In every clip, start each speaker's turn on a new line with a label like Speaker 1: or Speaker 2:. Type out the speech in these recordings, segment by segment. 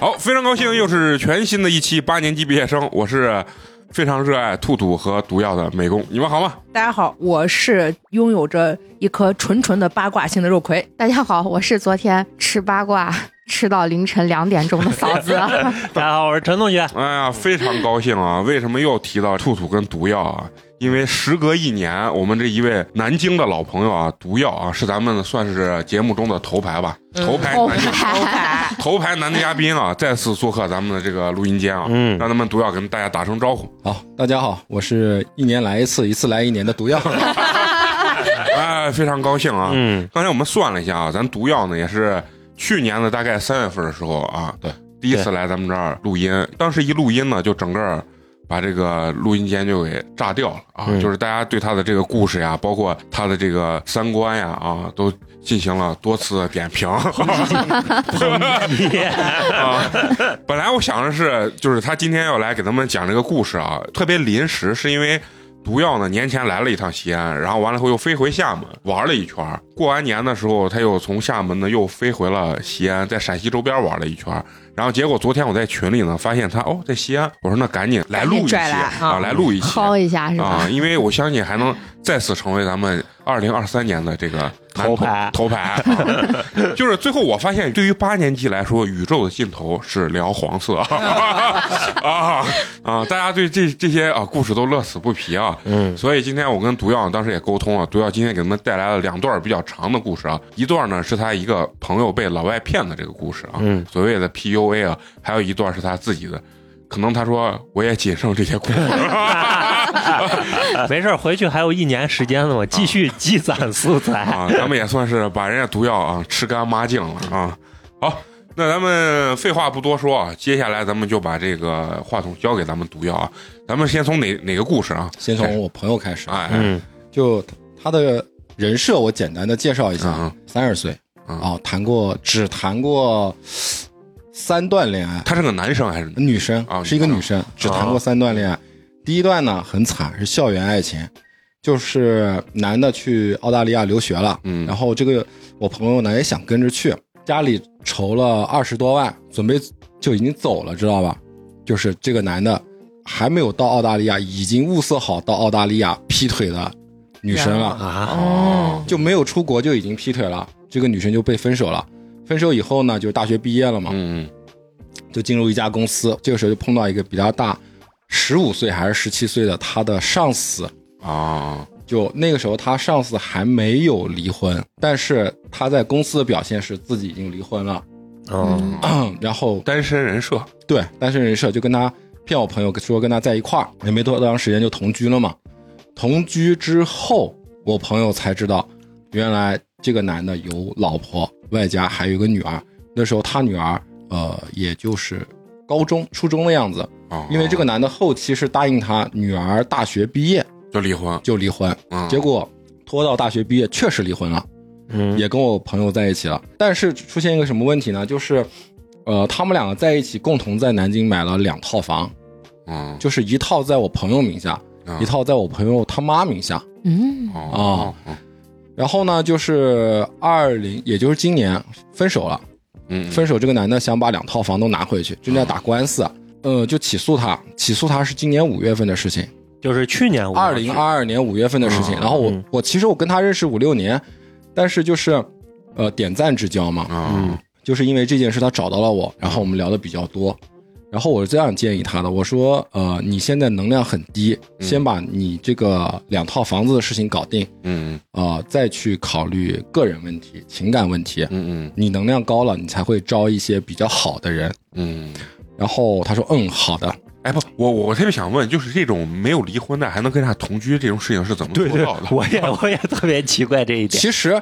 Speaker 1: 好，非常高兴，又是全新的一期八年级毕业生，我是非常热爱兔兔和毒药的美工，你们好吗？
Speaker 2: 大家好，我是拥有着一颗纯纯的八卦性的肉 葵。
Speaker 3: 大家好，我是昨天吃八卦吃到凌晨两点钟的嫂子。
Speaker 4: 大家好，我是陈同学。
Speaker 1: 哎呀，非常高兴啊！为什么又提到兔兔跟毒药啊？因为时隔一年，我们这一位南京的老朋友啊，毒药啊，是咱们算是节目中的头牌吧，
Speaker 2: 嗯
Speaker 1: 头牌
Speaker 3: 后
Speaker 1: 南京
Speaker 3: 排，
Speaker 2: 哦
Speaker 1: 头牌男的嘉宾啊，再次做客咱们的这个录音间啊，
Speaker 4: 嗯
Speaker 1: 让他们毒药跟大家打声招呼。
Speaker 5: 好，大家好，我是一年来一次，一次来一年的 毒药。
Speaker 1: 哎，非常高兴啊！
Speaker 4: 嗯，
Speaker 1: 刚才我们算了一下啊，咱毒药呢也是去年的大概三月份的时候啊，
Speaker 5: 对，
Speaker 1: 第一次来咱们这儿录音，当时一录音呢，就整个儿把这个录音间就给炸掉了啊，
Speaker 4: 嗯
Speaker 1: 就是大家对他的这个故事呀，包括他的这个三观呀啊，都进行了多次的点评。啊，本来我想的是，就是他今天要来给咱们讲这个故事啊，特别临时，是因为毒药呢年前来了一趟西安，然后完了以后又飞回厦门玩了一圈儿。过完年的时候，他又从厦门呢又飞回了西安，在陕西周边玩了一圈儿。然后结果昨天我在群里呢发现他哦在西安，我说那赶紧来录一期
Speaker 2: 赶紧拽来啊
Speaker 1: 啊，来录一期。
Speaker 3: 薅一下是吧
Speaker 1: 啊，？因为我相信还能再次成为咱们二零二三年的这个
Speaker 4: 头牌
Speaker 1: 头牌、 啊就是最后我发现，对于八年级来说，宇宙的尽头是聊黄色 啊啊！大家对这这些啊故事都乐此不疲啊。
Speaker 4: 嗯，
Speaker 1: 所以今天我跟毒药当时也沟通啊了，毒药今天给他们带来了两段比较长的故事啊，一段呢是他一个朋友被老外骗的这个故事啊，
Speaker 4: 嗯
Speaker 1: 所谓的 PUA 啊，还有一段是他自己的，可能他说我也仅剩这些故事，
Speaker 4: 呃没事儿，回去还有一年时间呢，我继续积攒素材。
Speaker 1: 啊，咱们也算是把人家毒药啊吃干抹净了啊。好，那咱们废话不多说啊，接下来咱们就把这个话筒交给咱们毒药啊。咱们先从哪哪个故事啊？
Speaker 5: 先
Speaker 1: 开
Speaker 5: 从
Speaker 1: 始
Speaker 5: 我朋友开始，啊
Speaker 1: 哎，哎
Speaker 4: 嗯
Speaker 5: 就他的人设，我简单的介绍一
Speaker 1: 嗯
Speaker 5: 下。啊三十岁，
Speaker 1: 嗯
Speaker 5: 啊，谈过只谈过三段恋爱，
Speaker 1: 他是个男生还是？
Speaker 5: 女生
Speaker 1: 啊
Speaker 5: 是一个女生，只谈过三段恋爱。第一段呢很惨，是校园爱情，就是男的去澳大利亚留学了，
Speaker 1: 嗯
Speaker 5: 然后这个我朋友呢也想跟着去，家里筹了二十多万，准备就已经走了，知道吧？就是这个男的还没有到澳大利亚，已经物色好到澳大利亚劈腿的女生了，
Speaker 4: 啊，
Speaker 2: 哦，
Speaker 5: 就没有出国就已经劈腿了，这个女生就被分手了。分手以后呢，就大学毕业了嘛，
Speaker 1: 嗯
Speaker 5: 就进入一家公司，这个时候就碰到一个比他大十五岁还是十七岁的他的上司，
Speaker 1: 嗯啊，
Speaker 5: 就那个时候他上司还没有离婚，但是他在公司的表现是自己已经离婚了，
Speaker 4: 嗯
Speaker 5: 然后
Speaker 1: 单身人设
Speaker 5: 对单身人设就跟他骗我朋友说跟他在一块儿，也没多长时间就同居了嘛。同居之后，我朋友才知道，原来这个男的有老婆，外加还有一个女儿。那时候他女儿呃，也就是高中、初中的样子。
Speaker 1: 啊，
Speaker 5: 因为这个男的后期是答应他女儿大学毕业
Speaker 1: 就离婚，
Speaker 5: 就离婚，
Speaker 1: 嗯，
Speaker 5: 结果拖到大学毕业确实离婚了，
Speaker 4: 嗯
Speaker 5: 也跟我朋友在一起了。但是出现一个什么问题呢？就是，呃，他们两个在一起共同在南京买了两套房，
Speaker 1: 嗯
Speaker 5: 就是一套在我朋友名下，
Speaker 1: 嗯
Speaker 4: 啊
Speaker 5: 一套在我朋友他妈名下。
Speaker 3: 嗯，
Speaker 1: 哦哦
Speaker 5: 然后呢，就是二零，也就是今年分手了。
Speaker 1: 嗯
Speaker 5: 分手这个男的想把两套房都拿回去，正在打官司，
Speaker 4: 啊
Speaker 5: 呃，就起诉他。起诉他是今年五月份的事情。
Speaker 4: 就是去年我
Speaker 5: 二零二二年五月份的事情。
Speaker 1: 嗯
Speaker 5: 然后我、
Speaker 4: 嗯
Speaker 5: 我其实我跟他认识五六年，但是就是呃点赞之交嘛，
Speaker 1: 嗯
Speaker 5: 就是因为这件事他找到了我，然后我们聊的比较多。然后我是这样建议他的，我说呃你现在能量很低，
Speaker 1: 嗯
Speaker 5: 先把你这个两套房子的事情搞定，
Speaker 1: 嗯
Speaker 5: 啊，再去考虑个人问题、情感问题。
Speaker 1: 嗯
Speaker 5: 你能量高了，你才会招一些比较好的人。
Speaker 1: 嗯嗯，
Speaker 5: 然后他说：“嗯，好的。
Speaker 1: 哎不，我我我特别想问，就是这种没有离婚的还能跟人家同居这种事情是怎么做
Speaker 4: 对对
Speaker 1: 到的？，
Speaker 4: 我也我也特别奇怪这一点。
Speaker 5: 其实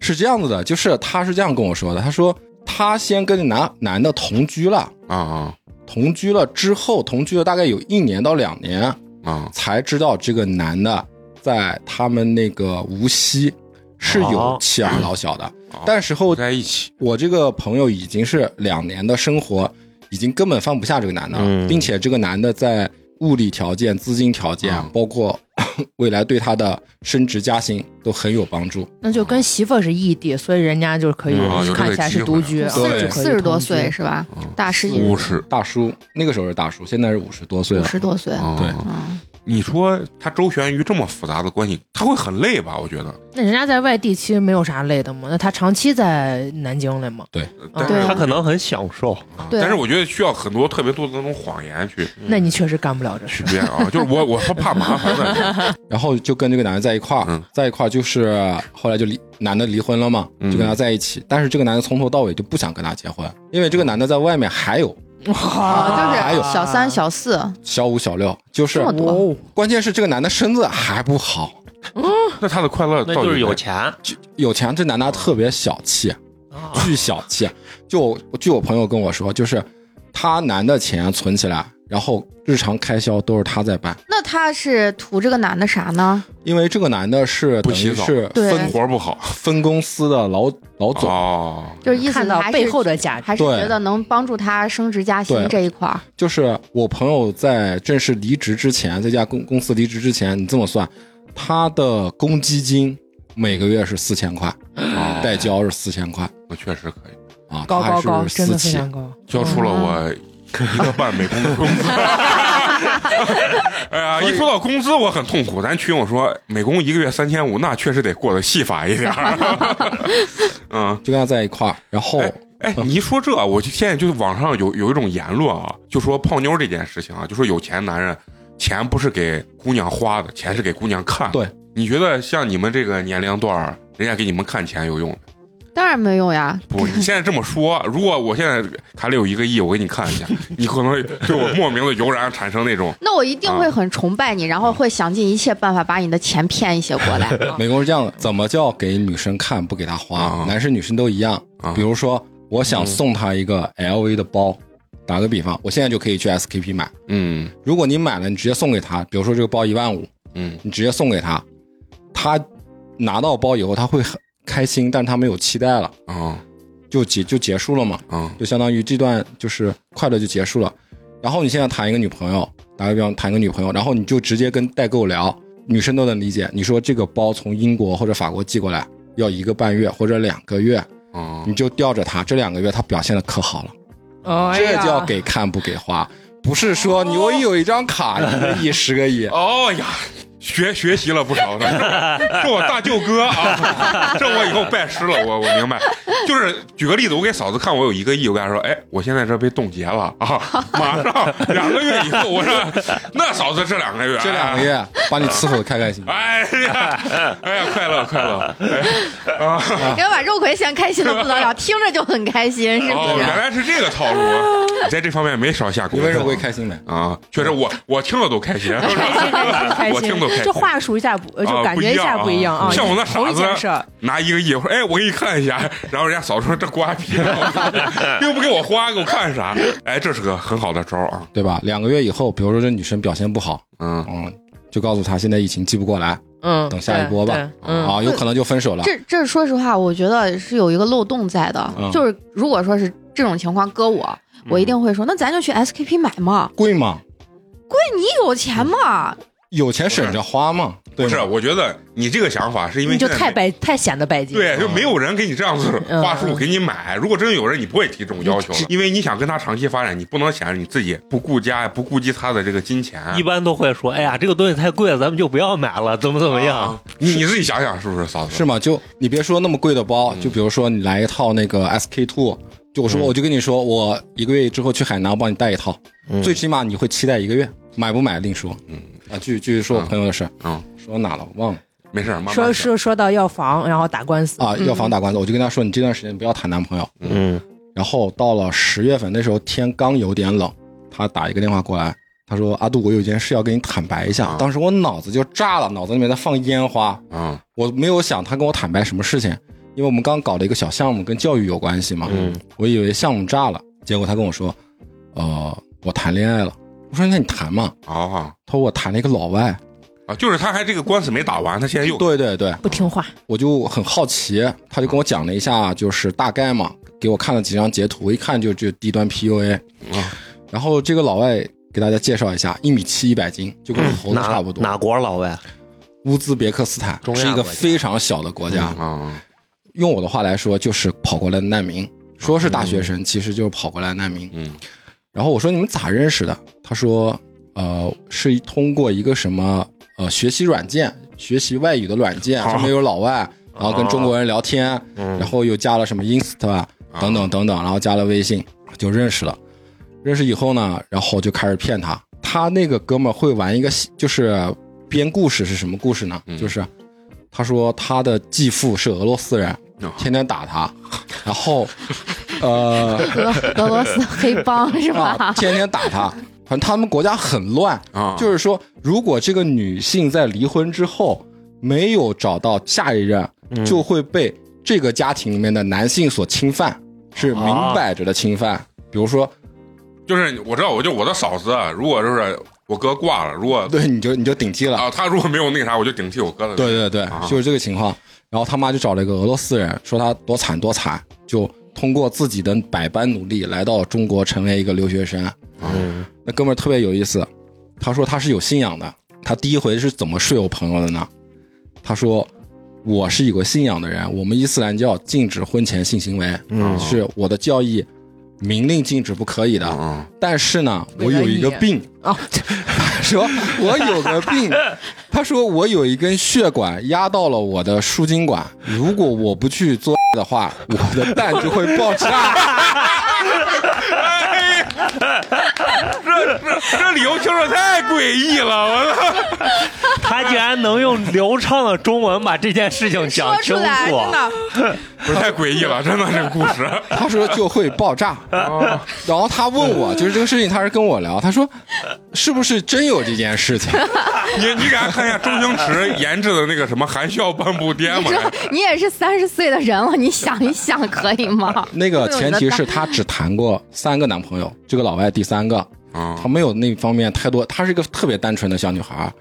Speaker 5: 是这样子的，就是他是这样跟我说的，他说他先跟男男的同居了，
Speaker 1: 啊啊
Speaker 5: 同居了之后，同居了大概有一年到两年，
Speaker 1: 啊
Speaker 5: 才知道这个男的在他们那个无锡是有
Speaker 4: 哦
Speaker 5: 妻儿老小的，
Speaker 1: 哦
Speaker 5: 但时候
Speaker 1: 在一起
Speaker 5: 我这个朋友已经是两年的生活已经根本放不下这个男的了，
Speaker 4: 嗯
Speaker 5: 并且这个男的在物理条件、资金条件，
Speaker 1: 嗯
Speaker 5: 包括 未来对他的升职加薪都很有帮助。
Speaker 2: 那就跟媳妇儿是异地，所以人家就可以
Speaker 1: 嗯啊有这个
Speaker 2: 看起来是独居，
Speaker 1: 机
Speaker 2: 啊
Speaker 5: 会对
Speaker 2: 就可以
Speaker 3: 四十多
Speaker 2: 同居
Speaker 3: 岁是吧？大十几，
Speaker 1: 五十
Speaker 5: 大叔那个时候是大叔，现在是五十多岁
Speaker 3: 五
Speaker 5: 了。
Speaker 3: 十多岁，
Speaker 1: 啊，
Speaker 5: 对
Speaker 3: 嗯，
Speaker 1: 你说他周旋于这么复杂的关系，他会很累吧？我觉得，
Speaker 2: 那人家在外地其实没有啥累的嘛，那他长期在南京了嘛，嗯
Speaker 1: 但
Speaker 3: 对
Speaker 1: 是
Speaker 3: 啊
Speaker 4: 他可能很享受，
Speaker 3: 对
Speaker 1: 啊但是我觉得需要很多特别多的那种谎言 去
Speaker 2: 那你确实干不了这
Speaker 1: 去
Speaker 2: 事。
Speaker 1: 编啊，就是我我怕麻烦 的，
Speaker 5: 然后就跟这个男的在一块儿，
Speaker 1: 嗯
Speaker 5: 在一块儿就是后来就离男的离婚了嘛，
Speaker 1: 嗯
Speaker 5: 就跟他在一起。但是这个男的从头到尾就不想跟他结婚，因为这个男的在外面还有
Speaker 3: 啊，
Speaker 5: 还
Speaker 3: 就
Speaker 5: 有
Speaker 3: 是小三、小四，
Speaker 5: 小五、小六，就是
Speaker 3: 这么多
Speaker 2: 哦，
Speaker 5: 关键是这个男的身子还不好，
Speaker 1: 那他的快乐
Speaker 4: 那
Speaker 1: 到底
Speaker 4: 就是有
Speaker 1: 在
Speaker 4: 钱
Speaker 5: 有钱这男的特别小气，
Speaker 3: 哦
Speaker 5: 巨小气。就我据我朋友跟我说，就是他男的钱存起来，然后日常开销都是他在办，
Speaker 3: 那他是图这个男的啥呢？
Speaker 5: 因为这个男的是
Speaker 1: 不
Speaker 5: 等于
Speaker 1: 洗澡
Speaker 5: 是
Speaker 3: 对
Speaker 5: 分
Speaker 1: 活儿不好
Speaker 5: 分公司的老老总，
Speaker 1: 哦，
Speaker 3: 就是意思
Speaker 2: 看到
Speaker 3: 还是
Speaker 2: 背后的价值，
Speaker 3: 还是
Speaker 5: 对
Speaker 3: 觉得能帮助他升职加薪
Speaker 5: 对
Speaker 3: 这一块儿，
Speaker 5: 就是我朋友在正式离职之前，在这家公公司离职之前，你这么算，他的公积金每个月是四千块，
Speaker 1: 哦
Speaker 5: 代交是四千块
Speaker 1: 那确实可以。
Speaker 5: 啊，
Speaker 2: 高
Speaker 5: 他
Speaker 2: 高高，
Speaker 5: 还是
Speaker 2: 真
Speaker 5: 私
Speaker 2: 的非
Speaker 5: 企。
Speaker 2: 常高。
Speaker 1: 交出了我
Speaker 3: 嗯
Speaker 1: 一个半美工的 工资。哎呀，一说到工资，我很痛苦。咱群友说，美工一个月三千五，那确实得过得戏法一点儿。嗯，
Speaker 5: 就跟他在一块儿，然后
Speaker 1: 哎哎，你一说这，我就现在就网上有有一种言论啊，就说泡妞这件事情啊，就说有钱男人钱不是给姑娘花的，钱是给姑娘看。
Speaker 5: 对，
Speaker 1: 你觉得像你们这个年龄段儿，人家给你们看钱有用吗？
Speaker 3: 当然没用呀。
Speaker 1: 不，你现在这么说，如果我现在卡里有一个亿，我给你看一下，你可能对我莫名的油然产生那种
Speaker 3: 那我一定会很崇拜你，然后会想尽一切办法把你的钱骗一些过来。
Speaker 2: 啊
Speaker 5: 美工是这样的，怎么叫给女生看不给她花
Speaker 1: 啊？
Speaker 5: 男生女生都一样
Speaker 1: 啊。嗯
Speaker 5: 比如说，我想送她一个 LV 的包，打个比方，我现在就可以去 SKP 买。
Speaker 1: 嗯
Speaker 5: 如果你买了，你直接送给她，比如说这个包一万五，
Speaker 1: 嗯
Speaker 5: 你直接送给她，她拿到包以后，她会很开心，但她没有期待了，
Speaker 1: 啊
Speaker 5: 就结就结束了嘛，
Speaker 1: 啊
Speaker 5: 就相当于这段就是快乐就结束了。然后你现在谈一个女朋友，打个比方谈个女朋友，然后你就直接跟代购聊，女生都能理解。你说这个包从英国或者法国寄过来，要一个半月或者两个月，
Speaker 1: 啊
Speaker 5: 你！就吊着她，这两个月她表现的可好了，
Speaker 2: 哦
Speaker 5: 这叫给看不给花，不是说你我有一张卡，一个亿十个亿。
Speaker 1: 哦呀，学学习了不少呢，这我大舅哥啊，这我以后拜师了，我我明白。就是举个例子，我给嫂子看我有一个亿，我跟她说，哎，我现在这被冻结了啊，马上两个月以后，我说那嫂子这两个月，啊
Speaker 5: 这两个月把你伺候的开开心心。
Speaker 1: 哎呀，哎呀，快乐快乐，哎呀啊。
Speaker 3: 要把肉葵先开心的不得了，听着就很开心，是
Speaker 1: 哦，
Speaker 3: 不
Speaker 1: 原
Speaker 3: 是？
Speaker 1: 来是这个套路，你在这方面没少下
Speaker 5: 你
Speaker 1: 功夫。
Speaker 5: 为什么会开心呢？
Speaker 1: 啊？确实我，我听了都开心。啊
Speaker 2: 开
Speaker 1: 我
Speaker 2: 心
Speaker 1: 听都开心
Speaker 2: 这话术一下不，呃就
Speaker 1: 啊
Speaker 2: 感觉一下
Speaker 1: 不
Speaker 2: 不
Speaker 1: 一
Speaker 2: 一
Speaker 1: 样
Speaker 2: 样
Speaker 1: 啊
Speaker 2: 啊。
Speaker 1: 像我那傻子
Speaker 2: 同一件事儿，
Speaker 1: 拿一个亿，我说哎，我给你看一下，然后人家嫂子说这瓜皮， 又不给我花，给我看啥？哎，这是个很好的招儿啊。
Speaker 5: 对吧？两个月以后，比如说这女生表现不好，
Speaker 1: 嗯，
Speaker 5: 嗯，就告诉她现在疫情寄不过来，
Speaker 2: 嗯，
Speaker 5: 等下一波吧
Speaker 2: 对。对嗯，
Speaker 5: 啊，有可能就分手了。
Speaker 3: 这这说实话，我觉得是有一个漏洞在的。
Speaker 5: 嗯
Speaker 3: 就是如果说是这种情况，搁我，我一定会说，那咱就去 SKP 买嘛，
Speaker 5: 贵吗？
Speaker 3: 你有钱嘛？
Speaker 5: 有钱省着花嘛，对
Speaker 1: 不是，
Speaker 5: 吗？
Speaker 1: 我觉得你这个想法是因为
Speaker 2: 你就
Speaker 1: 现在
Speaker 2: 太
Speaker 1: 没
Speaker 2: 拜太显得拜金。
Speaker 1: 对，就没有人给你这样子
Speaker 2: 嗯
Speaker 1: 话术给你买。如果真有人，你不会提这种要求的，因为你想跟他长期发展，你不能显得你自己不顾家，不顾及他的这个金钱。
Speaker 4: 一般都会说，哎呀，这个东西太贵了，咱们就不要买了，怎么怎么样
Speaker 1: 啊？你你自己想想是不是嫂子？
Speaker 5: 是嗯吗？就你别说那么贵的包，就比如说你来一套那个 SK two，就我说我就跟你说，我一个月之后去海南，我帮你带一套，最起码你会期待一个月，买不买另说。嗯啊，继续继续说我朋友的事儿，
Speaker 1: 嗯，
Speaker 5: 说哪了我忘了
Speaker 1: 没事，慢慢
Speaker 2: 说
Speaker 1: 想
Speaker 2: 说说到要房，然后打官司，
Speaker 5: 啊，药房打官司，我就跟他说你这段时间不要谈男朋友。
Speaker 4: 嗯，
Speaker 5: 然后到了十月份，那时候天刚有点冷，他打一个电话过来，他说阿杜，我有件事要跟你坦白一下。
Speaker 1: 啊
Speaker 5: 当时我脑子就炸了，脑子里面在放烟花，
Speaker 1: 啊，
Speaker 5: 我没有想他跟我坦白什么事情，因为我们刚搞了一个小项目，跟教育有关系嘛。
Speaker 4: 嗯，
Speaker 5: 我以为项目炸了，结果他跟我说，呃，我谈恋爱了。我说那你谈嘛？
Speaker 1: 哦
Speaker 5: 他说我谈了一个老外。
Speaker 1: 啊，就是他还这个官司没打完，他现在又
Speaker 5: 对对对，
Speaker 2: 不听话，
Speaker 5: 我就很好奇，他就跟我讲了一下，就是大概嘛，给我看了几张截图，一看就就低端 PUA。
Speaker 1: 啊
Speaker 5: 然后这个老外给大家介绍一下，一米七，一百斤，就跟猴子
Speaker 4: 哪
Speaker 5: 差不多。
Speaker 4: 哪国老外？
Speaker 5: 乌兹别克斯坦
Speaker 4: 嗯中亚
Speaker 5: 是一个
Speaker 4: 国家嗯
Speaker 5: 非常小的国家，
Speaker 1: 啊，
Speaker 5: 用我的话来说，就是跑过来的难民。说是大学生，其实就是跑过来的难民。
Speaker 1: 嗯
Speaker 5: 然后我说你们咋认识的？他说，呃，是通过一个什么呃学习软件，学习外语的软件，
Speaker 1: 好
Speaker 5: 上面有老外，然后跟中国人聊天，
Speaker 4: 嗯
Speaker 5: 然后又加了什么 Insta
Speaker 1: 啊
Speaker 5: 等等等等，然后加了微信就认识了。认识以后呢，然后就开始骗他。他那个哥们儿会玩一个戏，就是编故事是什么故事呢？
Speaker 1: 嗯
Speaker 5: 就是他说他的继父是俄罗斯人
Speaker 1: 哦，
Speaker 5: 天天打他，然后 呃。
Speaker 3: 俄俄罗斯黑帮是
Speaker 5: 啊
Speaker 3: 吧？
Speaker 5: 天天打他。反正他们国家很乱，
Speaker 1: 啊，
Speaker 5: 就是说，如果这个女性在离婚之后没有找到下一任，
Speaker 1: 嗯
Speaker 5: 就会被这个家庭里面的男性所侵犯，是明摆着的侵犯。比如说，
Speaker 1: 就是我知道，我就我的嫂子，啊如果就是我哥挂了，如果
Speaker 5: 对，你就你就顶替了，
Speaker 1: 啊，他如果没有那啥，我就顶替我哥的。
Speaker 5: 对对对，
Speaker 1: 啊
Speaker 5: 就是这个情况。然后他妈就找了一个俄罗斯人，说他多惨多惨，就通过自己的百般努力来到中国，成为一个留学生。
Speaker 4: 嗯
Speaker 5: 那哥们儿特别有意思，他说他是有信仰的。他第一回是怎么说我朋友的呢？他说我是有个信仰的人，我们伊斯兰教禁止婚前性行为，
Speaker 4: 嗯
Speaker 5: 是我的教义明令禁止不可以的。
Speaker 1: 啊，
Speaker 5: 但是呢，
Speaker 2: 为
Speaker 5: 我
Speaker 2: 了
Speaker 5: 有一个
Speaker 2: 你
Speaker 5: 病，
Speaker 2: 哦，
Speaker 5: 他说我有个 病，他说我有一根血管压到了我的输精管，如果我不去做的话，我的蛋就会 爆炸。
Speaker 1: 哎这理由听着太诡异了，我操！
Speaker 4: 他竟然能用流畅的中文把这件事情讲
Speaker 2: 说
Speaker 4: 清
Speaker 2: 出来
Speaker 4: 楚啊
Speaker 2: 真，的，
Speaker 1: 不是太诡异了，真的这个故事
Speaker 5: 他说就会爆炸。
Speaker 1: 啊，
Speaker 5: 然后他问我，就是这个事情，他是跟我聊，他说是不是真有这件事情？？
Speaker 1: 你你给大家看一下周星驰研制的那个什么含笑半步颠嘛，
Speaker 3: 你也是三十岁的人了，你想一想可以吗
Speaker 5: 那个前提是他只谈过三个男朋友，这个老外第三个，
Speaker 1: 啊
Speaker 5: 他没有那方面太多，她是一个特别单纯的小女孩儿。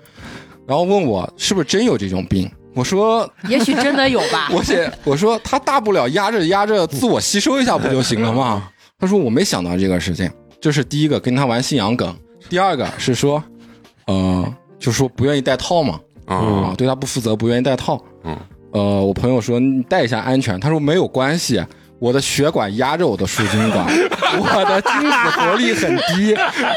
Speaker 5: 然后问我是不是真有这种病，我说
Speaker 2: 也许真的有吧。
Speaker 5: 我写我说他大不了压着压着自我吸收一下不就行了吗？他说我没想到这个事情，这是第一个跟他玩信仰梗，第二个是说，呃，就说不愿意戴套嘛，
Speaker 1: 啊
Speaker 5: 啊，对他不负责，不愿意戴套。
Speaker 1: 嗯，
Speaker 5: 呃，我朋友说你戴一下安全，他说没有关系，我的血管压着我的输精管， 我的精子活力很低，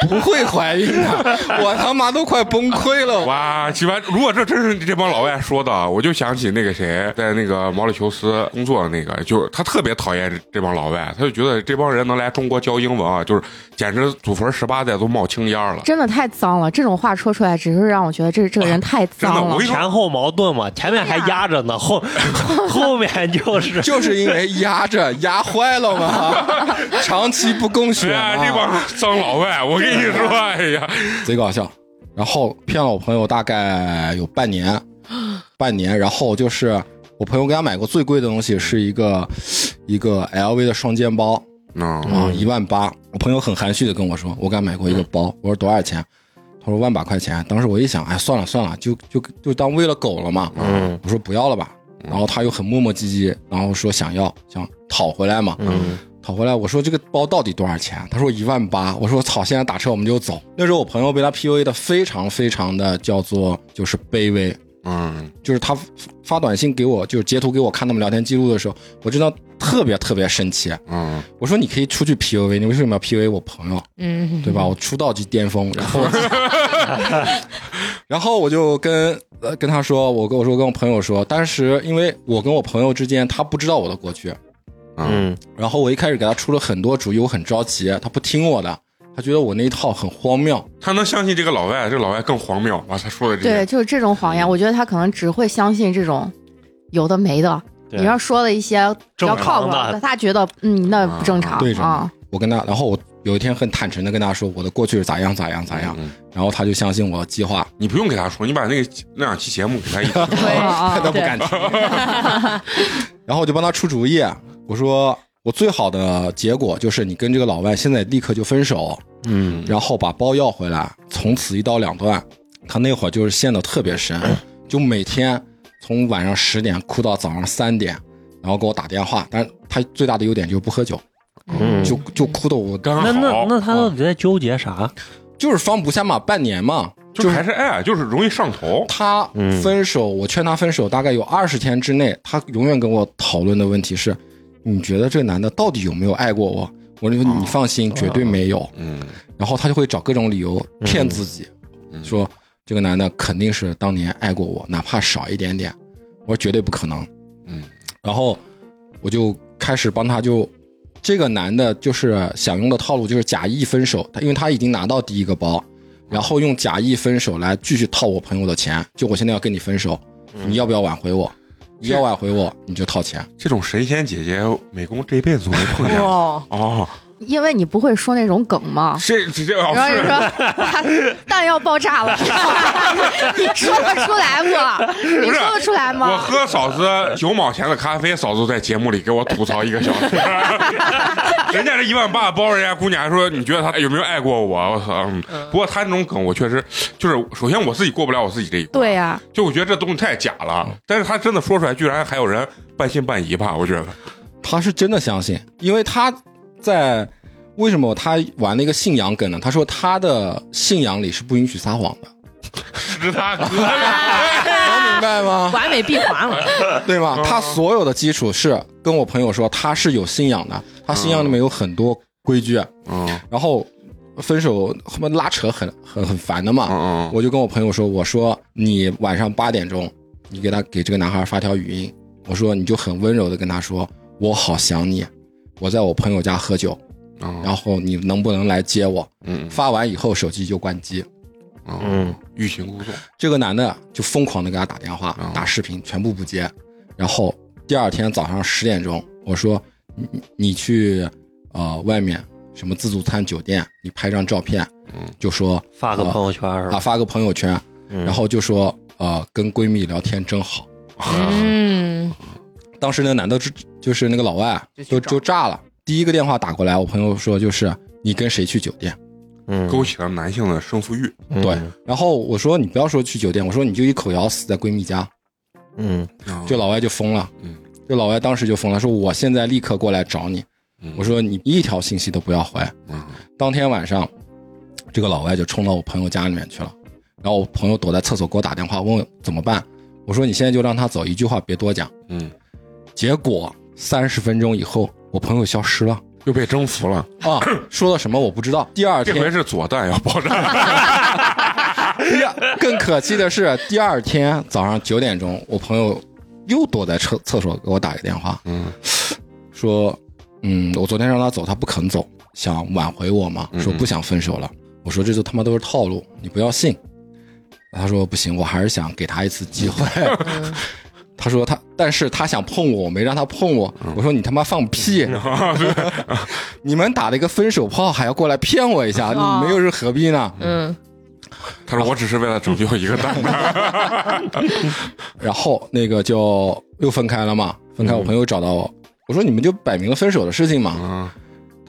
Speaker 5: 不会怀孕的，我他妈都快崩溃了。
Speaker 1: 哇，奇葩！如果这真是这帮老外说的啊，我就想起那个谁，在那个毛里求斯工作的那个，就是他特别讨厌这这帮老外，他就觉得这帮人能来中国教英文啊，就是简直祖坟十八代都冒青烟了。
Speaker 3: 真的太脏了，这种话说出来，只是让我觉得这这个人太
Speaker 1: 真
Speaker 3: 脏
Speaker 1: 的
Speaker 3: 了
Speaker 1: 我。跟你说，
Speaker 4: 前后矛盾嘛，前面还
Speaker 2: 哎
Speaker 4: 压着呢，后 后面就是
Speaker 5: 就是因为压着压坏了嘛，长期不供血
Speaker 1: 哎呀，这
Speaker 5: 嘛，
Speaker 1: 帮脏老外，我跟你说，哎呀，
Speaker 5: 贼搞笑。然后骗了我朋友大概有半年，半年。然后就是我朋友给他买过最贵的东西是一个一个 LV 的双肩包，
Speaker 1: 嗯，
Speaker 5: 啊，一万八。我朋友很含蓄的跟我说，我给他买过一个包，我说多少钱？他说万把块钱。当时我一想，哎，算了算了，就就就当喂了狗了嘛。
Speaker 4: 嗯
Speaker 5: 我说不要了吧。然后他又很磨磨唧唧，然后说想要，想讨回来嘛。
Speaker 4: 嗯
Speaker 5: 讨回来，我说这个包到底多少钱？他说一万八。我说操，现在打车我们就走。那时候我朋友被他 PUA 的非常非常的叫做就是卑微，
Speaker 1: 嗯，
Speaker 5: 就是他发发短信给我，就是截图给我看他们聊天记录的时候，我真的特别特别生气。
Speaker 1: 嗯，
Speaker 5: 我说你可以出去 PUA，你为什么要 PUA 我朋友？
Speaker 2: 嗯，
Speaker 5: 对吧？我出道即巅峰，然后，然后我就跟呃跟他说，我跟我说跟我朋友说，当时因为我跟我朋友之间，他不知道我的过去，
Speaker 1: 嗯，
Speaker 4: 嗯
Speaker 5: 然后我一开始给他出了很多主意，我很着急，他不听我的，他觉得我那一套很荒谬，
Speaker 1: 他能相信这个老外，这老外更荒谬。哇，他说的这
Speaker 3: 对，
Speaker 1: 些，
Speaker 3: 就是这种谎言，我觉得他可能只会相信这种有的没的。
Speaker 4: 对
Speaker 3: 你要说了一些比较靠谱
Speaker 4: 正常的
Speaker 3: 的，他觉得嗯那不正常
Speaker 5: 对着
Speaker 3: 啊。
Speaker 5: 我跟他，然后我有一天很坦诚的跟他说我的过去是咋样咋样咋样，然后他就相信我的计划，
Speaker 1: 你不用给他说，你把那个那两期节目给他一听，
Speaker 2: 对啊
Speaker 5: 他都不
Speaker 2: 对
Speaker 5: 敢听。然后我就帮他出主意，我说我最好的结果就是你跟这个老外现在立刻就分手，
Speaker 4: 嗯
Speaker 5: 然后把包要回来，从此一刀两断。他那会儿就是陷得特 别深，就每天从晚上十点哭到早上三点，然后给我打电话，但他最大的优点就是不喝酒，
Speaker 1: 嗯
Speaker 5: 就就哭的我
Speaker 1: 刚
Speaker 4: 那
Speaker 1: 好，
Speaker 4: 那那他到底在纠结啥？
Speaker 5: 就是放不下嘛，半年嘛，
Speaker 1: 就
Speaker 5: 就是
Speaker 1: 还是爱，就是容易上头。
Speaker 5: 他
Speaker 1: 嗯
Speaker 5: 分手，我劝他分手，大概有二十天之内，他永远跟我讨论的问题是：你觉得这个男的到底有没有爱过我？我就说你放心，绝对没有。
Speaker 1: 嗯
Speaker 5: 然后他就会找各种理由骗自己，
Speaker 1: 嗯
Speaker 5: 说这个男的肯定是当年爱过我，哪怕少一点点，我说绝对不可能。
Speaker 1: 嗯，
Speaker 5: 然后我就开始帮他就。这个男的就是想用的套路就是假意分手，他因为他已经拿到第一个包，
Speaker 1: 嗯
Speaker 5: 然后用假意分手来继续套我朋友的钱。就我现在要跟你分手，
Speaker 1: 嗯
Speaker 5: 你要不要挽回我？你要挽回我，你就套钱。
Speaker 1: 这种神仙姐姐，美工这一辈子都没碰见。
Speaker 2: 哇，
Speaker 1: 哦，
Speaker 3: 因为你不会说那种梗嘛。
Speaker 1: 这这这哦
Speaker 3: 然后你
Speaker 1: 是
Speaker 3: 说 弹药爆炸了，你说得出来不？你说得出来
Speaker 1: 我
Speaker 3: 吗？
Speaker 1: 喝嫂子九毛钱的咖啡，嫂子在节目里给我吐槽一个小时。人家这一万八包，人家姑娘还说你觉得他有没有爱过我？我操！嗯不过他那种梗，我确实就是，首先我自己过不了我自己这一关，
Speaker 3: 对呀、
Speaker 1: 就我觉得这东西太假了。
Speaker 5: 嗯
Speaker 1: 但是他真的说出来，居然还有人半信半疑吧？我觉得，
Speaker 5: 他是真的相信，因为他在为什么他玩了一个信仰梗呢？他说他的信仰里是不允许撒谎的，
Speaker 1: 是他哥 呀！
Speaker 5: 能明白吗？
Speaker 2: 完美闭环了，
Speaker 5: 对吧？他所有的基础是跟我朋友说他是有信仰的，他信仰里面有很多规矩，啊
Speaker 1: 嗯
Speaker 5: 然后分手他妈拉扯很很很烦的嘛。
Speaker 1: 嗯嗯，
Speaker 5: 我就跟我朋友说，我说你晚上八点钟，你给他给这个男孩发条语音，我说你就很温柔的跟他说，我好想你，我在我朋友家喝酒，
Speaker 1: 嗯
Speaker 5: 然后你能不能来接我？
Speaker 1: 嗯
Speaker 5: 发完以后手机就关机。
Speaker 1: 嗯，欲擒故纵。
Speaker 5: 这个男的就疯狂的给他打电话
Speaker 1: 嗯、
Speaker 5: 打视频，全部不接。然后第二天早上十点钟，我说你你你去呃外面什么自助餐酒店，你拍张照片，
Speaker 1: 嗯
Speaker 5: 就说
Speaker 4: 发个朋友圈是
Speaker 5: 啊
Speaker 4: 吧？
Speaker 5: 发个朋友圈，
Speaker 4: 嗯
Speaker 5: 然后就说呃跟闺蜜聊天真好。
Speaker 2: 嗯，
Speaker 5: 当时那个男的就就是那个老外啊就就炸了，第一个电话打过来，我朋友说就是你跟谁去酒店？
Speaker 4: 嗯
Speaker 1: 勾起了男性的胜负欲。
Speaker 5: 对，然后我说你不要说去酒店，我说你就一口咬死在闺蜜家，
Speaker 4: 嗯，
Speaker 5: 就老外就疯了，
Speaker 1: 嗯，
Speaker 5: 就老外当时就疯了，说我现在立刻过来找你，
Speaker 1: 嗯
Speaker 5: 我说你一条信息都不要回。
Speaker 1: 嗯
Speaker 5: 当天晚上，这个老外就冲到我朋友家里面去了，然后我朋友躲在厕所给我打电话问我怎么办，我说你现在就让他走，一句话别多讲。
Speaker 1: 嗯，
Speaker 5: 结果三十分钟以后，我朋友消失了
Speaker 1: 又被征服了。
Speaker 5: 啊， 说了什么我不知道。第二
Speaker 1: 这回
Speaker 5: 天，
Speaker 1: 是左弹要 爆炸。
Speaker 5: 第二 更可气的是，第二天早上九点钟，我朋友又躲在厕厕所给我打个电话，
Speaker 1: 嗯
Speaker 5: 说，嗯，我昨天让他走，他不肯走，想挽回我嘛，
Speaker 1: 嗯
Speaker 5: 说不想分手了。我说这就他妈都是套路，你不要信。他说不行，我还是想给他一次 机会。他说他，但是他想碰我，我没让他碰我。
Speaker 1: 嗯
Speaker 5: 我说你他妈放 屁！
Speaker 1: 哦
Speaker 5: 你们打了一个分手炮，还要过来骗我一下，
Speaker 2: 哦
Speaker 5: 你没有是何必呢？
Speaker 2: 嗯，
Speaker 1: 他说：“我只是为了拯救一个 蛋蛋。
Speaker 5: 然后那个就又分开了嘛。分开，我朋友找到我，我说你们就摆明了分手的事情嘛。
Speaker 1: 嗯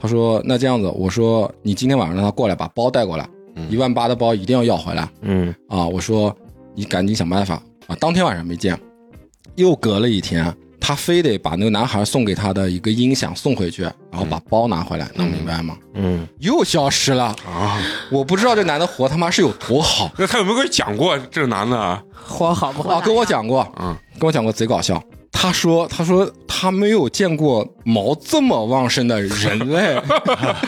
Speaker 5: 他说：“那这样子，我说你今天晚上让他过来，把包带过来，
Speaker 1: 嗯
Speaker 5: 一万八的包一定要要回来
Speaker 4: 嗯
Speaker 5: 啊！”我说：“你赶紧想办法啊！”当天晚上没见，又隔了一天，他非得把那个男孩送给他的一个音响送回去，然后把包拿回来，能明白吗？
Speaker 4: 嗯，
Speaker 5: 又消失了，
Speaker 1: 啊，
Speaker 5: 我不知道这男的活他妈是有多好
Speaker 1: 那他有没有跟你讲过这男的啊？
Speaker 2: 活好不好？
Speaker 5: 啊！跟我讲过，
Speaker 1: 嗯
Speaker 5: 跟我讲过贼搞笑。他说：“他说他没有见过毛这么旺盛的人类。”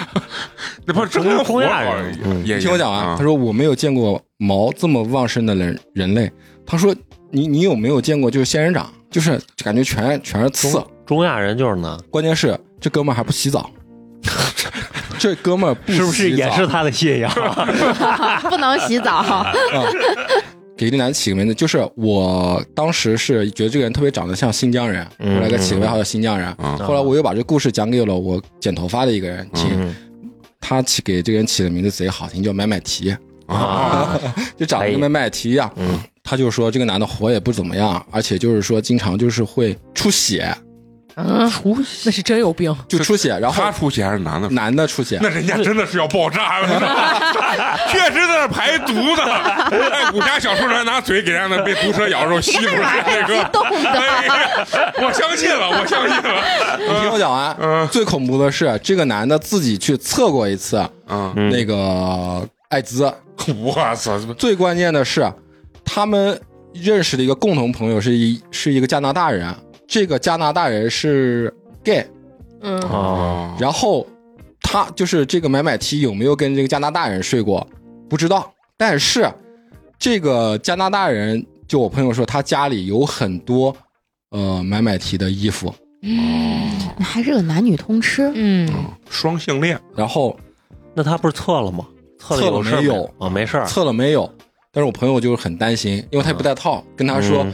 Speaker 1: 那不是真跟活嗯
Speaker 4: 东亚
Speaker 1: 好
Speaker 4: 人
Speaker 1: 也
Speaker 5: 你听我讲
Speaker 4: 啊
Speaker 5: 完，他说我没有见过毛这么旺盛的人人类。他说你你有没有见过就是仙人掌，就是感觉全全是刺，
Speaker 4: 中亚人就是呢，
Speaker 5: 关键是这哥们儿还不洗澡， 这哥们儿不洗
Speaker 4: 是
Speaker 5: 澡
Speaker 4: 不是也是他的信仰？
Speaker 3: 不能洗澡，
Speaker 5: 给这男的起个名字？就是我当时是觉得这个人特别长得像新疆人，
Speaker 4: 嗯
Speaker 5: 后来给起个外号叫新疆人。
Speaker 1: 嗯
Speaker 5: 后来我又把这故事讲给了我剪头发的一个人
Speaker 4: 嗯
Speaker 5: 听，他起给这个人起的名字贼好听，叫买买提。
Speaker 4: 啊，
Speaker 5: 就长得跟
Speaker 4: 可以
Speaker 5: 麦麦提一样。
Speaker 1: 哎
Speaker 4: 嗯，
Speaker 5: 他就说这个男的活也不怎么样，而且就是说经常就是会出血，
Speaker 2: 嗯，
Speaker 4: 出息
Speaker 2: 那是真有病。
Speaker 5: 就出血，然后
Speaker 1: 他出血还是男的？
Speaker 5: 男的出血，
Speaker 1: 那人家真的是要爆炸 了，确实在那排毒呢。哎，武侠小说里还拿嘴给人家那被毒蛇咬的时候吸出来那个，
Speaker 3: 动啊的
Speaker 1: 哎我相信了，我相信了。
Speaker 5: 你听我讲完。
Speaker 1: 嗯
Speaker 5: 最恐怖的是，这个男的自己去测过一次
Speaker 1: 嗯，
Speaker 4: 嗯哦
Speaker 5: 那个艾滋。
Speaker 1: 我操！
Speaker 5: 最关键的是，他们认识的一个共同朋友是一是一个加拿大人，这个加拿大人是 gay，
Speaker 2: 嗯，
Speaker 4: 啊！
Speaker 1: 哦，
Speaker 5: 然后他就是这个买买 T 有没有跟这个加拿大人睡过，不知道。但是这个加拿大人，就我朋友说，他家里有很多呃买买 T 的衣服，
Speaker 3: 那还是个男女通吃，
Speaker 2: 嗯，
Speaker 1: 双性恋，
Speaker 5: 然后
Speaker 4: 那他不是测了吗？测
Speaker 5: 测了
Speaker 4: 有事儿
Speaker 5: 没有
Speaker 4: 啊？没事儿。
Speaker 5: 测了没有？但是我朋友就是很担心，因为他也不带套，跟他说
Speaker 4: 嗯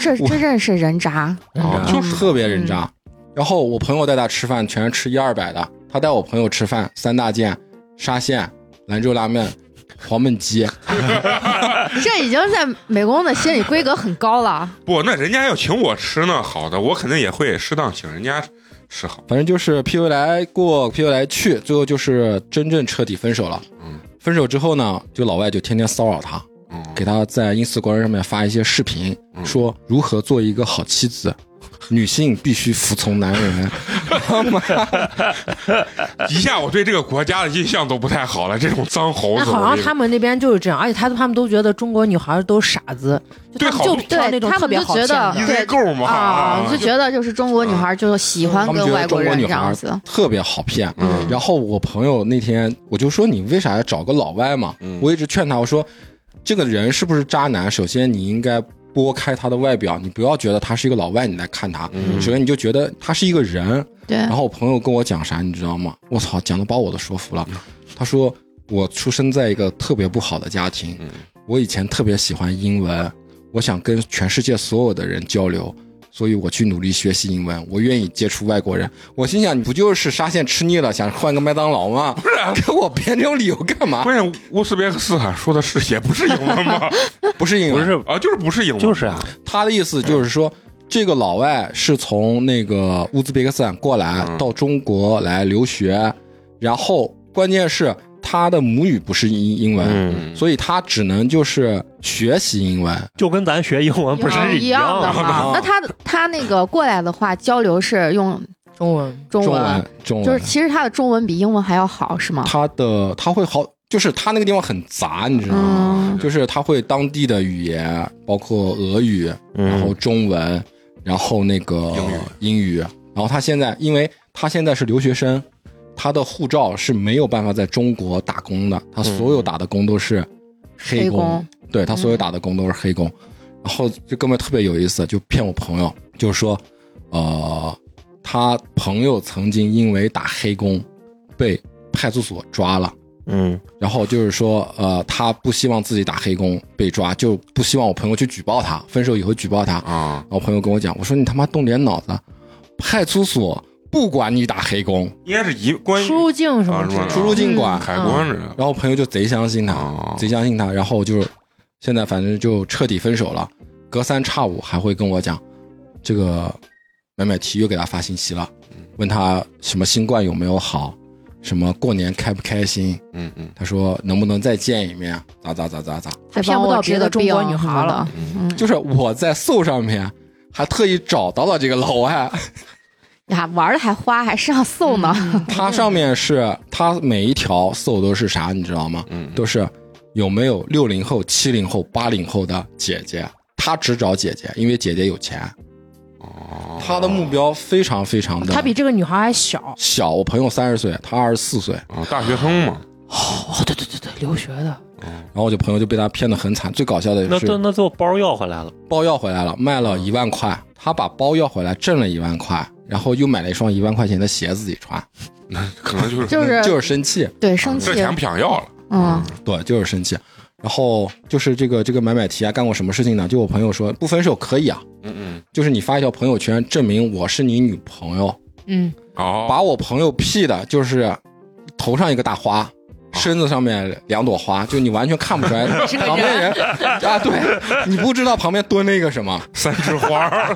Speaker 3: 这这这真是人渣。
Speaker 5: 啊，
Speaker 1: 嗯
Speaker 5: 就是特别人渣。然后我朋友带他吃饭，全是吃一二百的。他带我朋友吃饭，三大件：沙县、兰州拉面、黄焖鸡。
Speaker 3: 这已经在美工的心理规格很高了。
Speaker 1: 不，那人家要请我吃呢，好的，我肯定也会适当请人家吃好。
Speaker 5: 反正就是 PU 来过，PU 来去，最后就是真正彻底分手了。
Speaker 1: 嗯
Speaker 5: 分手之后呢，就老外就天天骚扰他，
Speaker 1: 嗯，
Speaker 5: 给他在 Instagram 上面发一些视频，
Speaker 1: 嗯
Speaker 5: 说如何做一个好 妻子，女性必须服从男人。
Speaker 1: 一下我对这个国家的印象都不太好了，啊这种脏猴
Speaker 2: 那
Speaker 1: 子。
Speaker 2: 好
Speaker 1: 我
Speaker 2: 像
Speaker 1: 跟你
Speaker 2: 他们那边就是这样，而且他他们都觉得中国女孩都是傻子，就
Speaker 1: 对
Speaker 2: 他们就
Speaker 1: 好嗯
Speaker 2: 挑那种
Speaker 3: 对
Speaker 2: 特别好骗
Speaker 3: 他们就
Speaker 1: 一
Speaker 2: 的
Speaker 3: 觉
Speaker 1: 堆
Speaker 3: 得。
Speaker 1: 够嘛
Speaker 3: 啊，我就觉得就是中国女孩就喜欢
Speaker 5: 啊他们
Speaker 3: 跟
Speaker 5: 觉
Speaker 3: 外
Speaker 5: 得
Speaker 3: 国
Speaker 5: 中国
Speaker 3: 人
Speaker 5: 女
Speaker 3: 这
Speaker 5: 孩
Speaker 3: 样
Speaker 5: 儿啊
Speaker 3: 子，
Speaker 5: 特别好骗。
Speaker 1: 嗯
Speaker 5: 然后我朋友那天我就说你为啥要找个老外嘛？
Speaker 1: 嗯
Speaker 5: 我一直劝他，我说这个人是不是渣男？首先你应该拨开他的外表，你不要觉得他是一个老外，你来看他。
Speaker 1: 嗯
Speaker 5: 首先你就觉得他是一个人。
Speaker 3: 对
Speaker 5: 然，后我朋友跟我讲啥，你知道吗？我操，讲的把我都说服了。他说我出生在一个特别不好的家庭，
Speaker 1: 嗯
Speaker 5: 我以前特别喜欢英文，我想跟全世界所有的人交流。所以我去努力学习英文，我愿意接触外国人。我心想，你不就是沙县吃腻了，想换个麦当劳吗？不是，啊 给我编这种理由干嘛？
Speaker 1: 关键乌兹别克斯坦说的是也不是英文吗？
Speaker 5: 不是英
Speaker 4: 不
Speaker 5: 文，
Speaker 4: 是，
Speaker 1: 啊，就是不是英文，
Speaker 4: 就是啊，
Speaker 5: 他的意思就是说，这个老外是从那个乌兹别克斯坦过来
Speaker 1: 嗯
Speaker 5: 到中国来留学，然后关键是他的母语不是英英文，
Speaker 4: 嗯，
Speaker 1: 嗯，
Speaker 5: 所以他只能就是学习英文。
Speaker 4: 就跟咱学英文不是
Speaker 3: 一
Speaker 4: 样
Speaker 3: 样
Speaker 4: 啊
Speaker 3: 的
Speaker 5: 啊
Speaker 3: 嘛。那他他那个过来的话，交流是用
Speaker 2: 中文，
Speaker 3: 中
Speaker 5: 中
Speaker 3: 文，啊
Speaker 5: 文，中
Speaker 3: 就是
Speaker 5: 文，
Speaker 3: 其实他的中文比英文还要好，是吗？
Speaker 5: 他的他会好，就是他那个地方很杂，你知道吗？
Speaker 3: 嗯，
Speaker 5: 就是他会当地的语言，包括俄语，
Speaker 3: 嗯
Speaker 5: 然后中文，然后那个
Speaker 1: 英语
Speaker 5: 英语，然后他现在因为他现在是留学生，他的护照是没有办法在中国打工的，他所有打的工都是黑
Speaker 3: 黑工嗯
Speaker 5: 对他所有打的工都是黑工。然后这哥们儿特别有意思，就骗我朋友，就是说，呃，他朋友曾经因为打黑工被派出所抓了。
Speaker 4: 嗯
Speaker 5: 然后就是说，呃，他不希望自己打黑工被抓，就不希望我朋友去举报他，分手以后举报他。
Speaker 1: 啊，
Speaker 5: 然后我朋友跟我讲，我说你他妈动点脑子，派出所不管你打黑工，
Speaker 1: 应该是一关于
Speaker 2: 出入境什么之类
Speaker 1: 啊
Speaker 2: 的，嗯
Speaker 1: 是
Speaker 5: 出
Speaker 1: 吗
Speaker 5: 入境管。
Speaker 1: 海关这
Speaker 5: 然后我朋友就贼相信他，
Speaker 1: 啊，
Speaker 5: 贼相信他。然后就是现在反正就彻底分手了，隔三差五还会跟我讲，这个买买提又给他发信息了，问他什么新冠有没有好，什么过年开不开心。
Speaker 1: 嗯嗯
Speaker 5: 他说能不能再见一面？咋咋咋咋咋？
Speaker 3: 还
Speaker 2: 骗不到别的中国
Speaker 3: 啊
Speaker 2: 女孩了。
Speaker 1: 嗯，
Speaker 3: 嗯，
Speaker 5: 就是我在搜上面还特意找到了这个老 外，
Speaker 3: 呀，玩的还花，还上搜呢。
Speaker 5: 它上面是它每一条搜都是啥，你知道吗？
Speaker 1: 嗯
Speaker 5: 都是有没有六零后、七零后、八零后的姐姐，他只找姐姐，因为姐姐有钱。
Speaker 1: 哦，
Speaker 5: 他的目标非常非常的，
Speaker 2: 她比这个女孩还小。
Speaker 5: 小我朋友三十岁，他二十四岁，
Speaker 1: 啊大学生嘛，
Speaker 2: 哦，对对对对，留学的，
Speaker 5: 然后我就朋友就被他骗得很惨。最搞笑的
Speaker 4: 那那
Speaker 5: 是
Speaker 4: 那最后包要回来了，
Speaker 5: 包要回来了，卖
Speaker 1: 嗯
Speaker 5: 了一万块，他把包要回来挣了一万块，然后又买了一双一万块钱的鞋自己穿，
Speaker 1: 可能就是嗯
Speaker 2: 呃
Speaker 3: 就是
Speaker 5: 就是生气。
Speaker 3: 对生
Speaker 1: 这
Speaker 3: 气，
Speaker 1: 钱不想要了，
Speaker 3: 嗯，
Speaker 5: 对，就是生气。然后就是这个这个买买提啊，干过什么事情呢？就我朋友说不分手可以啊，
Speaker 1: 嗯嗯，
Speaker 5: 就是你发一条朋友圈证明我是你女朋友，
Speaker 2: 嗯，
Speaker 1: 哦，
Speaker 5: 把我朋友屁的，就是头上一个大花，身子上面两朵花，就你完全看不出来
Speaker 3: 是个人
Speaker 5: 旁边人啊，对你不知道旁边蹲了一个什么，
Speaker 1: 三枝花儿，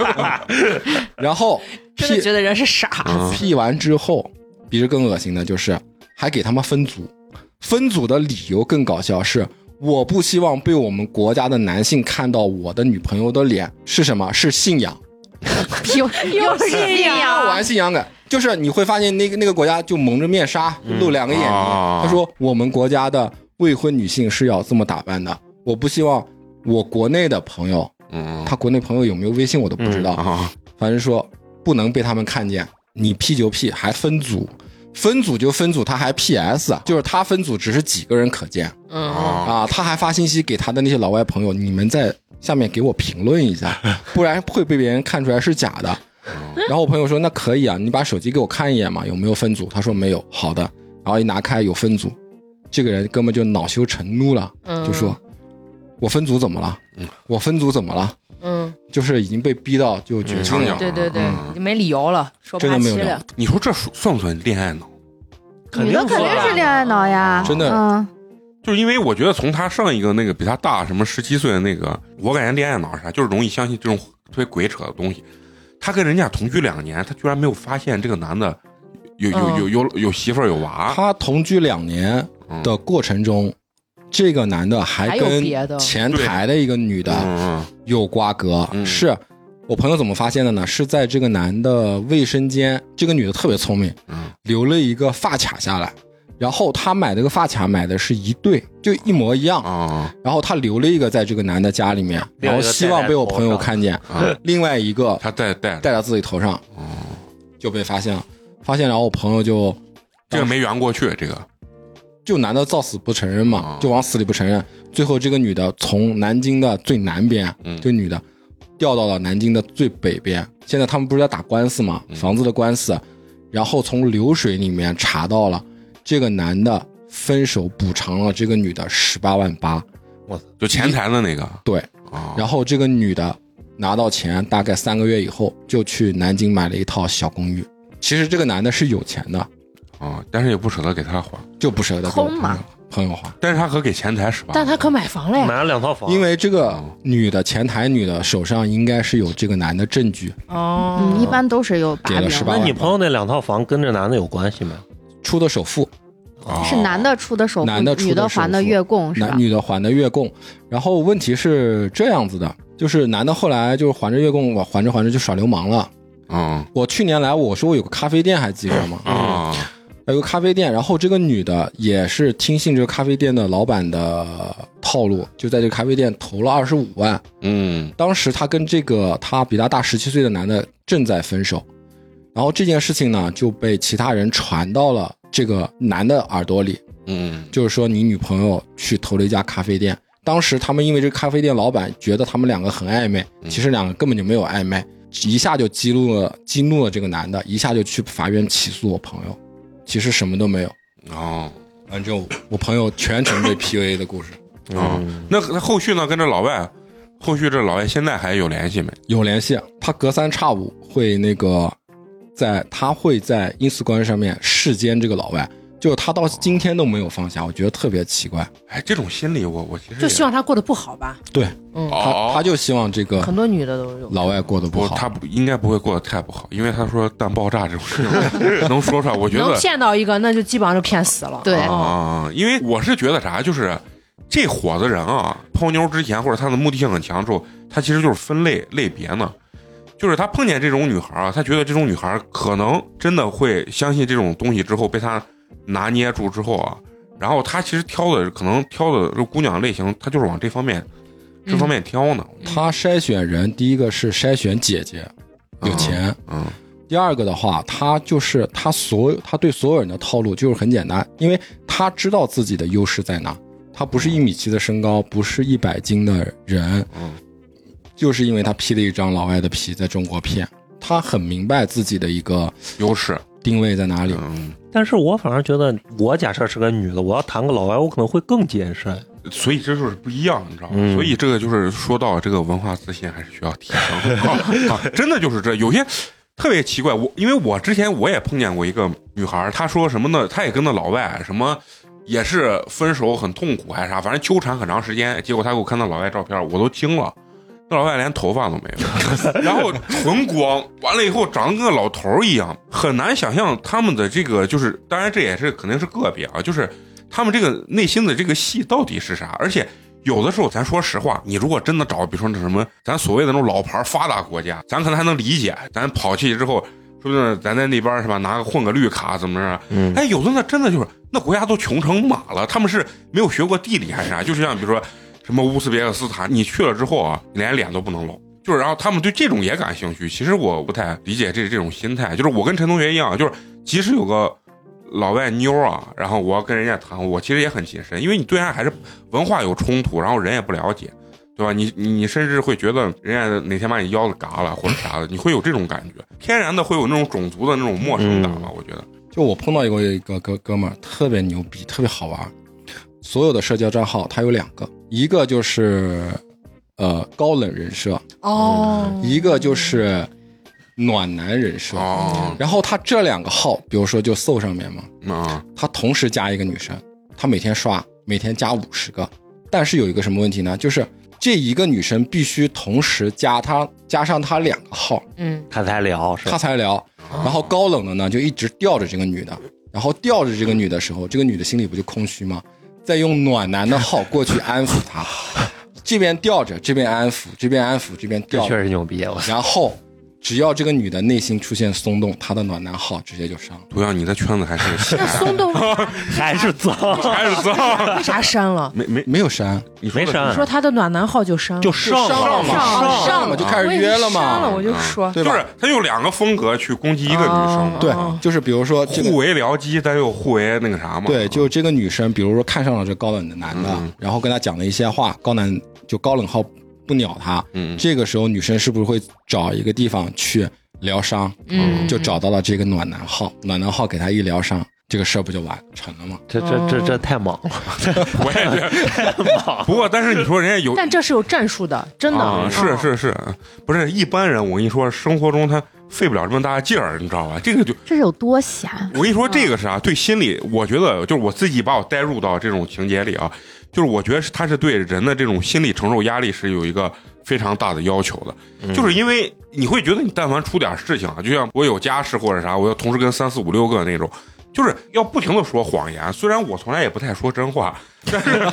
Speaker 5: 然后
Speaker 2: 真的
Speaker 5: 屁
Speaker 2: 觉得人是傻子。
Speaker 1: 嗯
Speaker 5: 屁完之后，比这更恶心的就是还给他们分组，分组的理由更搞笑是。我不希望被我们国家的男性看到我的女朋友的脸是什么？是信仰，
Speaker 3: 有
Speaker 2: 哎
Speaker 3: 有信
Speaker 1: 啊
Speaker 5: 我
Speaker 3: 仰
Speaker 2: 啊
Speaker 5: 还，信仰感，就是你会发现那个那个国家就蒙着面纱，露两个眼睛。
Speaker 1: 嗯啊
Speaker 5: 他说我们国家的未婚女性是要这么打扮的，我不希望我国内的朋友，
Speaker 1: 嗯
Speaker 5: 他国内朋友有没有微信我都不知道，
Speaker 1: 啊，
Speaker 5: 反正说不能被他们看见。你 P 就 P，还分组，分组就分组，他还 PS，就是他分组只是几个人可见
Speaker 2: 嗯，
Speaker 1: 啊
Speaker 5: 啊，他还发信息给他的那些老外朋友，你们在下面给我评论一下，不然会被别人看出来是假的。然后我朋友说那可以啊，你把手机给我看一眼嘛，有没有分组？他说没有，好的。然后一拿开有分组，这个人根本就恼羞成怒了，
Speaker 2: 嗯
Speaker 5: 就说：“我分组怎么了？我分组怎么了？”
Speaker 2: 嗯，
Speaker 5: 就是已经被逼到就绝境
Speaker 1: 嗯
Speaker 5: 了。
Speaker 2: 对对对，你没理由了，说不
Speaker 5: 真的
Speaker 2: 下
Speaker 5: 没有
Speaker 2: 去
Speaker 5: 料
Speaker 2: 了。
Speaker 1: 你说这属算不算恋爱脑？
Speaker 4: 肯
Speaker 3: 女
Speaker 4: 定
Speaker 3: 的肯定是恋爱脑呀，
Speaker 5: 啊真的
Speaker 3: 嗯，
Speaker 1: 就是因为我觉得从他上一个那个比他大什么十七岁的那个，我感觉恋爱脑是啥，就是容易相信这种特别鬼扯的东西。他跟人家同居两年，他居然没有发现这个男的有有有有有媳妇儿有娃，嗯
Speaker 5: 他同居两年的过程中，这个男的还
Speaker 2: 还有
Speaker 5: 跟
Speaker 2: 别的
Speaker 5: 前台的一个女的
Speaker 1: 嗯
Speaker 5: 有瓜葛。
Speaker 1: 嗯
Speaker 5: 是我朋友怎么发现的呢？是在这个男的卫生间，这个女的特别聪明，
Speaker 1: 嗯
Speaker 5: 留了一个发卡下来。然后他买这个发卡买的是一对，就一模一样。
Speaker 1: 啊
Speaker 5: 然后他留了一个在这个男的家里面，
Speaker 4: 另外
Speaker 5: 然
Speaker 4: 一个
Speaker 5: 后希望被我朋友看见。
Speaker 1: 啊，
Speaker 5: 另外一个
Speaker 1: 他带带着
Speaker 5: 戴到自己头上，就被发现了。发现，然后我朋友就
Speaker 1: 这个没圆过去，这个
Speaker 5: 就男的造死不承认嘛
Speaker 1: 啊，
Speaker 5: 就往死里不承认。最后这个女的从南京的最南边
Speaker 1: 嗯，
Speaker 5: 这女的调到了南京的最北边。现在他们不是在打官司嘛，
Speaker 1: 嗯
Speaker 5: 房子的官司，然后从流水里面查到了这个男的分手补偿了这个女的十八万八，
Speaker 1: 就前台的那个
Speaker 5: 对，
Speaker 1: 啊，
Speaker 5: 然后这个女的拿到钱，大概三个月以后就去南京买了一套小公寓。其实这个男的是有钱的，
Speaker 1: 啊，但是也不舍得给他花，
Speaker 5: 就不舍得给我
Speaker 3: 抠
Speaker 5: 朋
Speaker 3: 嘛
Speaker 5: 友朋友花，
Speaker 1: 但是他可给前台十八，
Speaker 2: 但他可买房了呀，
Speaker 4: 买了两套房，
Speaker 5: 因为这个
Speaker 1: 哦
Speaker 5: 女的前台女的手上应该是有这个男的证据，
Speaker 2: 哦，
Speaker 3: 嗯，一般都是有把
Speaker 5: 给了
Speaker 3: 柄
Speaker 5: 18
Speaker 4: 那
Speaker 3: 的，
Speaker 4: 你朋友那两套房跟这男的有关系吗？
Speaker 5: 出的首付，
Speaker 1: 哦
Speaker 3: 是男的出的首付，
Speaker 5: 男的出的
Speaker 3: 女的还的月供哦是吧
Speaker 5: 男？女的还的月供。然后问题是这样子的，就是男的后来就是还着月供，我还着还着就耍流氓了。
Speaker 1: 啊
Speaker 5: 我去年来我说我有个咖啡店还记着吗？
Speaker 1: 啊
Speaker 2: 嗯
Speaker 5: 有个咖啡店，然后这个女的也是听信这个咖啡店的老板的套路，就在这个咖啡店投了二十五万。
Speaker 1: 嗯
Speaker 5: 当时她跟这个她比她大十七岁的男的正在分手，然后这件事情呢就被其他人传到了这个男的耳朵里，
Speaker 1: 嗯
Speaker 5: 就是说你女朋友去投了一家咖啡店。当时他们因为这个咖啡店老板觉得他们两个很暧昧，其实两个根本就没有暧昧，一下就激怒了激怒了这个男的，一下就去法院起诉我朋友，其实什么都没有。
Speaker 1: 哦
Speaker 5: 反正就我朋友全程被 PUA 的故事，
Speaker 1: 啊，
Speaker 4: 嗯
Speaker 1: 那那后续呢？跟这老外，后续这老外现在还有联系没？
Speaker 5: 有联系。他隔三差五会那个在，他会在 Instagram 上面视奸这个老外，就是他到今天都没有放下，我觉得特别奇怪。
Speaker 1: 哎，这种心理我我其实也
Speaker 2: 就希望他过得不好吧。
Speaker 5: 对
Speaker 2: 嗯，
Speaker 5: 他，
Speaker 1: 哦
Speaker 5: 他就希望这个
Speaker 2: 很多女的都有。
Speaker 5: 老外过得不
Speaker 1: 不，
Speaker 5: 好。
Speaker 1: 他不应该不会过得太不好，因为他说弹爆炸这种事情 能说出来，我觉
Speaker 2: 能
Speaker 1: 得
Speaker 2: 骗到一个，那就基本上就骗死了。
Speaker 3: 对
Speaker 1: 啊，因为我是觉得啥，就是这伙子人啊，泡妞之前或者他的目的性很强之后，他其实就是分类类别呢。就是他碰见这种女孩啊，他觉得这种女孩可能真的会相信这种东西之后被他拿捏住之后啊，然后他其实挑的可能挑的这姑娘类型，他就是往这方面这方面挑呢。
Speaker 5: 他筛选人，第一个是筛选姐姐，有钱；
Speaker 1: 嗯嗯
Speaker 5: 第二个的话，他就是他所有他对所有人的套路就是很简单，因为他知道自己的优势在哪。他不是一米七的身高，不是一百斤的人，
Speaker 1: 嗯
Speaker 5: 就是因为他披了一张老外的皮，在中国骗。他很明白自己的一个
Speaker 1: 优势，
Speaker 5: 定位在哪里。
Speaker 1: 嗯，
Speaker 4: 但是我反而觉得，我假设是个女的，我要谈个老外，我可能会更谨慎。
Speaker 1: 所以这就是不一样，你知道吗？
Speaker 4: 嗯
Speaker 1: 所以这个就是说到这个文化自信还是需要提升、啊啊真的就是这有些特别奇怪。我因为我之前我也碰见过一个女孩儿，她说什么呢？她也跟那老外什么也是分手很痛苦还是啥，反正纠缠很长时间。结果他给我看到老外照片，我都惊了，那老外连头发都没有，然后纯光，完了以后长得跟个老头儿一样，很难想象他们的这个就是，当然这也是肯定是个别啊，就是他们这个内心的这个戏到底是啥，而且。有的时候，咱说实话，你如果真的找，比如说那什么，咱所谓的那种老牌发达国家，咱可能还能理解。咱跑去之后，说不定咱在那边是吧，拿个混个绿卡怎么着？
Speaker 4: 嗯
Speaker 1: 哎，有的那真的就是那国家都穷成马了，他们是没有学过地理还是啥？就是像比如说什么乌兹别克斯坦，你去了之后啊，连脸都不能露。就是，然后他们对这种也感兴趣。其实我不太理解这这种心态。就是我跟陈同学一样，就是即使有个老外妞啊，然后我要跟人家谈，我其实也很谨慎，因为你对人家还是文化有冲突，然后人也不了解，对吧？你你你甚至会觉得人家哪天把你腰子嘎了或者啥的，你会有这种感觉，天然的会有那种种族的那种陌生感吧？我觉得，
Speaker 5: 就我碰到一个一个哥哥们儿，特别牛逼，特别好玩儿。所有的社交账号，它有两个，一个就是呃高冷人设，
Speaker 3: 哦，
Speaker 5: 嗯一个就是暖男人设。
Speaker 1: 哦，
Speaker 5: 然后他这两个号，比如说就搜上面嘛，
Speaker 1: 啊，
Speaker 5: 他同时加一个女生，他每天刷，每天加五十个。但是有一个什么问题呢？就是这一个女生必须同时加他加上他两个号，
Speaker 2: 嗯，
Speaker 4: 他才聊是
Speaker 5: 他
Speaker 4: 吧？
Speaker 5: 才聊。然后高冷的呢，就一直吊着这个女的，然后吊着这个女的时候，这个女的心里不就空虚吗？再用暖男的号过去安抚她，这边吊着，这边安抚，这边安抚，这边
Speaker 4: 这
Speaker 5: 吊
Speaker 4: 确
Speaker 5: 着，
Speaker 4: 实牛逼， 我操！
Speaker 5: 然后只要这个女的内心出现松动，她的暖男号直接就上了。
Speaker 1: 图阳，你的圈子还是细，
Speaker 2: 那松动
Speaker 4: 还是脏，
Speaker 1: 还是脏，
Speaker 2: 为啥删 了？
Speaker 1: 没没，
Speaker 5: 没有删，
Speaker 1: 你说
Speaker 4: 没
Speaker 1: 的
Speaker 4: 删
Speaker 2: 说他的暖男号就删了，
Speaker 4: 就
Speaker 5: 上
Speaker 4: 了
Speaker 5: 嘛，
Speaker 3: 上
Speaker 5: 上嘛，
Speaker 3: 了
Speaker 5: 就开始
Speaker 2: 我以为
Speaker 5: 约了
Speaker 2: 删了，
Speaker 5: 嘛，
Speaker 2: 我就说
Speaker 5: 对
Speaker 1: 就是
Speaker 5: 吧？
Speaker 1: 他用两个风格去攻击一个女生嘛，
Speaker 2: 哦
Speaker 5: 对
Speaker 2: 哦，
Speaker 5: 就是比如说这个
Speaker 1: 互为僚机，但又互为那个啥嘛，
Speaker 5: 对，就这个女生，比如说看上了这高冷的男的，
Speaker 1: 嗯
Speaker 5: 然后跟他讲了一些话，高冷就高冷号不鸟他，
Speaker 1: 嗯
Speaker 5: 这个时候女生是不是会找一个地方去疗伤？
Speaker 2: 嗯，
Speaker 5: 就找到了这个暖男号，暖男号给他一疗伤，这个事儿不就完成了吗？
Speaker 4: 这这这这太猛了，
Speaker 1: 我也是。 不过，但是你说人家有，
Speaker 2: 但这是有战术的，真的、
Speaker 1: 啊，是
Speaker 2: 嗯
Speaker 1: 是是，不是一般人。我跟你说，生活中他费不了这么大劲儿，你知道吧？这个就
Speaker 3: 这是有多闲？
Speaker 1: 我跟你说，这个是啊，对心理，我觉得就是我自己把我带入到这种情节里啊，就是我觉得是他是对人的这种心理承受压力是有一个非常大的要求的，就是因为你会觉得你但凡出点事情啊，就像我有家室或者啥，我要同时跟三四五六个那种。就是要不停的说谎言，虽然我从来也不太说真话， 但是，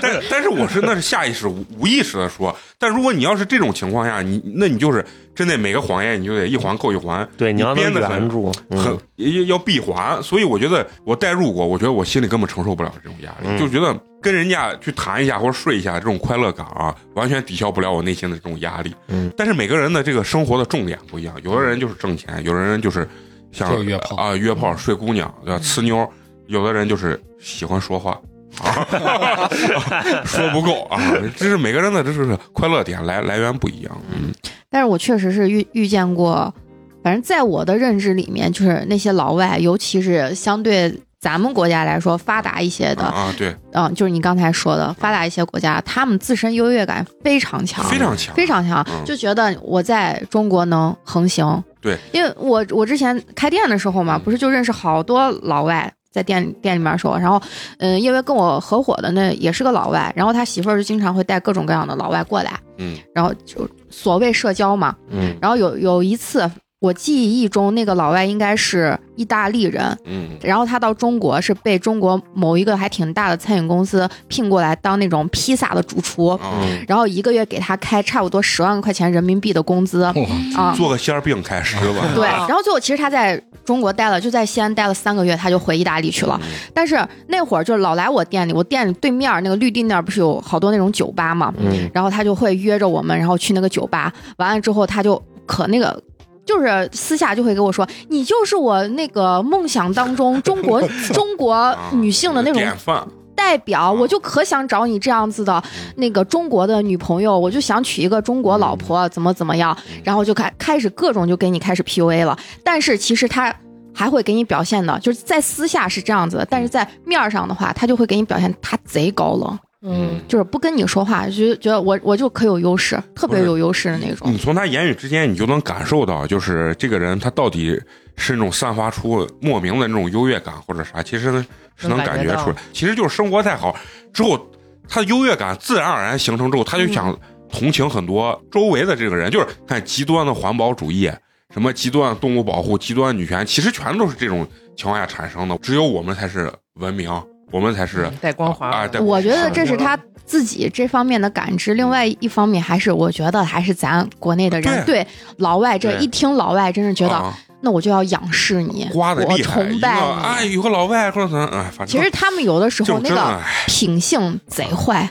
Speaker 1: 但但是我是那是下意识无无意识的说，但如果你要是这种情况下，你那你就是真的每个谎言你就得一环扣一环，
Speaker 4: 对，你要能
Speaker 1: 编的很
Speaker 4: 圆住，
Speaker 1: 很
Speaker 4: 嗯
Speaker 1: 要要闭环，所以我觉得我代入过，我觉得我心里根本承受不了这种压力，
Speaker 4: 嗯
Speaker 1: 就觉得跟人家去谈一下或者睡一下这种快乐感啊，完全抵消不了我内心的这种压力。
Speaker 4: 嗯，
Speaker 1: 但是每个人的这个生活的重点不一样，有的人就是挣钱，有的人就是像
Speaker 5: 就是约炮
Speaker 1: 啊、约炮睡姑娘对吧？呲妞，有的人就是喜欢说话。啊， 说不够啊！这是每个人的，这是快乐点来来源不一样。嗯，
Speaker 3: 但是我确实是遇遇见过，反正在我的认知里面，就是那些老外，尤其是相对咱们国家来说发达一些的，
Speaker 1: 啊，对，
Speaker 3: 嗯，就是你刚才说的发达一些国家，他们自身优越感非常强，
Speaker 1: 非常强，
Speaker 3: 非常强，
Speaker 1: 嗯
Speaker 3: 就觉得我在中国能横行。
Speaker 1: 对，嗯
Speaker 3: 因为我我之前开店的时候嘛，不是就认识好多老外。在店店里面说，然后，嗯，因为跟我合伙的那也是个老外，然后他媳妇儿就经常会带各种各样的老外过来，
Speaker 1: 嗯
Speaker 3: 然后就所谓社交嘛，
Speaker 4: 嗯，
Speaker 3: 然后有有一次，我记忆中那个老外应该是意大利人，
Speaker 1: 嗯
Speaker 3: 然后他到中国是被中国某一个还挺大的餐饮公司聘过来当那种披萨的主厨，
Speaker 1: 啊，
Speaker 3: 然后一个月给他开差不多十万块钱人民币的工资啊。
Speaker 5: 哇，
Speaker 1: 做个馅儿饼开始吧。
Speaker 3: 对，然后最后其实他在中国待了，就在西安待了三个月，他就回意大利去
Speaker 1: 嗯
Speaker 3: 了。但是那会儿就是老来我店里，我店里对面那个绿地那儿不是有好多那种酒吧嘛，
Speaker 4: 嗯
Speaker 3: 然后他就会约着我们，然后去那个酒吧。完了之后，他就可那个，就是私下就会给我说：“你就是我那个梦想当中中国中国
Speaker 1: 啊
Speaker 3: 女性的那种
Speaker 1: 典范，
Speaker 3: 代表，我就可想找你这样子的那个中国的女朋友，我就想娶一个中国老婆，怎么怎么样。”然后就开开始各种就给你开始 PUA 了。但是其实他。还会给你表现的，就是在私下是这样子的，但是在面儿上的话，他就会给你表现他贼高冷，
Speaker 2: 嗯，
Speaker 3: 就是不跟你说话，就觉得我我就可有优势，特别有优势的那种
Speaker 1: 你。嗯从他言语之间，你就能感受到，就是这个人他到底是那种散发出莫名的那种优越感或者啥，其实呢是能
Speaker 2: 能
Speaker 1: 感
Speaker 2: 感
Speaker 1: 觉
Speaker 2: 觉
Speaker 1: 出来
Speaker 2: 到。
Speaker 1: 其实就是生活太好之后，他的优越感自然而然形成之后，他就想
Speaker 3: 嗯
Speaker 1: 同情很多周围的这个人，就是看极端的环保主义。什么极端动物保护、极端女权，其实全都是这种情况下产生的。只有我们才是文明，我们才是
Speaker 3: 嗯
Speaker 2: 带嗯光环
Speaker 1: 啊！带
Speaker 3: 我觉得这是他自己这方面的感知，另外一方面还是我觉得还是咱国内的人对老外这
Speaker 1: 对
Speaker 3: 一听老外，真是觉得
Speaker 1: 啊
Speaker 3: 那我就要仰视你，
Speaker 1: 刮的
Speaker 3: 我
Speaker 1: 厉害，
Speaker 3: 崇
Speaker 1: 一个
Speaker 3: 拜
Speaker 1: 哎，
Speaker 3: 你。
Speaker 1: 有个老外或者怎么，哎，反正
Speaker 3: 其实他们有的时
Speaker 1: 就哎
Speaker 3: 候
Speaker 1: 是
Speaker 3: 那
Speaker 1: 真
Speaker 3: 个
Speaker 1: 的
Speaker 3: 品性贼坏，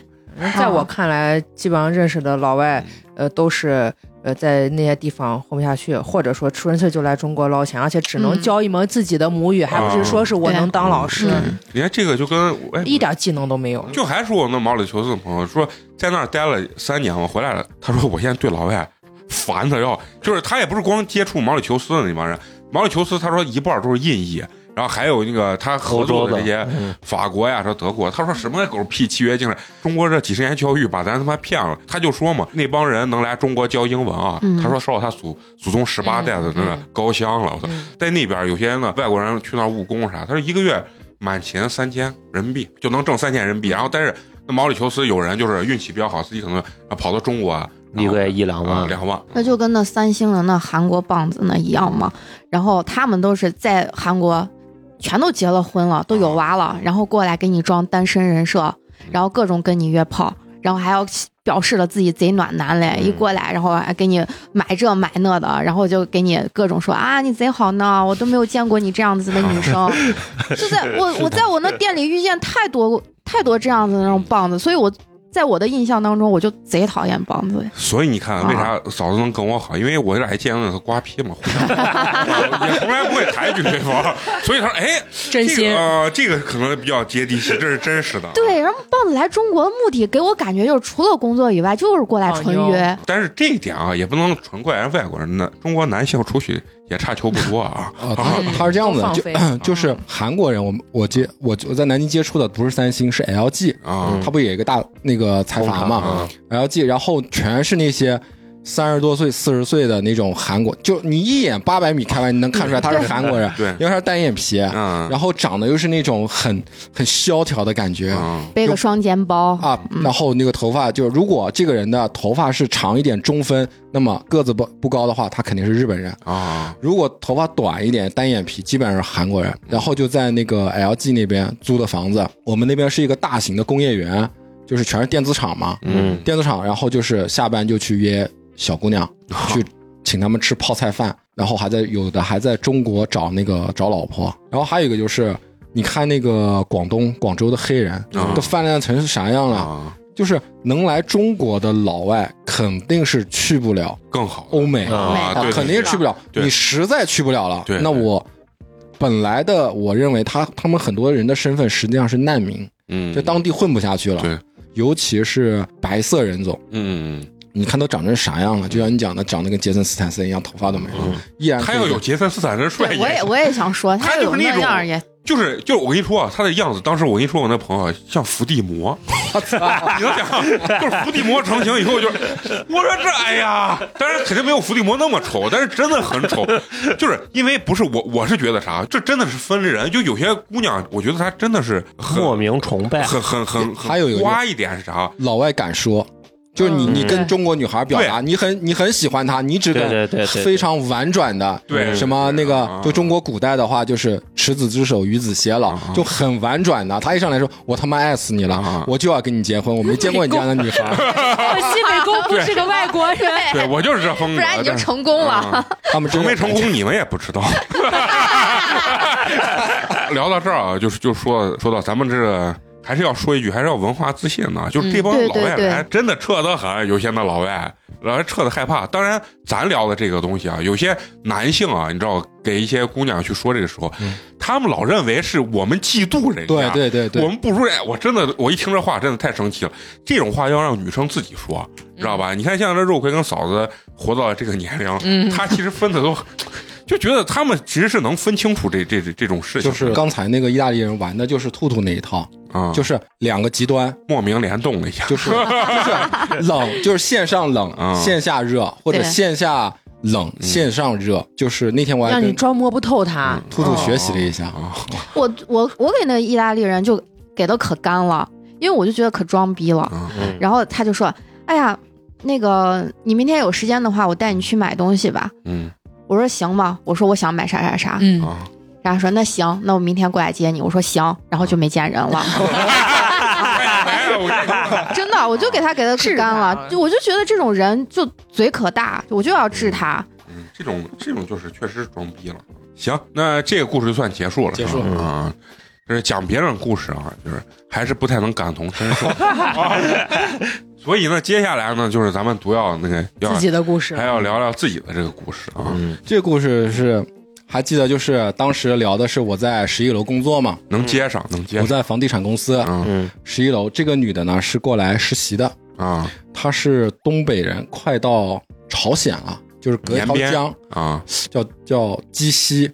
Speaker 2: 在我看来，基本上认识的老外，
Speaker 5: 嗯
Speaker 2: 呃，都是呃在那些地方混不下去，或者说纯粹就来中国捞钱，而且只能
Speaker 3: 嗯
Speaker 2: 教一门自己的母语，还不
Speaker 1: 啊
Speaker 2: 是说是我
Speaker 3: 对
Speaker 2: 能当老师，
Speaker 3: 嗯
Speaker 1: 你看这个就跟哎，
Speaker 2: 一点技能都没有。
Speaker 1: 就还说我那毛里求斯的朋友说，在那儿待了三年嘛，回来了，他说我现在对老外烦的要，就是他也不是光接触毛里求斯的那帮人，毛里求斯他说一半都是印裔。然后还有那个他合作的这些
Speaker 3: 嗯
Speaker 1: 法国呀，说德国，他说什么狗屁契约精神，中国这几十年教育把咱他妈骗了。他就说嘛，那帮人能来中国教英文啊，
Speaker 3: 嗯
Speaker 1: 他说受到他祖祖宗十八代的那个高香了。我操，
Speaker 5: 嗯。
Speaker 1: 在那边有些呢外国人去那儿务工啥，他说一个月满勤三千人民币就能挣三千人民币，然后但是那毛里求斯有人就是运气比较好，自己可能啊跑到中国啊，然后
Speaker 4: 一个月一两
Speaker 1: 啊
Speaker 4: 万，
Speaker 1: 两万，
Speaker 3: 那就跟那三星人那韩国棒子那一样嘛。然后他们都是在韩国全都结了婚了，都有娃了，然后过来给你装单身人设，然后各种跟你约炮，然后还要表示了自己贼暖男嘞，
Speaker 1: 嗯
Speaker 3: 一过来然后还给你买这买那的，然后就给你各种说啊你贼好呢，我都没有见过你这样子的女生，就在我我在我那店里遇见太多太多这样子的那种棒子，所以我。在我的印象当中，我就贼讨厌棒子。
Speaker 1: 所以你看啊为啥嫂子能跟我好，因为我俩一见面他瓜皮嘛，互相也从来不会抬举对方，所以他说哎，
Speaker 2: 真心
Speaker 1: 这个啊、这个可能比较接地气，这是真实的。啊
Speaker 3: 对，然后棒子来中国的目的，给我感觉就是除了工作以外，就是过
Speaker 1: 哦
Speaker 3: 来纯约。
Speaker 1: 但是这一点啊，也不能纯怪人外国人的，中国男性出去也差球不多啊
Speaker 5: 啊，他他是这
Speaker 3: 嗯
Speaker 5: 样子
Speaker 2: 都放
Speaker 5: 的，
Speaker 2: 飞
Speaker 5: 就就是
Speaker 1: 哦
Speaker 5: 韩国人，我们我接我我在南京接触的不是三星，是 LG，
Speaker 1: 啊，
Speaker 5: 他不也有一个大那个财阀嘛
Speaker 1: 啊
Speaker 5: ，LG，然后全是那些三十多岁、四十岁的那种韩国，就你一眼八百米开外，你能看出来他是韩国人，
Speaker 1: 对
Speaker 5: 因为他是单眼皮，
Speaker 1: 嗯
Speaker 5: 然后长得又是那种很很萧条的感觉。
Speaker 1: 嗯
Speaker 3: 背个双肩包，
Speaker 5: 啊，然后那个头发就，如果这个人的头发是长一点中分，那么个子不不高的话，他肯定是日本人。
Speaker 1: 啊，
Speaker 5: 如果头发短一点，单眼皮，基本上是韩国人。然后就在那个 LG 那边租的房子，我们那边是一个大型的工业园，就是全是电子厂嘛，
Speaker 1: 嗯，
Speaker 5: 电子厂，然后就是下班就去约小姑娘，去请他们吃泡菜饭，然后还在有的还在中国找那个找老婆，然后还有一个就是。你看那个广东广州的黑人
Speaker 1: 嗯
Speaker 5: 都泛滥成啥样了？
Speaker 1: 啊，
Speaker 5: 就是能来中国的老外肯定是去不了
Speaker 1: 更好
Speaker 5: 欧美，
Speaker 1: 啊，
Speaker 3: 美
Speaker 1: 对，
Speaker 5: 哦肯定
Speaker 1: 对
Speaker 5: 去不了。
Speaker 1: 对
Speaker 5: 你实在去不了了
Speaker 1: 对，
Speaker 5: 那我本来的我认为他他们很多人的身份实际上是难民，
Speaker 1: 嗯，
Speaker 5: 在当地混不下去了。
Speaker 1: 对，
Speaker 5: 尤其是白色人种，
Speaker 1: 嗯，嗯
Speaker 5: 你看都长成啥样了？就像你讲的，长得跟杰森斯坦森一样，头发都没有，依然
Speaker 1: 嗯他
Speaker 5: 可以
Speaker 1: 要有杰森斯坦森帅
Speaker 3: 对，我也
Speaker 1: 也，
Speaker 3: 我也想说，
Speaker 1: 他
Speaker 3: 有
Speaker 1: 就是那
Speaker 3: 那
Speaker 1: 种啊
Speaker 3: 样儿也
Speaker 1: 就是就是我跟你说啊，他的样子，当时我跟你说我那朋友啊像伏地 魔，你能想，就是伏地魔成型以后就是，我说这哎呀，当然肯定没有伏地魔那么丑，但是真的很丑，就是因为不是我，我是觉得啥，这真的是分人，就有些姑娘，我觉得她真的是很
Speaker 4: 莫名崇拜。
Speaker 1: 很很很，很
Speaker 5: 还有一个
Speaker 1: 花一点是啥？
Speaker 5: 老外敢说。就是你，
Speaker 2: 嗯
Speaker 5: 你跟中国女孩表达，你很你很喜欢她，你只
Speaker 4: 对对对
Speaker 5: 敢
Speaker 4: 对对
Speaker 5: 非常婉转的，
Speaker 1: 对
Speaker 5: 什么那
Speaker 1: 对
Speaker 5: 个
Speaker 1: 对对，啊
Speaker 5: 就中国古代的话，就是执子之手，与子偕老
Speaker 1: 啊，
Speaker 5: 就很婉转的。他一上来说，我他妈爱死你
Speaker 1: 啊
Speaker 5: 了，我就要跟你结婚，我没见过你这样的女 孩。
Speaker 6: 我西北公不是个外国人，
Speaker 1: 对我就是这风格，
Speaker 3: 哎不然你就
Speaker 1: 但是
Speaker 3: 成功了。
Speaker 1: 啊
Speaker 5: 他们真
Speaker 1: 成没
Speaker 5: 的
Speaker 1: 成功你们也不 知道。聊到这儿啊，就是就说说到咱们这个还是要说一句，还是要文化自信呢。就是这帮
Speaker 3: 嗯对
Speaker 1: 老外
Speaker 3: 对对
Speaker 1: 来真的撤得很，有些那老外老外撤的害怕。当然，咱聊的这个东西啊，有些男性啊，你知道，给一些姑娘去说这个时候，他们老认为是我们嫉妒人
Speaker 5: 嗯对
Speaker 1: 家，
Speaker 5: 对对
Speaker 1: 我
Speaker 5: 对，
Speaker 1: 们不如哎，我真的，我一听这话真的太生气了。这种话要让女生自己说，知道吧？你看，像这肉葵跟嫂子活到了这个年龄，她其实分的都， 就觉得他们其实是能分清楚这这这这种事情
Speaker 5: 就
Speaker 1: 的。
Speaker 5: 是刚才那个意大利人玩的就是兔兔那一套，
Speaker 1: 啊，
Speaker 5: 就是两个极端，
Speaker 1: 莫名联动了一下，
Speaker 5: 就是就 是冷，就是线上冷，
Speaker 1: 嗯
Speaker 5: 线下热，或者
Speaker 3: 对
Speaker 5: 线下冷，线上热。就是那天我还
Speaker 2: 让你
Speaker 5: 跟
Speaker 2: 装摸不透他。
Speaker 5: 兔兔学习了一下，
Speaker 1: 啊，
Speaker 3: 我我我给那意大利人就给的可干了，因为我就觉得可装逼了。
Speaker 1: 啊
Speaker 4: 嗯
Speaker 3: 然后他就说：“哎呀，那个你明天有时间的话，我带你去买东西吧。
Speaker 1: 嗯”
Speaker 3: 我说：“行吧。”我说：“我想买啥啥啥。
Speaker 1: 嗯
Speaker 6: 嗯，
Speaker 1: 啊，”
Speaker 3: 然后说：“那行，那我明天过来接你。”我说：“行。”然后就没见人了。
Speaker 1: 哎呀，我跟你说
Speaker 3: 真的，我就给他给他
Speaker 2: 治
Speaker 3: 治干
Speaker 2: 他
Speaker 3: 了，就我就觉得这种人就嘴可大，我就要治他。
Speaker 1: 嗯这种这种就是确实是装逼了。行，那这个故事就算结束了，
Speaker 5: 结束
Speaker 1: 是吧啊。就是讲别人故事啊，就是还是不太能感同身受。啊所以呢，接下来呢，就是咱们毒药那个要
Speaker 2: 自己的故事
Speaker 1: 还，要聊聊自己的这个故事啊，
Speaker 4: 嗯
Speaker 5: 这个故事是还记得，就是当时聊的是我在十一楼工作嘛，
Speaker 1: 能接上，能接
Speaker 5: 我
Speaker 1: 上。
Speaker 5: 在房地产公司
Speaker 1: 嗯
Speaker 4: 嗯
Speaker 5: 十一楼，这个女的呢是过来实习的，
Speaker 1: 啊
Speaker 5: 她是东北人，快到朝鲜了，就是隔一
Speaker 1: 延
Speaker 5: 条
Speaker 1: 边
Speaker 5: 江，
Speaker 1: 啊
Speaker 5: 叫叫鸡西，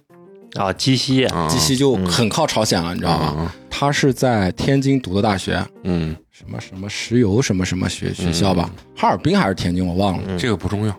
Speaker 4: 啊，鸡西
Speaker 1: 啊！
Speaker 5: 鸡西就很靠朝鲜了，你知道吗？
Speaker 1: 啊，
Speaker 5: 她是在天津读的大学，
Speaker 1: 嗯，
Speaker 5: 什么什么石油什么什么学学校吧，哈尔滨还是天津我忘了。
Speaker 1: 这个不重要。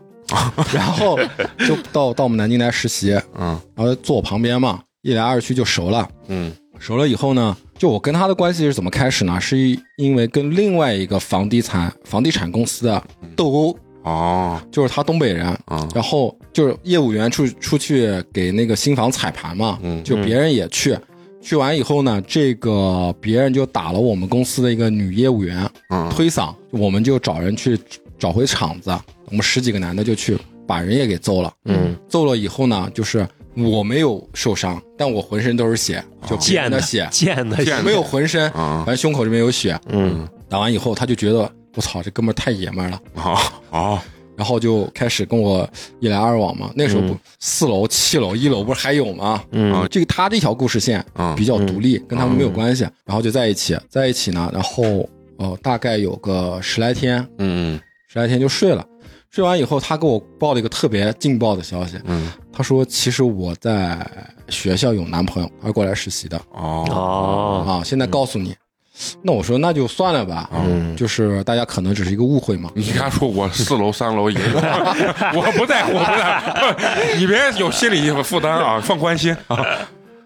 Speaker 5: 然后就到到我们南京来实习，然
Speaker 1: 嗯
Speaker 5: 后坐我旁边嘛，一来二去就熟了。
Speaker 1: 嗯
Speaker 5: 熟了以后呢，就我跟他的关系是怎么开始呢？是因为跟另外一个房地产房地产公司的斗殴，
Speaker 1: 哦
Speaker 5: 就是他东北人，
Speaker 1: 啊
Speaker 5: 然后就是业务员出出去给那个新房踩盘嘛，
Speaker 1: 嗯
Speaker 5: 就别人也去，去完以后呢，这个别人就打了我们公司的一个女业务员，
Speaker 1: 嗯
Speaker 5: 推搡，我们就找人去找回场子，我们十几个男的就去把人也给揍了，
Speaker 4: 嗯，
Speaker 5: 揍了以后呢，就是我没有受伤，但我浑身都是血，就别
Speaker 4: 溅
Speaker 5: 人
Speaker 4: 的
Speaker 5: 的血，
Speaker 4: 溅的
Speaker 1: 溅的
Speaker 5: 没有浑身，
Speaker 1: 啊
Speaker 5: 反正胸口这边有血，
Speaker 4: 嗯
Speaker 5: 打完以后他就觉得我操，这哥们儿太爷们儿了。
Speaker 1: 好哦
Speaker 5: 然后就开始跟我一来二往嘛。那时候不、
Speaker 4: 嗯
Speaker 5: 四楼、七楼、一楼不是还有吗？啊
Speaker 4: 嗯
Speaker 5: 这个他这条故事线
Speaker 1: 嗯
Speaker 5: 比较独立，跟他们没有关系。然后就在一起，在一起呢，然后呃大概有个十来天，
Speaker 1: 嗯
Speaker 5: 十来天就睡了。睡完以后，他给我报了一个特别劲爆的消息，
Speaker 1: 嗯
Speaker 5: 他说其实我在学校有男朋友，他过来实习的
Speaker 1: 哦
Speaker 4: 哦
Speaker 5: 啊，现在告诉你。那我说那就算了吧，
Speaker 1: 哦
Speaker 4: 嗯
Speaker 5: 就是大家可能只是一个误会嘛。
Speaker 1: 你他说我四楼三楼也有，我不在乎，我不在乎，你 别有心理负担啊，放宽心啊。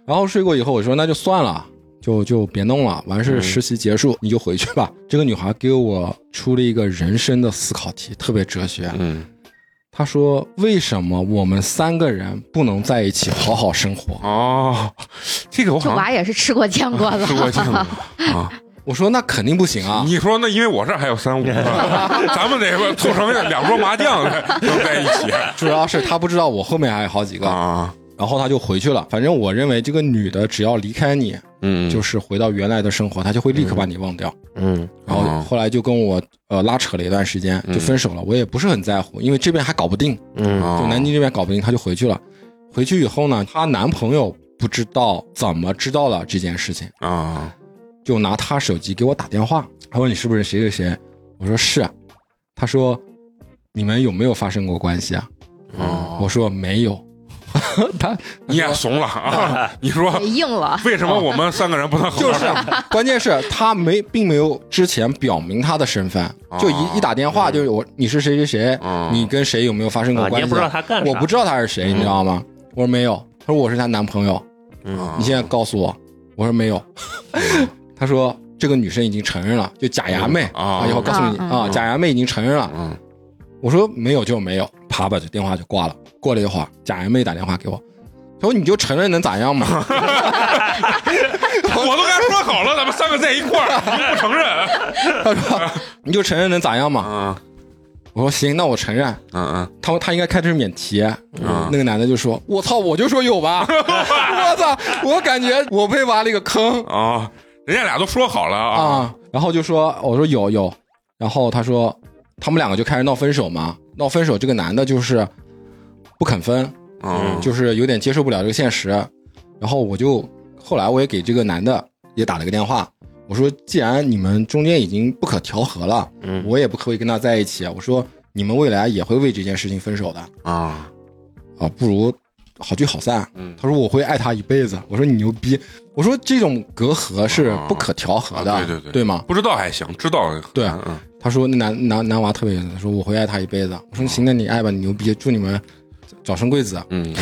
Speaker 5: 然后睡过以后，我说那就算了，就就别弄了，完事实习结束、你就回去吧。这个女孩给我出了一个人生的思考题，特别哲学。
Speaker 1: 嗯，
Speaker 5: 她说：“为什么我们三个人不能在一起好好生活
Speaker 1: 哦，这个我
Speaker 3: 就
Speaker 1: 好
Speaker 3: 娃
Speaker 1: 像
Speaker 3: 也是吃过见过 的
Speaker 1: 吃，过见过啊。？”
Speaker 5: 我说：“那肯定不行啊。
Speaker 1: 你说那因为我这儿还有三五，咱们得凑成两桌麻将能在一 起”
Speaker 5: 主要是她不知道我后面还有好几个，
Speaker 1: 啊。
Speaker 5: 然后她就回去了。反正我认为这个女的只要离开你，
Speaker 1: 嗯
Speaker 5: 就是回到原来的生活，她就会立刻把你忘掉。
Speaker 4: 嗯
Speaker 5: 然后后来就跟我呃拉扯了一段时间，就分手了。我也不是很在乎，因为这边还搞不定。
Speaker 4: 嗯
Speaker 5: 就
Speaker 1: 哦
Speaker 5: 南京这边搞不定，她就回去了。回去以后呢，她男朋友不知道怎么知道了这件事情，
Speaker 1: 啊，
Speaker 5: 就拿她手机给我打电话，他说你是不是谁谁谁？我说是。他说你们有没有发生过关系啊？
Speaker 1: 哦
Speaker 5: 我说没有。他
Speaker 1: 你也怂了 啊！你说
Speaker 3: 给硬了。
Speaker 1: 为什么我们三个人不能好
Speaker 5: 就
Speaker 1: 好
Speaker 5: 是，啊 关键是他没并没有之前表明他的身份，就
Speaker 1: 哦
Speaker 5: 一一打电话就是我你是谁谁谁
Speaker 1: 嗯，
Speaker 5: 你跟谁有没有发生
Speaker 4: 嗯
Speaker 5: 过
Speaker 4: 哦啊，你
Speaker 5: 关
Speaker 4: 也
Speaker 5: 系
Speaker 4: 不知道
Speaker 5: 啊？
Speaker 4: 他干啥，
Speaker 5: 我不知道他是谁，你知道吗？我说没有，他说我是她男朋友。
Speaker 4: 嗯
Speaker 5: 你现在告诉我，我说没有。他说这个女生已经承认了，就假牙妹
Speaker 1: 嗯啊
Speaker 5: 一会儿告诉你
Speaker 3: 嗯
Speaker 5: 啊，假牙妹已经承认了。
Speaker 1: 嗯
Speaker 5: 我说没有就没有，啪把这电话就挂了。过了一会儿，假牙妹打电话给我，她说你就承认能咋样嘛？
Speaker 1: 我都跟他说好了，咱们三个在一块儿，你又不承认。啊
Speaker 5: 她说你就承认能咋样嘛？
Speaker 1: 嗯
Speaker 5: 我说行，那我承认。
Speaker 1: 嗯
Speaker 5: 他他应该开始免提，啊
Speaker 1: 啊
Speaker 5: 那个男的就说：“我操，我就说有吧， 我操，我感觉我被挖了一个坑。”
Speaker 1: 嗯啊，人家俩都说好了啊
Speaker 5: 啊，然后就说我说有有，然后他说他们两个就开始闹分手嘛，闹分手这个男的就是不肯分，
Speaker 1: 嗯
Speaker 5: 就是有点接受不了这个现实，然后我就后来我也给这个男的也打了个电话，我说既然你们中间已经不可调和了，
Speaker 4: 嗯
Speaker 5: 我也不可以跟他在一啊起，我说你们未来也会为这件事情分手的
Speaker 1: 啊
Speaker 5: 啊，不如好聚好散。
Speaker 1: 嗯
Speaker 5: 他说我会爱他一辈子。我说你牛逼。我说这种隔阂是不可调和的，
Speaker 1: 啊对对对
Speaker 5: 对吗？
Speaker 1: 不知道还行，知道
Speaker 5: 对
Speaker 1: 嗯嗯
Speaker 5: 他说那男男男娃特别有意思，说我会爱他一辈子。我说行，那你爱吧，你牛逼，祝你们早生贵子。啊
Speaker 1: 嗯，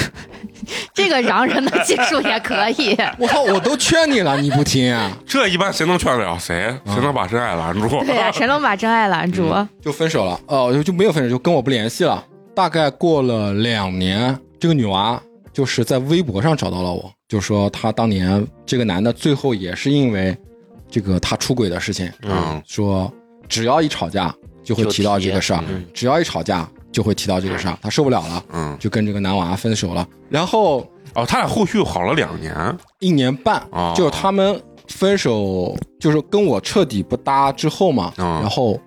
Speaker 3: 这个嚷人的技术也可以。
Speaker 5: 我操，我都劝你了，你不听啊，
Speaker 1: 这一般谁能劝得了谁？谁能把真爱拦住？
Speaker 3: 对啊 呀、谁能把真爱拦住？
Speaker 5: 就分手了。哦，就就没有分手，就跟我不联系了。大概过了两年，这个女娃就是在微博上找到了我，就说她当年这个男的最后也是因为这个他出轨的事情，
Speaker 1: 嗯，
Speaker 5: 说只要一吵架就会提到这个事儿
Speaker 1: 就提嗯，
Speaker 5: 只要一吵架就会提到这个事儿，她受不了了，
Speaker 1: 嗯，
Speaker 5: 就跟这个男娃分手了。然后
Speaker 1: 哦，他俩后续好了两年，
Speaker 5: 一年半，
Speaker 1: 哦
Speaker 5: 就是他们分手，就是跟我彻底不搭之后嘛，
Speaker 1: 嗯
Speaker 5: 然后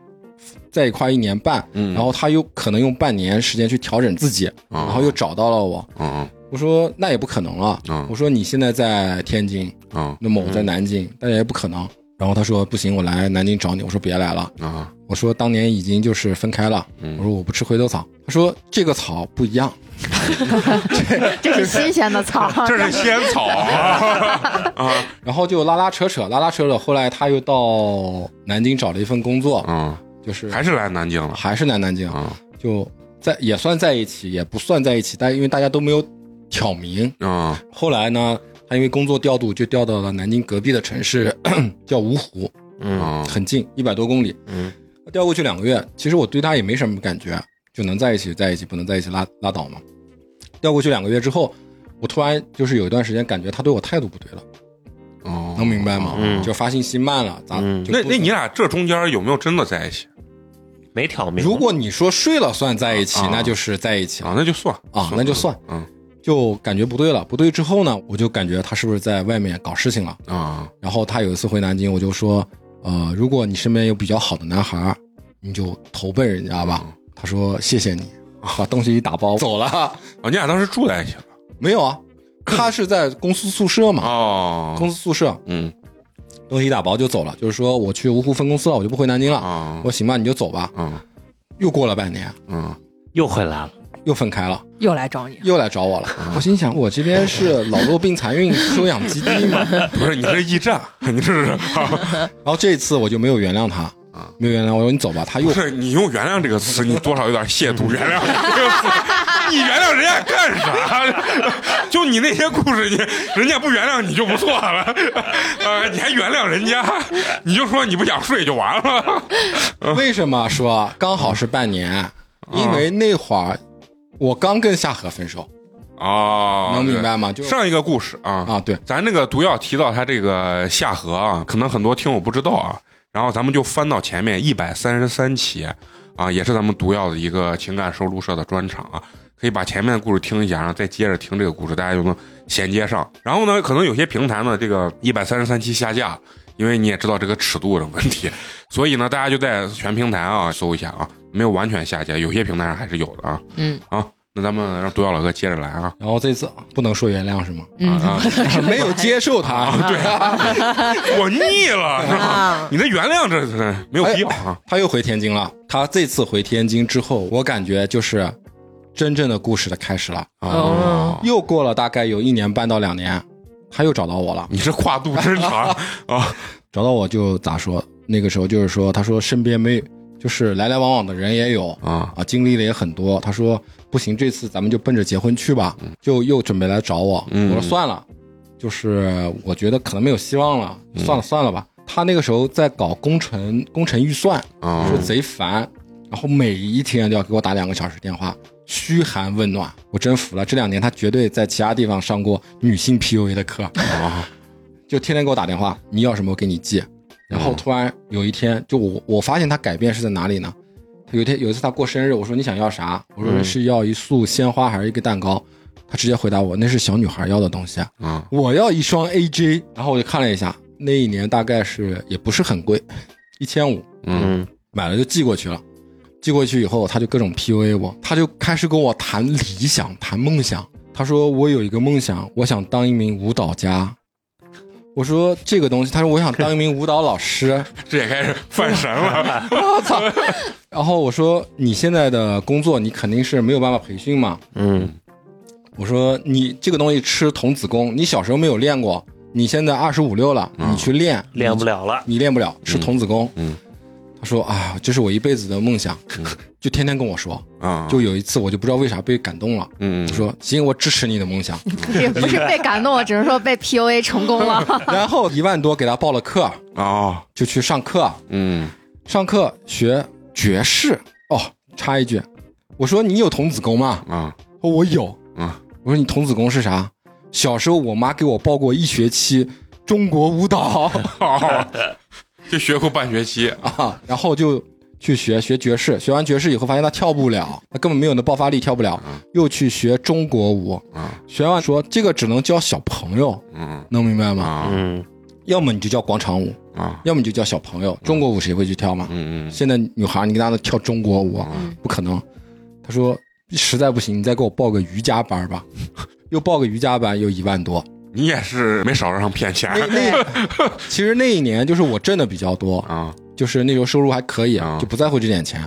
Speaker 5: 在一块一年半，
Speaker 1: 嗯
Speaker 5: 然后他又可能用半年时间去调整自己，
Speaker 1: 嗯
Speaker 5: 然后又找到了我。
Speaker 1: 嗯
Speaker 5: 我说那也不可能了，
Speaker 1: 嗯
Speaker 5: 我说你现在在天津，
Speaker 1: 嗯
Speaker 5: 那么我在南京，但也不可能。然后他说不行，我来南京找你。我说别来了，
Speaker 1: 嗯啊，
Speaker 5: 我说当年已经就是分开了，
Speaker 1: 嗯
Speaker 5: 我说我不吃回头草。他说这个草不一样，
Speaker 3: 这是新鲜的草，
Speaker 1: 这是仙草啊啊，
Speaker 5: 然后就拉拉扯扯，拉拉扯扯。后来他又到南京找了一份工作，
Speaker 1: 嗯，
Speaker 5: 就是
Speaker 1: 还是来南京了
Speaker 5: 还是来南京，
Speaker 1: 啊，
Speaker 5: 就在也算在一起，也不算在一起，但因为大家都没有挑明。
Speaker 1: 嗯
Speaker 5: 后来呢，他因为工作调度就调到了南京隔壁的城市，叫芜湖，
Speaker 4: 嗯
Speaker 1: 嗯
Speaker 5: 很近，一百多公里。
Speaker 4: 嗯，
Speaker 5: 调过去两个月，其实我对他也没什么感觉，就能在一起在一起，不能在一起拉拉倒嘛。调过去两个月之后，我突然就是有一段时间感觉他对我态度不对了，
Speaker 1: 哦，
Speaker 5: 能明白吗？
Speaker 4: 嗯
Speaker 5: 就发信息慢了，咋？
Speaker 4: 嗯
Speaker 5: 就
Speaker 1: 那
Speaker 5: 不
Speaker 1: 那你俩这中间有没有真的在一起
Speaker 4: 没挑明。
Speaker 5: 如果你说睡了算在一起，
Speaker 1: 啊
Speaker 5: 那就是在一起了。
Speaker 1: 啊？那就算
Speaker 5: 啊那就算，
Speaker 1: 嗯
Speaker 5: 就感觉不对了。不对之后呢，我就感觉他是不是在外面搞事情了？
Speaker 1: 啊，
Speaker 5: 然后他有一次回南京，我就说，呃，如果你身边有比较好的男孩儿，你就投奔人家吧。他说谢谢你，把东西一打包走了。
Speaker 1: 啊，你俩当时住在一起了
Speaker 5: 没有啊，他是在公司宿舍嘛，
Speaker 1: 哦，
Speaker 5: 啊公司宿舍
Speaker 1: 嗯
Speaker 5: 东西一打包就走了，就是说我去芜湖分公司了，我就不回南京了。
Speaker 1: 啊
Speaker 5: 我说行吧，你就走吧。
Speaker 1: 嗯
Speaker 5: 又过了半年，
Speaker 1: 嗯
Speaker 4: 又回来了，
Speaker 5: 又分开了。
Speaker 2: 又来找你，
Speaker 5: 又来找我了。我心想，我这边是老弱病残孕收养基地嘛，
Speaker 1: 不是你这驿站，你这是
Speaker 5: 然后这一次我就没有原谅他
Speaker 1: 啊，
Speaker 5: 没有原谅我说你走吧，他又
Speaker 1: 不是你用“原谅”这个词，你多少有点亵渎“原谅”这个词。你 原谅人家干啥？ 就你那些故事，你人家不原谅你就不错了， 呃，你还原谅人家，你就说你不想睡就完了。
Speaker 5: 为什么说刚好是半年？因为那会儿我刚跟夏荷分手，
Speaker 1: 哦，
Speaker 5: 能明
Speaker 1: 对
Speaker 5: 白吗？就
Speaker 1: 上一个故事啊
Speaker 5: 啊，对，
Speaker 1: 咱那个毒药提到他这个下河啊，可能很多听友不知道啊，然后咱们就翻到前面一百三十三期啊，也是咱们毒药的一个情感收录社的专场啊，可以把前面的故事听一下，然后再接着听这个故事，大家就能衔接上。然后呢，可能有些平台呢，这个一百三十三期下架，因为你也知道这个尺度的问题， 所以呢，大家就在全平台啊搜一下啊，没有完全下架，有些平台上还是有的啊。
Speaker 2: 嗯
Speaker 1: 啊，那咱们让毒药老哥接着来啊。
Speaker 5: 然后这次不能说原谅是吗？
Speaker 1: 啊
Speaker 2: 嗯
Speaker 5: 没有接受他，对 啊，
Speaker 1: 我腻 了，是吧？
Speaker 2: 啊，
Speaker 1: 你的原谅这这没有必要啊。
Speaker 5: 他又回天津了。他这次回天津之后，我感觉就是真正的故事的开始了。
Speaker 1: 啊
Speaker 2: 哦
Speaker 5: 又过了大概有一年半到两年，他又找到我了。
Speaker 1: 你这跨度真长啊！
Speaker 5: 找到我就咋说？那个时候就是说，他说身边没，就是来来往往的人也有
Speaker 1: 啊
Speaker 5: 啊，经历了也很多。他说不行，这次咱们就奔着结婚去吧，就又准备来找我。
Speaker 1: 嗯
Speaker 5: 我说算了，就是我觉得可能没有希望了，算了算了吧。他那个时候在搞工程工程预算，
Speaker 1: 啊
Speaker 5: 说贼烦，然后每一天都要给我打两个小时电话，嘘寒问暖，我真服了。这两年他绝对在其他地方上过女性 PUA 的课， 就天天给我打电话，你要什么我给你寄。然后突然有一天，就我我发现他改变是在哪里呢？他有一天有一次他过生日，我说你想要啥？我说是要一束鲜花还是一个蛋糕？他直接回答我那是小女孩要的东西，
Speaker 1: 啊
Speaker 5: 我要一双 AJ。然后我就看了一下，那一年大概是也不是很贵，一千五。
Speaker 1: 嗯
Speaker 5: 买了就寄过去了。寄过去以后，他就各种 PUA 我，他就开始跟我谈理想、谈梦想。他说我有一个梦想，我想当一名舞蹈家。我说这个东西，他说我想当一名舞蹈老师。
Speaker 1: 这也开始犯神了。
Speaker 5: 我操！然后我说你现在的工作，你肯定是没有办法培训嘛。
Speaker 4: 嗯
Speaker 5: 我说你这个东西吃童子功，你小时候没有练过，你现在二十五六了，
Speaker 1: 嗯
Speaker 5: 你去练，
Speaker 4: 练不了了。
Speaker 5: 你练不了，吃童子功。
Speaker 1: 嗯嗯
Speaker 5: 他说啊，这是我一辈子的梦想，
Speaker 1: 嗯
Speaker 5: 就天天跟我说。
Speaker 1: 啊，
Speaker 5: 就有一次我就不知道为啥被感动了，
Speaker 1: 嗯，
Speaker 5: 我说行，我支持你的梦想。
Speaker 3: 也 不是被感动，只能说被 PUA 成功了。
Speaker 5: 然后一万多给他报了课，
Speaker 1: 啊，
Speaker 5: 就去上课，
Speaker 1: 嗯
Speaker 5: 上课学爵士。哦，插一句，我说你有童子功吗？
Speaker 1: 啊，
Speaker 5: 哦，我有。
Speaker 1: 嗯，
Speaker 5: 我说你童子功是啥？小时候我妈给我报过一学期中国舞 蹈
Speaker 1: 就学过半学期，
Speaker 5: 啊，然后就去学学爵士，学完爵士以后发现她跳不了，她根本没有那爆发力，跳不了
Speaker 1: 嗯，
Speaker 5: 又去学中国舞，
Speaker 1: 啊
Speaker 5: 学完说这个只能教小朋友，
Speaker 1: 嗯
Speaker 5: 能明白吗？
Speaker 1: 啊
Speaker 4: 嗯，
Speaker 5: 要么你就教广场舞，
Speaker 1: 啊，
Speaker 5: 要么你就教小朋友，中国舞谁会去跳嘛？
Speaker 1: 嗯
Speaker 5: 现在女孩你给她跳中国舞，啊
Speaker 1: 嗯
Speaker 5: 不可能。他说实在不行，你再给我报个瑜伽班吧， 又报个瑜伽班又一万多。
Speaker 1: 嗯，你也是没少让骗钱
Speaker 5: 那那其实那一年就是我挣的比较多，
Speaker 1: 啊
Speaker 5: 就是那时候收入还可以
Speaker 1: 啊，
Speaker 5: 就不在乎这点钱。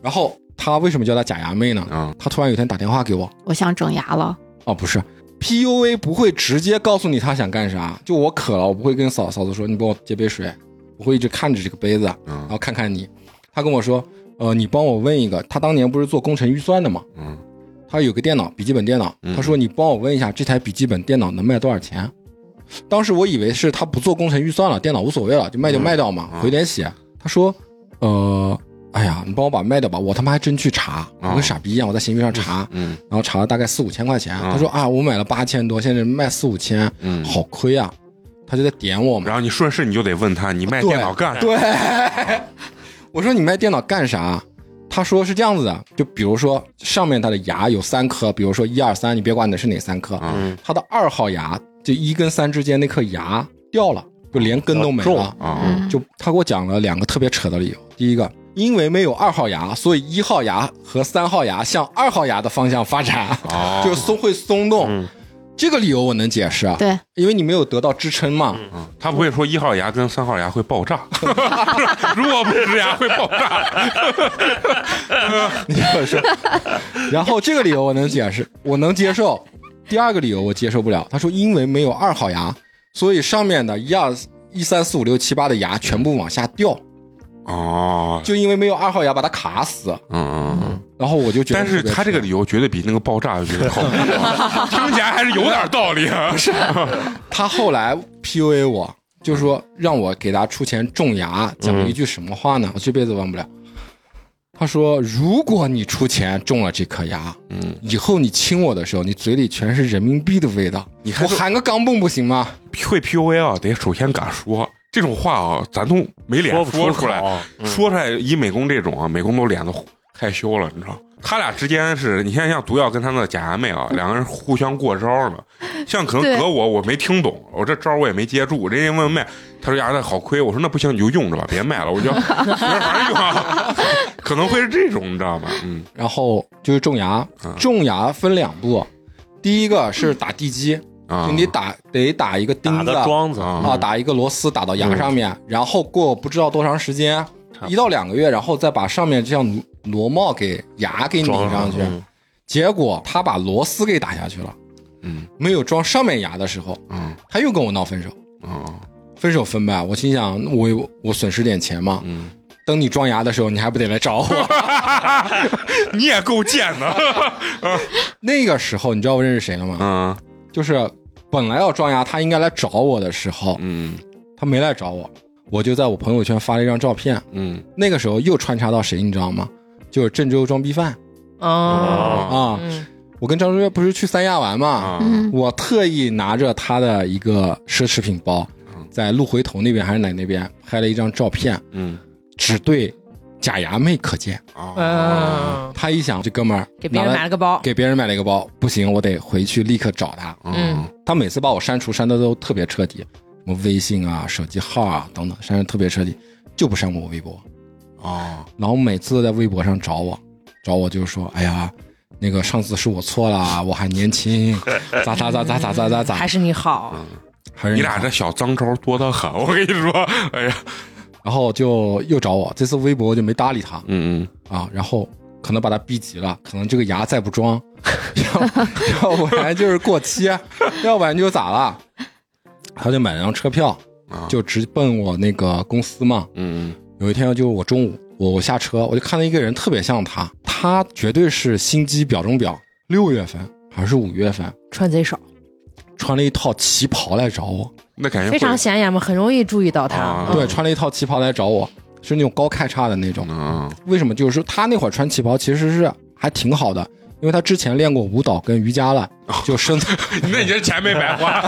Speaker 5: 然后他为什么叫她假牙妹呢？
Speaker 1: 啊
Speaker 5: 他突然有一天打电话给我，
Speaker 3: 我想整牙了，
Speaker 5: 哦，不是，PUA 不会直接告诉你他想干啥，就我渴了，我不会跟嫂嫂子说你帮我接杯水，我会一直看着这个杯子，然
Speaker 1: 嗯
Speaker 5: 后看看你。他跟我说，呃，你帮我问一个，他当年不是做工程预算的嘛，
Speaker 1: 嗯
Speaker 5: 他有个电脑，笔记本电脑
Speaker 1: 嗯，
Speaker 5: 他说你帮我问一下这台笔记本电脑能卖多少钱。当时我以为是他不做工程预算了，电脑无所谓了，就卖就卖掉嘛
Speaker 1: 嗯，
Speaker 5: 回点血。他说，呃，哎呀，你帮我把卖掉吧，我他妈还真去查，
Speaker 1: 哦
Speaker 5: 我跟傻逼一样，我在闲鱼上查，
Speaker 1: 嗯
Speaker 5: 然后查了大概四五千块钱。
Speaker 1: 嗯
Speaker 5: 他说啊，我买了八千多，现在卖四五千，
Speaker 1: 嗯，
Speaker 5: 好亏啊。他就在点我嘛，
Speaker 1: 然后你顺势你就得问他，你卖电脑干啥？
Speaker 5: 对， 我说你卖电脑干啥？他说是这样子的，就比如说上面它的牙有三颗，比如说一二三，你别管你的是哪三颗，
Speaker 4: 嗯
Speaker 1: 啊
Speaker 5: 它的二号牙就一跟三之间那颗牙掉了，就连根都没
Speaker 4: 要
Speaker 5: 了
Speaker 4: 种。
Speaker 1: 啊
Speaker 3: 嗯，
Speaker 5: 就他给我讲了两个特别扯的理由，第一个。因为没有二号牙，所以一号牙和三号牙向二号牙的方向发展，
Speaker 1: 哦
Speaker 5: 就是松会松动。
Speaker 4: 嗯
Speaker 5: 这个理由我能解释，啊，
Speaker 3: 对，
Speaker 5: 因为你没有得到支撑嘛。
Speaker 1: 嗯他不会说一号牙跟三号牙会爆炸， 如果不是这样会爆炸。
Speaker 5: 你跟我说，然后这个理由我能解释，我能接受。第二个理由我接受不了，他说因为没有二号牙，所以上面的一二一三四五六七八的牙全部往下掉，
Speaker 1: 哦，
Speaker 5: 就因为没有二号牙把它卡死。
Speaker 1: 嗯嗯嗯。
Speaker 5: 然后我就觉得
Speaker 1: 但
Speaker 5: 特别
Speaker 1: 是
Speaker 5: 扯，
Speaker 1: 他这个理由绝对比那个爆炸觉得靠谱，听起来还是有点道理啊。是，
Speaker 5: 他后来 PUA 我，就说让我给他出钱种牙，讲了一句什么话
Speaker 1: 嗯
Speaker 5: 呢？我这辈子忘不了。他说：“如果你出钱种了这颗牙，
Speaker 1: 嗯，
Speaker 5: 以后你亲我的时候，你嘴里全是人民币的味道。
Speaker 1: 你看
Speaker 5: 我
Speaker 1: 这
Speaker 5: 含个钢镚不行吗？
Speaker 1: 会 PUA 啊，得首先敢说这种话啊，咱都没脸
Speaker 4: 说不
Speaker 1: 说
Speaker 4: 出
Speaker 1: 出来。
Speaker 4: 口，嗯
Speaker 1: 说出来，以美工这种啊，美工都脸都害羞了，你知道吗？他俩之间是你现在像毒药跟他那假牙妹啊，两个人互相过招呢。像可能
Speaker 3: 对
Speaker 1: 隔我，我没听懂，我这招我也没接住。人家问卖，他说牙的好亏，我说那不行，你就用着吧，别卖了，我就我说反正用啊， 可能会是这种，你知道吗？嗯
Speaker 5: 然后就是种牙
Speaker 1: 嗯，
Speaker 5: 种牙分两步，第一个是打地基，
Speaker 1: 啊
Speaker 5: 就，你打得打一个钉
Speaker 4: 打
Speaker 5: 子
Speaker 4: 个桩子
Speaker 1: 啊
Speaker 5: 啊，打一个螺丝打到牙上面，然后过不知道多长时间，一到两个月，然后再把上面这像螺螺帽给牙给拧
Speaker 4: 装
Speaker 5: 上去。
Speaker 4: 嗯
Speaker 5: 结果他把螺丝给打下去了，
Speaker 1: 嗯
Speaker 5: 没有装上面牙的时候，
Speaker 1: 嗯
Speaker 5: 他又跟我闹分手。
Speaker 1: 嗯
Speaker 5: 分手分呗，我心想我我损失点钱嘛，
Speaker 1: 嗯，
Speaker 5: 等你装牙的时候，你还不得来找我？
Speaker 1: 你也够 贱的，
Speaker 5: 那个时候你知道我认识谁了吗？
Speaker 1: 嗯
Speaker 5: 就是本来要装牙，他应该来找我的时候，
Speaker 1: 嗯
Speaker 5: 他没来找我，我就在我朋友圈发了一张照片。
Speaker 1: 嗯
Speaker 5: 那个时候又穿插到谁，你知道吗？就是郑州装逼犯
Speaker 2: 哦，
Speaker 1: 啊
Speaker 5: 啊！
Speaker 2: 嗯，
Speaker 5: 我跟张周越不是去三亚玩嘛，
Speaker 1: 啊
Speaker 3: 嗯，
Speaker 5: 我特意拿着他的一个奢侈品包
Speaker 1: 嗯，
Speaker 5: 在鹿回头那边还是哪那边拍了一张照片，
Speaker 1: 嗯
Speaker 5: 只对假牙妹可见。
Speaker 2: 呃
Speaker 1: 啊
Speaker 2: 嗯，
Speaker 5: 他一想，这哥们儿
Speaker 2: 给别人买
Speaker 5: 拿
Speaker 2: 了个包，
Speaker 5: 给别人买了一个包，不行，我得回去立刻找他。
Speaker 1: 嗯
Speaker 5: 他每次把我删除删的都特别彻底，什么微信啊、手机号啊等等，删的特别彻底，就不删我微博。
Speaker 1: 啊
Speaker 5: 然后每次都在微博上找我，找我就是说，哎呀，那个上次是我错了，我还年轻，咋咋咋咋咋咋咋咋，嗯
Speaker 2: 还是你好，
Speaker 5: 还是
Speaker 1: 你俩这小脏招多得很，我跟你说， 哎呀，
Speaker 5: 然后就又找我，这次微博我就没搭理他
Speaker 1: 嗯
Speaker 5: 啊。然后可能把它逼急了，可能这个牙再不装， 要要不然就是 过期，要不然就咋了？他就买了张车票，
Speaker 1: 啊，
Speaker 5: 就直奔我那个公司嘛。
Speaker 1: 嗯
Speaker 5: 有一天就是我中午，我我下车，我就看到一个人特别像他，他绝对是心机表中表。六月份还是五月份，
Speaker 2: 穿贼少，
Speaker 5: 穿了一套旗袍来找我，
Speaker 1: 嗯，那感觉
Speaker 2: 非常
Speaker 1: 会
Speaker 2: 显眼嘛，很容易注意到他嗯
Speaker 1: 啊。
Speaker 5: 对，穿了一套旗袍来找我，是那种高开叉的那种。
Speaker 1: 嗯
Speaker 5: 为什么？就是说他那会儿穿旗袍其实是还挺好的，因为他之前练过舞蹈跟瑜伽了，就身材
Speaker 1: 那你这钱没白 花，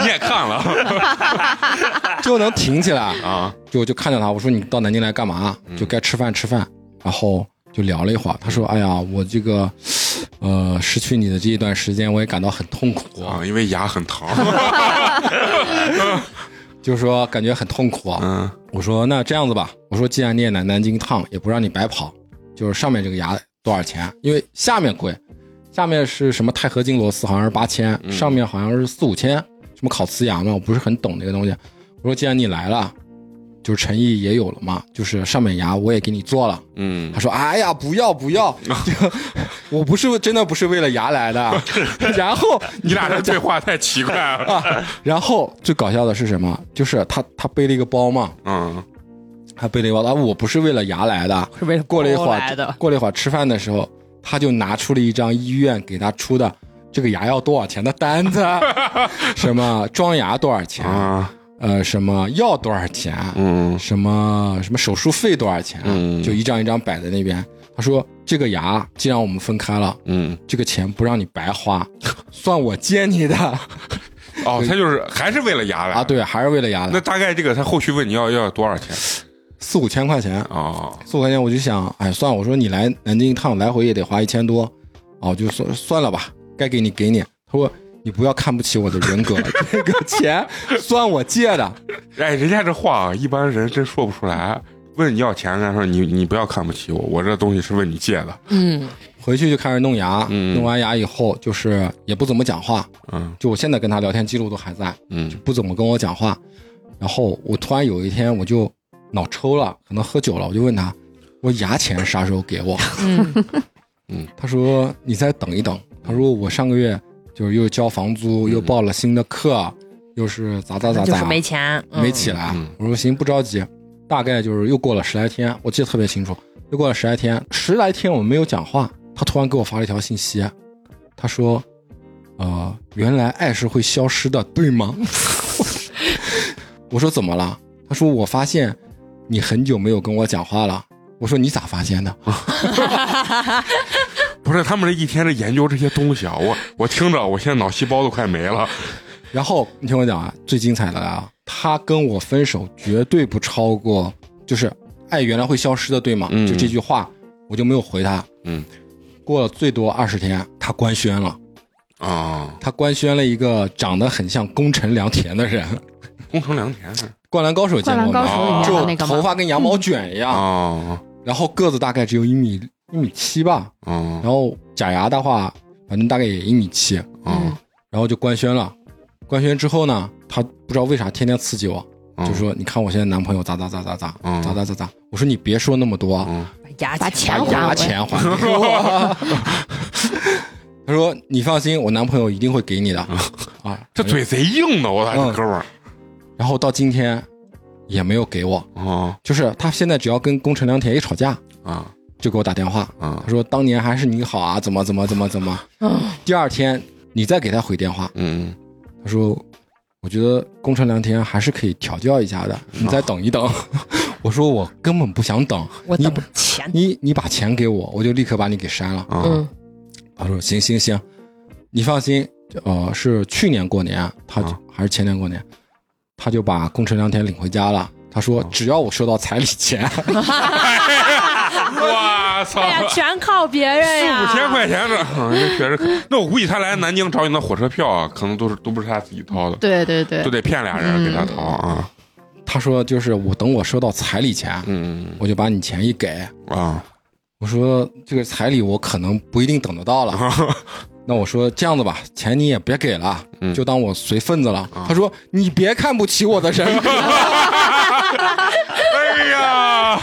Speaker 1: 你也看了
Speaker 5: 就能挺起来。
Speaker 1: 啊，
Speaker 5: 就就看见他，我说你到南京来干嘛？
Speaker 1: 嗯
Speaker 5: 就该吃饭吃饭，然后就聊了一会儿。他说：“哎呀，我这个，呃，失去你的这一段时间，我也感到很痛苦，
Speaker 1: 啊，因为牙很 疼，
Speaker 5: 就是说感觉很痛苦。”啊。
Speaker 1: 嗯
Speaker 5: 我说那这样子吧，我说既然你也来南京一趟，也不让你白跑，就是上面这个牙多少钱？因为下面贵，下面是什么钛合金螺丝，好像是八千、
Speaker 1: 嗯
Speaker 5: 上面好像是四五千，什么烤瓷牙嘛，我不是很懂这个东西。我说既然你来了，就是诚意也有了嘛，就是上面牙我也给你做了。
Speaker 1: 嗯
Speaker 5: 他说：“哎呀，不要 不要，就我不是真的不是为了牙 来的。”然后
Speaker 1: 你俩这对话太奇怪了，
Speaker 5: 啊，然后最搞笑的是什么？就是他他背了一个包嘛，
Speaker 1: 嗯
Speaker 5: 他背了一个包，啊，我不是为了牙来的。
Speaker 2: 是为了
Speaker 5: 过了一会
Speaker 2: 来
Speaker 5: 儿
Speaker 2: 的，
Speaker 5: 过了一会儿吃饭的时候，他就拿出了一张医院给他出的这个牙要多少钱的单 子，什么装牙多少钱，
Speaker 1: 啊
Speaker 5: 呃，什么药多少钱，
Speaker 1: 嗯
Speaker 5: 什么什么手术费多少钱，
Speaker 1: 嗯
Speaker 5: 就一张一张摆在那边。他说：“这个牙既然我们分开了，
Speaker 1: 嗯，
Speaker 5: 这个钱不让你白花， 算我接 你的
Speaker 1: 哦，他就是还是为了牙来
Speaker 5: 啊！，对，还是为了牙
Speaker 1: 那
Speaker 5: 的，
Speaker 1: 大概这个他后续问你要要多少钱
Speaker 5: 四五千块钱，
Speaker 1: 哦，
Speaker 5: 四五块钱，我就想，哎，算了，我说你来南京一趟，来回也得花一千多，哦，就算算了吧，该给你给你。他说你不要看不起我的人格， 这个钱算我借的，
Speaker 1: 哎，人家这话啊，一般人真说不出来。问你要钱，他说你你不要看不起我，我这东西是问你借的。
Speaker 2: 嗯，
Speaker 5: 回去就开始弄牙，
Speaker 1: 嗯
Speaker 5: 弄完牙以后就是也不怎么讲话，
Speaker 1: 嗯
Speaker 5: 就我现在跟他聊天记录都还在，
Speaker 1: 嗯
Speaker 5: 不怎么跟我讲话。然后我突然有一天我就脑抽了，可能喝酒了，我就问他，我牙钱啥时候给我？
Speaker 2: 嗯，
Speaker 5: 他说你再等一等。他说我上个月就是又交房租，又报了新的课，又是咋咋咋
Speaker 2: 就是
Speaker 5: 咋，
Speaker 2: 没钱，嗯
Speaker 5: 没起来
Speaker 1: 嗯。
Speaker 5: 我说行，不着急，大概就是又过了十来天，我记得特别清楚，又过了十来天，十来天我们没有讲话。他突然给我发了一条信息，他说：“呃，原来爱是会消失的，对吗？” 我说怎么了？他说我发现你很久没有跟我讲话了。我说你咋发现的？
Speaker 1: 不是，他们这一天这研究这些东西啊，我我听着，我现在脑细胞都快没了。
Speaker 5: 然后你听我讲啊，最精彩的来啊，他跟我分手绝对不超过，就是爱原来会消失的，对吗？
Speaker 1: 嗯
Speaker 5: 就这句话，我就没有回他。
Speaker 1: 嗯，
Speaker 5: 过了最多二十天，他官宣了，
Speaker 1: 啊，
Speaker 5: 他官宣了一个长得很像宫城良田的人， 《
Speaker 1: 工程良田是
Speaker 5: 灌篮高手》见过
Speaker 3: 灌篮
Speaker 5: 吗？
Speaker 3: 高手里面的
Speaker 5: 就
Speaker 3: 那个
Speaker 5: 头
Speaker 3: 吗？
Speaker 5: 发跟羊毛卷一样，
Speaker 1: 啊
Speaker 5: 然后个子大概只有一米一米七吧，
Speaker 1: 啊
Speaker 5: 然后假牙的话，反正大概也一米七。
Speaker 3: 嗯
Speaker 1: 啊！
Speaker 5: 然后就官宣了。官宣之后呢，他不知道为啥天天刺激我，
Speaker 1: 嗯
Speaker 5: 就说：“你看我现在男朋友咋咋咋咋咋
Speaker 1: 嗯
Speaker 5: 咋咋咋咋。”我说：“你别说那么多，
Speaker 1: 嗯
Speaker 2: 把牙
Speaker 3: 把
Speaker 2: 钱
Speaker 5: 把
Speaker 3: 还
Speaker 5: 牙
Speaker 3: 我
Speaker 5: 钱还给我。” 他说：“你放心，我男朋友一定会给你的。”啊，
Speaker 1: 哦这嘴贼硬的，我操，这
Speaker 5: 嗯
Speaker 1: 哥们儿
Speaker 5: 然后到今天也没有给我，
Speaker 1: 啊
Speaker 5: 就是他现在只要跟宫城良田一吵架，
Speaker 1: 啊
Speaker 5: 就给我打电话。
Speaker 1: 啊
Speaker 5: 他！说：“当年还是你好啊，怎么怎么怎么怎么。”第二天你再给他回电话，
Speaker 1: 嗯，
Speaker 5: 他说：“我觉得宫城良田还是可以调教一下的，你
Speaker 1: 啊
Speaker 5: 再等一等。” 我说：“我根本不想等，
Speaker 2: 我
Speaker 5: 你
Speaker 2: 等钱，
Speaker 5: 你你把钱给我，我就立刻把你给删了。
Speaker 1: 啊
Speaker 2: 嗯，
Speaker 5: 他说：“行行行，你放心。”呃，是去年过年，他就、
Speaker 1: 啊
Speaker 5: 还是前年过年，他就把宫城良田领回家了。他说：“
Speaker 1: 啊
Speaker 5: 只要我收到彩礼钱，
Speaker 1: 我操！
Speaker 6: 哎呀，全靠别
Speaker 2: 哎
Speaker 6: 人
Speaker 1: 四
Speaker 6: 呀！
Speaker 1: 五千块钱这，嗯这确实可。那我估计他来南京找你那火车票啊，可能都是都不是他自己掏的，
Speaker 3: 对对对
Speaker 1: 就，得骗俩人给他掏啊。
Speaker 5: 他说就是我等我收到彩礼钱，
Speaker 1: 嗯
Speaker 5: 我就把你钱一给。”
Speaker 1: 啊
Speaker 5: 我说这个彩礼我可能不一定等得到了，
Speaker 4: 啊
Speaker 5: 那我说这样子吧，钱你也别给了，
Speaker 1: 嗯
Speaker 5: 就当我随份子了。
Speaker 4: 啊
Speaker 5: 他说你别看不起我的人，
Speaker 1: 哎呀，道，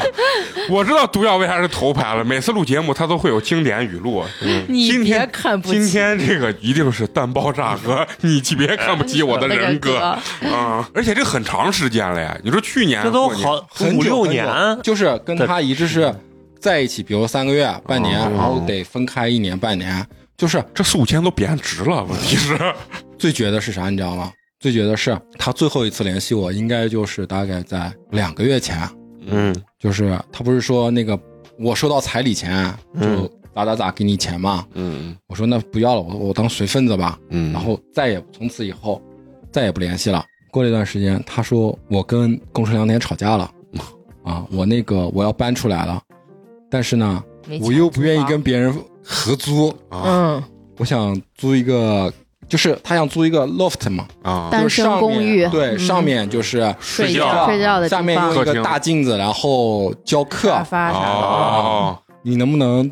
Speaker 1: 我知道毒药为啥是头牌了。每次录节目，他都会有经典语录。嗯、
Speaker 2: 你
Speaker 1: 今
Speaker 2: 别
Speaker 1: 天
Speaker 2: 看不
Speaker 1: 今
Speaker 2: 起
Speaker 1: 天这个一定是蛋爆炸和你别看不起我的人格啊、而且这很长时间了呀。你说去年
Speaker 4: 这都
Speaker 1: 过年
Speaker 4: 好
Speaker 5: 很
Speaker 4: 五
Speaker 5: 久
Speaker 4: 六
Speaker 5: 很久
Speaker 4: 年，啊
Speaker 5: 就是跟他一直是在一起，比如三个月、半年，
Speaker 4: 哦
Speaker 5: 然后得分开一年、半年。就是
Speaker 1: 这四五千都贬值了，问题是，
Speaker 5: 最绝的是啥，你知道吗？最绝的是他最后一次联系我，应该就是大概在两个月前。
Speaker 1: 嗯
Speaker 5: 就是他不是说那个我收到彩礼钱就
Speaker 1: 嗯
Speaker 5: 咋咋咋给你钱嘛？
Speaker 1: 嗯
Speaker 5: 我说那不要了，我我当随份子吧。
Speaker 1: 嗯
Speaker 5: 然后再也从此以后再也不联系了。过了一段时间，他说我跟共生良田吵架了，啊，我那个我要搬出来了，但是呢，
Speaker 2: 没
Speaker 5: 我
Speaker 2: 钱
Speaker 5: 又不愿意
Speaker 2: 租房
Speaker 5: 跟别人合租，
Speaker 1: 啊
Speaker 2: 嗯
Speaker 5: 我想租一个，就是他想租一个 loft 嘛，
Speaker 1: 啊，
Speaker 3: 单
Speaker 5: 就是
Speaker 3: 身
Speaker 5: 上面
Speaker 3: 公寓
Speaker 5: 对，
Speaker 3: 嗯
Speaker 5: 上面就是
Speaker 1: 睡
Speaker 5: 觉
Speaker 1: 觉
Speaker 3: 睡觉的
Speaker 5: 下面
Speaker 3: 地方
Speaker 5: 用一
Speaker 1: 客
Speaker 5: 个
Speaker 1: 厅
Speaker 5: 大镜子，然后教课
Speaker 2: 沙，发啥的。
Speaker 1: 哦，
Speaker 5: 你能不能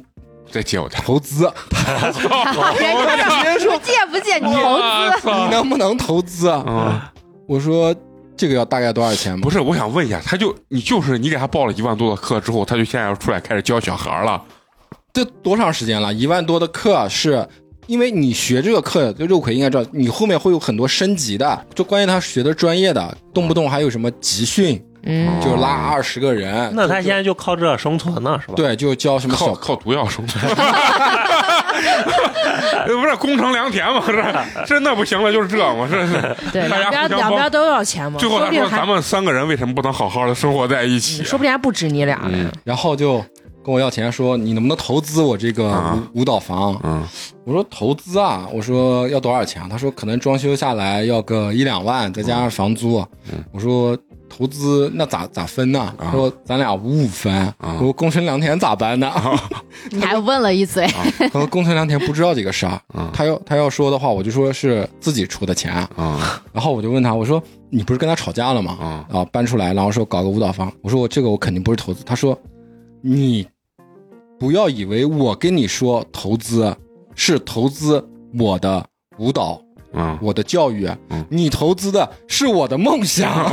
Speaker 1: 再借我点。
Speaker 5: 投资？
Speaker 3: 啊 人家
Speaker 5: 他直接说
Speaker 3: 借不借你投
Speaker 1: 哦
Speaker 3: 资？
Speaker 5: 你能不能投资？
Speaker 1: 嗯，
Speaker 5: 我说这个要大概多少钱吧？
Speaker 1: 不是，我想问一下，他就你就是你给他报了一万多的课之后，他就现在要出来开始教小孩了。
Speaker 5: 这多长时间了？一万多的课啊是。因为你学这个课，就肉葵应该知道，你后面会有很多升级的，就关于他学的专业的，动不动还有什么集训，
Speaker 2: 嗯，
Speaker 5: 就是拉
Speaker 1: 哦
Speaker 5: 二十个人。
Speaker 4: 啊那他
Speaker 5: 就
Speaker 4: 现在就靠这生存呢，是吧？，
Speaker 5: 对，就教什么
Speaker 1: 靠
Speaker 5: 小
Speaker 1: 靠毒药生存， 不是攻城良田吗？这这那不行了，就是这嘛，这是
Speaker 2: 对，
Speaker 1: 大家
Speaker 2: 两
Speaker 1: 互相
Speaker 2: 边两
Speaker 1: 帮
Speaker 2: 边都要钱嘛，
Speaker 1: 最后
Speaker 2: 说
Speaker 1: 他
Speaker 2: 不定
Speaker 1: 说
Speaker 2: 还嗯
Speaker 1: 咱们三个人为什么不能好好的生活在一起？啊
Speaker 2: 说不定还不止你俩呢。
Speaker 5: 然后就跟我要钱，说你能不能投资我这个舞、
Speaker 1: 啊
Speaker 5: 舞蹈房？
Speaker 1: 嗯
Speaker 5: 我说投资啊，我说要多少钱啊？他说可能装修下来要个一两万，再加上房租。
Speaker 1: 嗯
Speaker 5: 我说投资那咋咋分呢？
Speaker 1: 啊
Speaker 5: 他说咱俩五五分。我说工程良田咋办呢？
Speaker 1: 啊
Speaker 3: 你还问了一嘴，
Speaker 5: 他说工程良田不知道这个事儿
Speaker 1: 嗯，
Speaker 5: 他要他要说的话，我就说是自己出的钱。
Speaker 1: 嗯
Speaker 5: 然后我就问他，我说你不是跟他吵架了吗？
Speaker 1: 嗯
Speaker 5: 啊，搬出来，然后说搞个舞蹈房。我说我这个我肯定不是投资。他说你不要以为我跟你说投资是投资我的舞蹈，
Speaker 1: 嗯，
Speaker 5: 我的教育，
Speaker 1: 嗯
Speaker 5: 你投资的是我的梦想。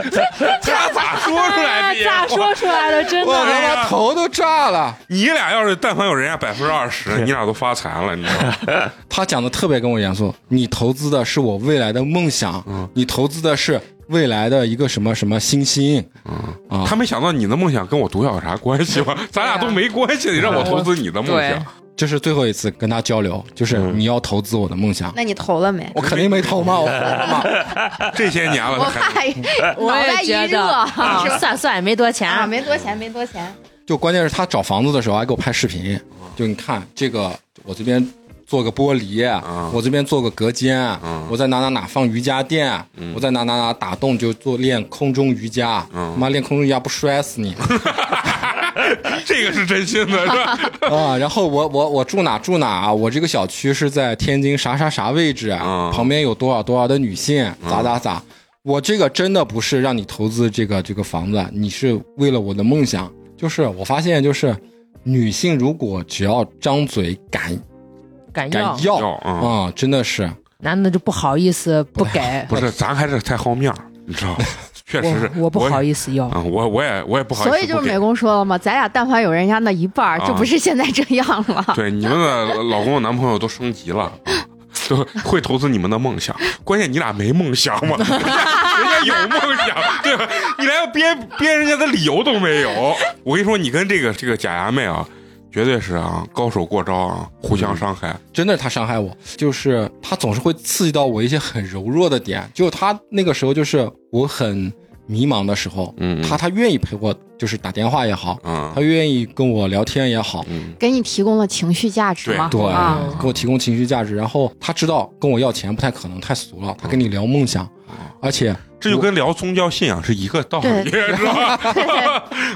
Speaker 1: 他咋说出来的
Speaker 6: 哎咋
Speaker 1: 呀？
Speaker 6: 说出来的？啊真
Speaker 5: 我
Speaker 6: 的，
Speaker 5: 他妈头都炸了。
Speaker 1: 你俩要是但凡有人家百分之二十，你俩都发财了，你知道 吗？
Speaker 5: 他讲的特别跟我严肃，你投资的是我未来的梦想，你投资的是未来的一个什么什么新星。啊
Speaker 1: 他没想到你的梦想跟我毒药有啥关系吗？咱俩都没关系，你让我投资你的梦
Speaker 2: 对
Speaker 1: 想，
Speaker 5: 这是最后一次跟他交流，就是你要投资我的梦想。
Speaker 3: 那你投了没？
Speaker 5: 我肯定没投嘛，我投了嘛。
Speaker 1: 这些年了，
Speaker 3: 我
Speaker 1: 他还
Speaker 3: 怕
Speaker 1: 哎
Speaker 3: 脑
Speaker 2: 哎我也
Speaker 3: 袋一
Speaker 2: 觉
Speaker 3: 热
Speaker 2: 得，啊算算也没多钱
Speaker 3: 啊，没多钱，没多钱。
Speaker 5: 就关键是他找房子的时候还给我拍视频，就你看这个，我这边做个玻璃，我这边做个隔间，我在哪哪哪放瑜伽垫，我在哪哪哪打洞就做练空中瑜伽，妈练空中瑜伽不摔死你
Speaker 1: 这个是真心的，是吧？
Speaker 5: 啊！然后我我我住哪住哪，我这个小区是在天津啥啥啥位置，啊
Speaker 1: 嗯
Speaker 5: 旁边有多少多少的女性，咋咋咋。我这个真的不是让你投资这个这个房子，你是为了我的梦想。就是我发现，就是女性如果只要张嘴敢
Speaker 2: 敢
Speaker 5: 敢
Speaker 2: 要，
Speaker 5: 要
Speaker 1: 要嗯
Speaker 5: 啊、真的是
Speaker 2: 男的就不好意思不给，
Speaker 1: 不是，咱还是太好面儿，你知道吗？确实是，
Speaker 2: 我我不好
Speaker 1: 意
Speaker 2: 意思要
Speaker 1: 思。啊，我我也我也不好意思不
Speaker 3: 所
Speaker 1: 给。
Speaker 3: 以就是美工说了嘛，咱俩但凡有人家那一半儿，
Speaker 1: 啊
Speaker 3: 就不是现在这样了。
Speaker 1: 对你们的老公和男朋友都升级了。 啊都会投资你们的梦想，关键你俩没梦想嘛？人家有梦想，对吧？你连编编人家的理由都没有。我跟你说，你跟这个这个假牙妹啊，绝对是啊，高手过招啊，互相伤害。
Speaker 5: 真的，他伤害我，就是他总是会刺激到我一些很柔弱的点。就他那个时候，就是我很迷茫的时候，
Speaker 1: 嗯嗯
Speaker 5: 他他愿意陪我，就是打电话也好，
Speaker 1: 嗯
Speaker 5: 他愿意跟我聊天也好，
Speaker 1: 嗯
Speaker 3: 给你提供了情绪价值
Speaker 1: 对
Speaker 3: 嘛？
Speaker 5: 对，
Speaker 3: 啊，
Speaker 5: 给我提供情绪价值。然后他知道跟我要钱不太可能，太俗了，他跟你聊梦想，而且
Speaker 1: 这就跟聊宗教信仰是一个道理， 知道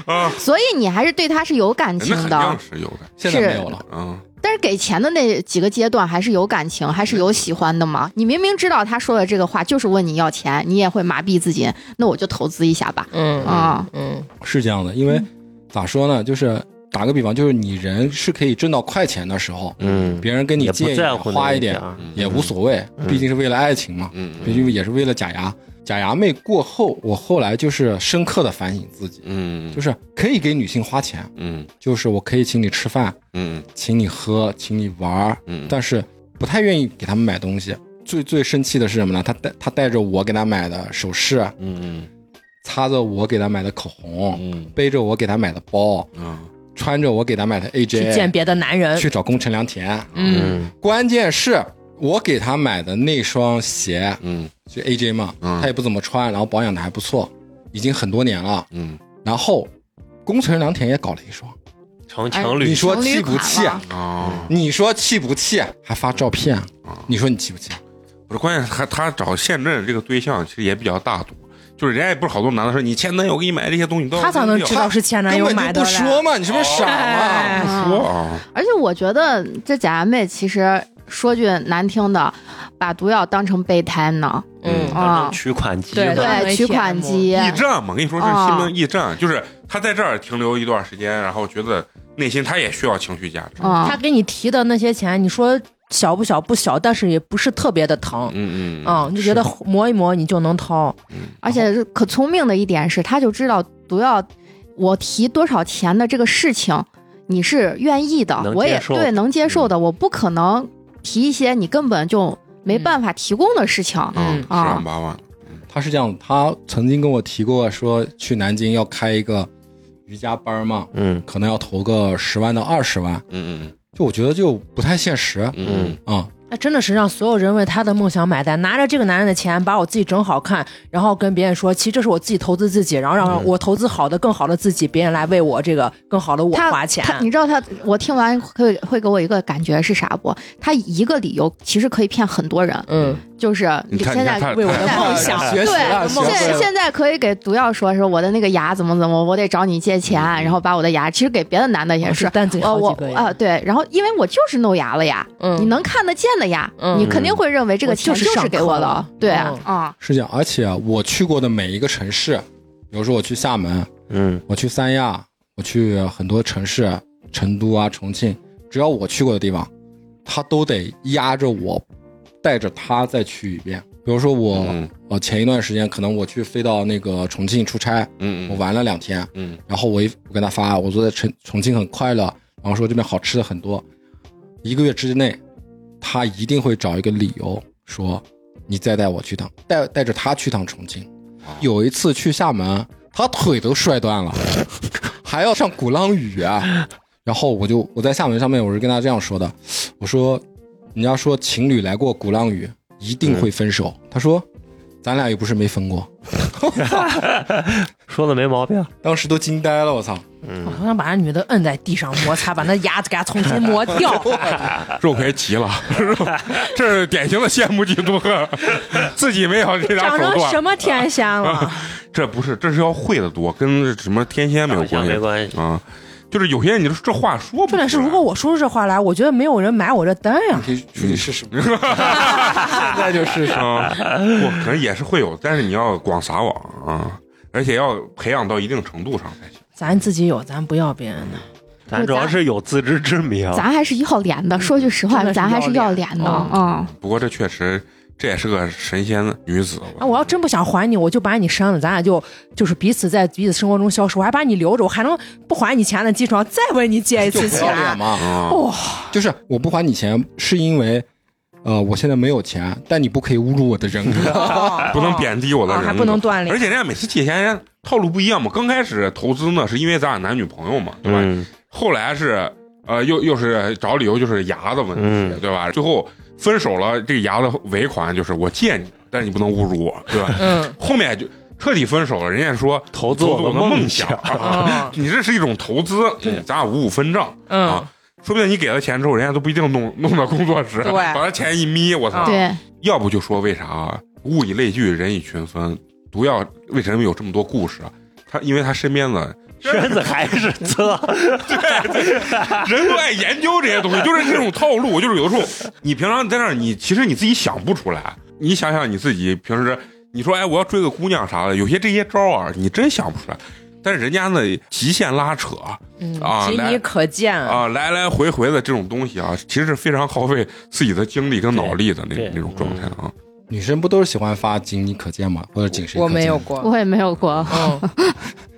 Speaker 1: 吧？
Speaker 3: 所以你还是对他是有感
Speaker 1: 那
Speaker 3: 情
Speaker 1: 肯定
Speaker 3: 的，
Speaker 1: 是有的。
Speaker 5: 现在没有了。
Speaker 1: 嗯，
Speaker 3: 但是给钱的那几个阶段还是有感情，还是有喜欢的嘛？你明明知道他说的这个话就是问你要钱，你也会麻痹自己，那我就投资一下吧。
Speaker 2: 嗯
Speaker 3: 啊，
Speaker 2: 嗯
Speaker 5: 是这样的，因为咋说呢，就是打个比方，就是你人是可以挣到快钱的时候，
Speaker 1: 嗯
Speaker 5: 别人跟你
Speaker 4: 也
Speaker 5: 借
Speaker 4: 不
Speaker 5: 一
Speaker 4: 在
Speaker 5: 点嗯
Speaker 4: 乎
Speaker 5: 花
Speaker 4: 那啊
Speaker 5: 一点
Speaker 4: 点儿
Speaker 5: 也无所谓，毕竟是为了爱情嘛，
Speaker 1: 嗯
Speaker 5: 毕竟也是为了假牙。假牙妹过后，我后来就是深刻的反省自己，
Speaker 1: 嗯
Speaker 5: 就是可以给女性花钱，
Speaker 1: 嗯
Speaker 5: 就是我可以请你吃饭，
Speaker 1: 嗯
Speaker 5: 请你喝，请你玩儿，
Speaker 1: 嗯，
Speaker 5: 但是不太愿意给他们买东西。最最生气的是什么呢？他带他带着我给他买的首饰，
Speaker 1: 嗯
Speaker 5: 擦着我给他买的口红，
Speaker 1: 嗯
Speaker 5: 背着我给他买的包，
Speaker 1: 嗯
Speaker 5: 穿着我给他买的 AJ，
Speaker 2: 去见别的男人，
Speaker 5: 去找宫城良田。
Speaker 2: 嗯，
Speaker 5: 关键是我给他买的那双鞋，
Speaker 1: 嗯
Speaker 5: 就 AJ 嘛，
Speaker 1: 嗯
Speaker 5: 他也不怎么穿，然后保养的还不错，已经很多年了。
Speaker 1: 嗯
Speaker 5: 然后宫城良田也搞了一双，
Speaker 4: 成情
Speaker 5: 你
Speaker 4: 侣
Speaker 5: 说
Speaker 3: 情侣
Speaker 5: 气不
Speaker 3: 款
Speaker 5: 气？
Speaker 3: 了
Speaker 1: 啊，
Speaker 5: 你说气不气？还发照片
Speaker 1: 啊，
Speaker 5: 你说你气不气？
Speaker 1: 不是，关键是他他找现任这个对象其实也比较大度，就是人家也不是好多男的说你前男友给你买这些东西，都
Speaker 2: 他咋能知道是前男
Speaker 5: 根
Speaker 2: 友
Speaker 5: 本
Speaker 2: 买
Speaker 5: 就
Speaker 2: 的
Speaker 5: 不
Speaker 2: 嘞？
Speaker 5: 说嘛，你是不是傻嘛？
Speaker 2: 哎
Speaker 1: 不说啊？
Speaker 3: 嗯而且我觉得这假牙妹其实说句难听的，把毒药当成备胎呢，
Speaker 2: 嗯
Speaker 3: 啊
Speaker 4: 当成取款机
Speaker 2: 对
Speaker 4: 了
Speaker 2: 当成
Speaker 3: 对，取款机。
Speaker 1: 驿站嘛，跟你说这是新闻驿站，就是他在这儿停留一段时间，然后觉得内心他也需要情绪价值。
Speaker 3: 嗯
Speaker 2: 他，给你提的那些钱，你说小不小不小，但是也不是特别的疼，
Speaker 1: 嗯嗯
Speaker 2: 啊，你就觉得磨一磨你就能掏，
Speaker 3: 而且是可聪明的一点是，他就知道毒药我提多少钱的这个事情，你是愿意的
Speaker 4: 能，
Speaker 3: 我也
Speaker 4: 接受
Speaker 3: 对能接受的，我不可能提一些你根本就没办法提供的事情。
Speaker 1: 嗯，十万八万，
Speaker 5: 他是这样，他曾经跟我提过说去南京要开一个瑜伽班嘛，
Speaker 4: 嗯
Speaker 5: 可能要投个十万到二十万，
Speaker 1: 嗯
Speaker 5: 就我觉得就不太现实啊、
Speaker 1: 嗯嗯
Speaker 2: 那真的是让所有人为他的梦想买单，拿着这个男人的钱把我自己整好看，然后跟别人说，其实这是我自己投资自己，然后
Speaker 3: 嗯
Speaker 2: 让我投资好的、更好的自己，别人来为我这个更好的我
Speaker 3: 他
Speaker 2: 花钱。
Speaker 3: 他，你知道他，我听完会会给我一个感觉是啥不？他一个理由其实可以骗很多人，
Speaker 2: 嗯，
Speaker 3: 就是
Speaker 1: 你看
Speaker 3: 现
Speaker 1: 你看
Speaker 3: 在
Speaker 1: 他
Speaker 2: 为我的
Speaker 3: 他
Speaker 2: 梦想，
Speaker 5: 学习了，学
Speaker 3: 对，
Speaker 5: 习
Speaker 3: 现
Speaker 5: 了。
Speaker 3: 现在可以给毒药说是我的那个牙怎么怎么，我得找你借钱，然后把我的牙，其实给别的男的也是，
Speaker 2: 蛋贼
Speaker 3: 呃
Speaker 2: 好
Speaker 3: 我
Speaker 2: 几个呀
Speaker 3: 啊、对，然后因为我就是弄牙了呀，
Speaker 2: 嗯
Speaker 3: 你能看得见的呀，
Speaker 2: 嗯
Speaker 3: 你肯定会认为这个钱
Speaker 2: 我就是
Speaker 3: 是给我
Speaker 2: 上课
Speaker 3: 的
Speaker 2: 了，
Speaker 3: 对
Speaker 2: 嗯
Speaker 3: 啊，
Speaker 5: 是这样，而且我去过的每一个城市，比如说我去厦门，
Speaker 4: 嗯，
Speaker 5: 我去三亚，我去很多城市，成都啊、重庆，只要我去过的地方，他都得压着我，带着他再去一遍。比如说我，
Speaker 1: 嗯
Speaker 5: 呃，前一段时间可能我去飞到那个重庆出差，
Speaker 1: 嗯
Speaker 5: 我玩了两天，
Speaker 1: 嗯
Speaker 5: 然后我一我跟他发，我说在重重庆很快乐，然后说这边好吃的很多，一个月之内，他一定会找一个理由说你再带我去趟，带带着他去趟重庆。
Speaker 1: 啊
Speaker 5: 有一次去厦门，他腿都摔断了， 还要上鼓浪屿啊。然后我就我在厦门上面，我是跟他这样说的，我说你要说情侣来过鼓浪屿一定
Speaker 1: 嗯
Speaker 5: 会分手，他说咱俩又不是没分过，
Speaker 4: 说的没毛病。
Speaker 5: 当时都惊呆了，我操！
Speaker 2: 我好想把那女的摁在地上摩擦，把那牙给她重新磨掉。
Speaker 1: 肉魁急 了，这是典型的羡慕嫉妒恨，自己没有这俩
Speaker 2: 长
Speaker 1: 手
Speaker 2: 成什
Speaker 1: 段，
Speaker 2: 么天仙了？
Speaker 1: 这不是，这是要会的多，跟什么天仙没有关
Speaker 4: 好像
Speaker 1: 系，
Speaker 4: 没关系
Speaker 1: 啊。就是有些人，你说这话说不出
Speaker 2: 重
Speaker 1: 来，
Speaker 2: 点是，如果我说出这话来，我觉得没有人买我这单呀、
Speaker 5: 可以出去试试， 现在就试试。
Speaker 1: 啊，我可能也是会有，但是你要广撒网啊，而且要培养到一定程度上才行。
Speaker 2: 咱自己有，咱不要别人的。
Speaker 4: 咱主要是有自知之明，
Speaker 3: 咱还是要脸的，说句实话
Speaker 2: 真的，是
Speaker 3: 咱还是
Speaker 2: 要
Speaker 3: 要
Speaker 2: 脸
Speaker 3: 脸的，嗯，
Speaker 1: 不过这确实，这也是个神仙女子。
Speaker 2: 啊，我要真不想还你，我就把你删了，咱俩就就是彼此在彼此生活中消失，我还把你留着，我还能不还你钱的基础上再问你借一
Speaker 5: 就
Speaker 2: 次
Speaker 5: 不要脸
Speaker 2: 钱。
Speaker 5: 嘛！
Speaker 1: 啊，
Speaker 5: 就是我不还你钱，是因为，呃，我现在没有钱，但你不可以侮辱我的人格。
Speaker 2: 哦
Speaker 1: 不能贬低我的
Speaker 2: 哦
Speaker 1: 人啊格，
Speaker 2: 还不能锻炼
Speaker 1: 而且人家每次借钱，人家套路不一样嘛。刚开始投资呢，是因为咱俩男女朋友嘛，对吧？
Speaker 4: 嗯
Speaker 1: 后来是呃，又又是找理由，就是牙的问题，
Speaker 4: 嗯
Speaker 1: 对吧？最后分手了，这个牙的尾款就是我借你，但是你不能侮辱我，对吧？
Speaker 2: 嗯，
Speaker 1: 后面就彻底分手了，人家说
Speaker 4: 投
Speaker 1: 资
Speaker 4: 资我
Speaker 1: 我
Speaker 4: 的
Speaker 1: 的
Speaker 4: 梦
Speaker 1: 想
Speaker 4: 想，
Speaker 2: 啊
Speaker 1: 你这是一种投资，嗯咱俩五五分账、
Speaker 2: 嗯
Speaker 1: 啊。说不定你给了钱之后，人家都不一定弄 弄到工作室，
Speaker 2: 对
Speaker 1: 把他钱一眯，我操！
Speaker 2: 啊
Speaker 3: 对，
Speaker 1: 要不就说为啥啊物以类聚，人以群分。毒药为什么有这么多故事啊？他因为他身边的
Speaker 4: 圈子还是这，
Speaker 1: 人都爱研究这些东西，就是这种套路。就是有的时候你平常在那儿，你其实你自己想不出来。你想想你自己平时，你说哎，我要追个姑娘啥的，有些这些招儿啊，你真想不出来。但是人家呢，极限拉扯
Speaker 2: 嗯
Speaker 1: 啊
Speaker 2: 仅
Speaker 1: 来
Speaker 2: 你可见
Speaker 4: 嗯
Speaker 2: 啊，
Speaker 1: 啊，来来回回的这种东西啊，其实是非常耗费自己的精力跟脑力的那
Speaker 4: 对对嗯
Speaker 1: 那种状态啊。
Speaker 5: 女生不都是喜欢发仅你可见吗？或者仅谁可见？
Speaker 2: 我没有，过，
Speaker 3: 我也没有过。
Speaker 2: 嗯，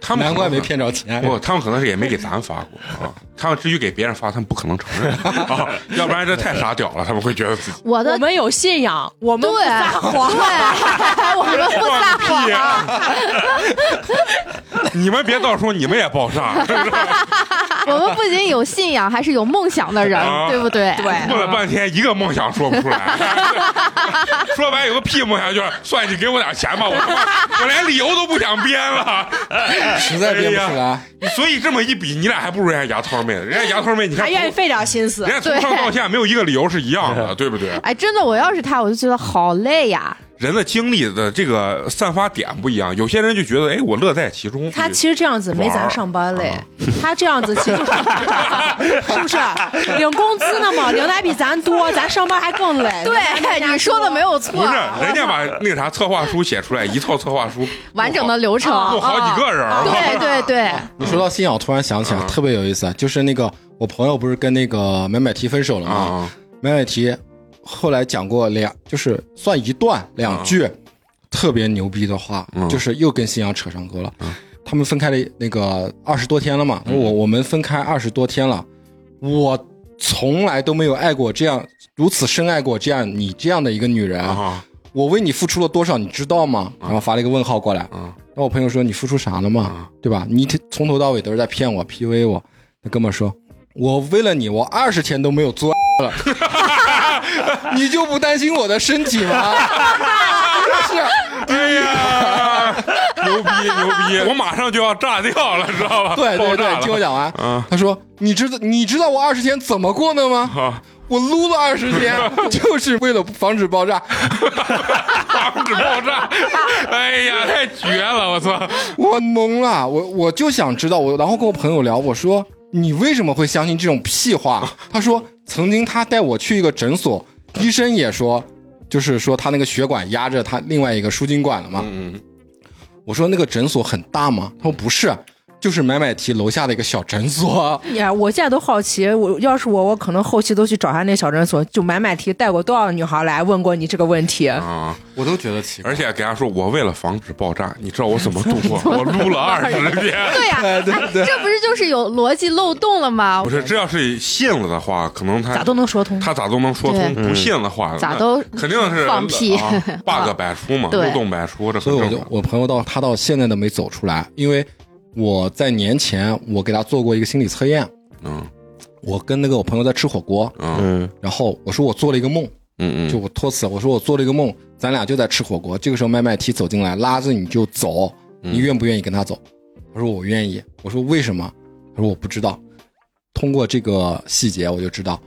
Speaker 1: 他们
Speaker 5: 难怪
Speaker 1: 可能
Speaker 5: 没骗着钱。
Speaker 1: 不，他们可能是也没给咱发过啊。他们至于给别人发，他们不可能承 认啊，要不然这太傻屌了，他们会觉得自己
Speaker 3: 我
Speaker 2: 我
Speaker 3: 的
Speaker 2: 们有信仰，我们不
Speaker 3: 对
Speaker 2: 撒谎，
Speaker 3: 我们不撒
Speaker 1: 放屁
Speaker 3: 谎，
Speaker 1: 啊！你们别到时候你们也爆 炸，是不是
Speaker 3: 我们不仅有信仰，还是有梦想的人
Speaker 1: 啊，
Speaker 3: 对不对？
Speaker 1: 问了半天一个梦想说不出来， 说白有个屁梦想就是算你给我点钱吧，我他妈我连理由都不想编了。
Speaker 5: 实在编不出来。
Speaker 1: 所以这么一比，你俩还不如人家牙套妹呢。人家牙套妹，你看
Speaker 2: 还
Speaker 1: 从，
Speaker 2: 愿意
Speaker 1: 人
Speaker 2: 费点心思。
Speaker 1: 家从上到下没有一个理由是一样的，对不对？
Speaker 3: 哎，真的，我要是他，我就觉得好累呀。
Speaker 1: 人的精力的这个散发点不一样，有些人就觉得，哎，我乐在其中。
Speaker 2: 他其实这样子没咱上班累，他这样子其实就是是不是领工资呢嘛？领的还比咱多，咱上班还更累。
Speaker 3: 对， 你说的没有错
Speaker 1: 不是，人家把那个啥策划书写出来，一套策划书，
Speaker 3: 完整的流程。啊
Speaker 1: 弄好几个人儿。
Speaker 3: 对对对，
Speaker 5: 你说到信仰，我突然想起来，
Speaker 1: 嗯
Speaker 5: 特别有意思啊，就是那个我朋友不是跟那个买买提分手了
Speaker 2: 嗯
Speaker 5: 吗？
Speaker 1: 啊，
Speaker 5: 买买提后来讲过两，就是算一段两句、特别牛逼的话，
Speaker 1: 嗯
Speaker 5: 就是又跟信仰扯上钩了。他们分开了那个二十多天了嘛，我我们分开二十多天了，我从来都没有爱过这样如此深爱过这样你这样的一个女人。
Speaker 1: 啊，
Speaker 5: 我为你付出了多少，你知道吗？然后发了一个问号过来。
Speaker 1: 嗯
Speaker 5: 然后我朋友说你付出啥了
Speaker 1: 啊
Speaker 5: 嘛？对吧？你从头到尾都是在骗我、PUA 我。那哥们儿说，我为了你，我二十天都没有做 了，你就不担心我的身体吗？ 啊
Speaker 1: 哎呀，牛逼牛逼！我马上就要炸掉了，知道吧？
Speaker 5: 对对
Speaker 1: 爆炸
Speaker 5: 对，
Speaker 1: 了
Speaker 5: 听我讲完。
Speaker 1: 嗯
Speaker 5: 他说，你知道你知道我二十天怎么过的吗？
Speaker 1: 啊，
Speaker 5: 我撸了二十 天，就是为了防止爆炸。
Speaker 1: 防止爆炸！哎呀，太绝了，我操！
Speaker 5: 我懵了，我我就想知道，我然后跟我朋友聊，我说你为什么会相信这种屁话？ 他说曾经他带我去一个诊所，医生也说，就是说他那个血管压着他另外一个输精管了嘛。
Speaker 1: 嗯，
Speaker 5: 我说那个诊所很大吗？他说不是，就是买买提楼下的一个小诊所。
Speaker 2: 哎呀，我现在都好奇，我要是我，我可能后期都去找他那小诊所，就买买提带过多少女孩来问过你这个问题？
Speaker 1: 啊，
Speaker 5: 我都觉得奇怪
Speaker 1: 而。且给他说，我为了防止爆炸，你知道我怎么度过？我撸了二十天。
Speaker 3: 对呀，
Speaker 5: 对对对，
Speaker 3: 这不是就是有逻辑漏洞了吗
Speaker 1: 不？是，这要是信了的话，可能他
Speaker 2: 咋都能说通。
Speaker 1: 他咋都能说通；不信的话，
Speaker 3: 咋
Speaker 1: 那
Speaker 3: 都
Speaker 1: 肯定是
Speaker 3: 放屁
Speaker 1: 啊，bug 百出嘛，
Speaker 3: 对
Speaker 1: 漏洞百出，这
Speaker 5: 所
Speaker 1: 很
Speaker 5: 以我
Speaker 1: 正
Speaker 5: 就
Speaker 1: 常。
Speaker 5: 我朋友到他到现在都没走出来，因为我在年前我给他做过一个心理测验，
Speaker 1: 嗯
Speaker 5: 我跟那个我朋友在吃火锅，
Speaker 1: 嗯
Speaker 4: 嗯
Speaker 5: 然后我说我做了一个梦，
Speaker 1: 嗯
Speaker 5: 就我托辞，我说我做了一个梦，咱俩就在吃火锅。这个时候麦麦提走进来，拉着你就走，
Speaker 1: 嗯
Speaker 5: 你愿不愿意跟他走？他说我愿意。我说为什么？他说我不知道。通过这个细节，我就知道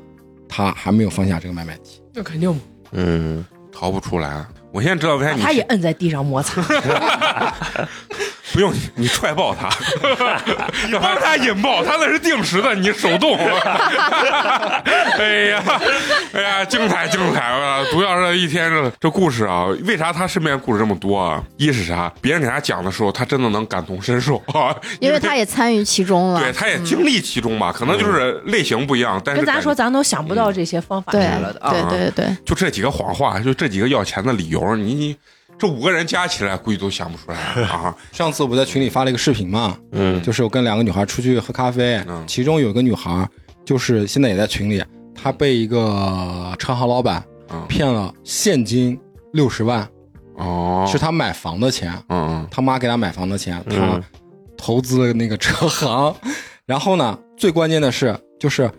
Speaker 5: 他还没有放下这个麦麦提。
Speaker 2: 那肯定，
Speaker 4: 嗯，
Speaker 1: 嗯，逃不出来。我现在知道为啥
Speaker 2: 啊他
Speaker 1: 你
Speaker 2: 也摁在地上摩擦。
Speaker 1: 不用你你踹爆 他，你帮他引爆，他那是定时的，你手动。 哎呀，哎呀，精彩精彩啊！毒药这一天这这故事啊，为啥他身边故事这么多啊？一是啥？别人给他讲的时候，他真的能感同身受 啊，
Speaker 3: 因为他也参与其中了。
Speaker 2: 嗯
Speaker 1: 对，他也经历其中吧，可能就是类型不一样，但是
Speaker 2: 跟嗯咱
Speaker 1: 感觉
Speaker 2: 说，咱都想不到这些方法
Speaker 3: 嗯对
Speaker 2: 啥了的啊。
Speaker 3: 对对对，
Speaker 1: 就这几个谎话，就这几个要钱的理由，你你这五个人加起来，估计都想不出来 啊。
Speaker 5: 上次我在群里发了一个视频嘛，
Speaker 4: 嗯
Speaker 5: 就是我跟两个女孩出去喝咖啡，
Speaker 1: 嗯
Speaker 5: 其中有一个女孩就是现在也在群里，她被一个车行老板
Speaker 1: 嗯
Speaker 5: 骗了现金六十万，
Speaker 1: 哦，
Speaker 5: 是她买房的钱。
Speaker 1: 嗯
Speaker 5: 他妈给他买房的钱，
Speaker 4: 嗯
Speaker 5: 他投资了那个车行， 然后呢，最关键的是，就是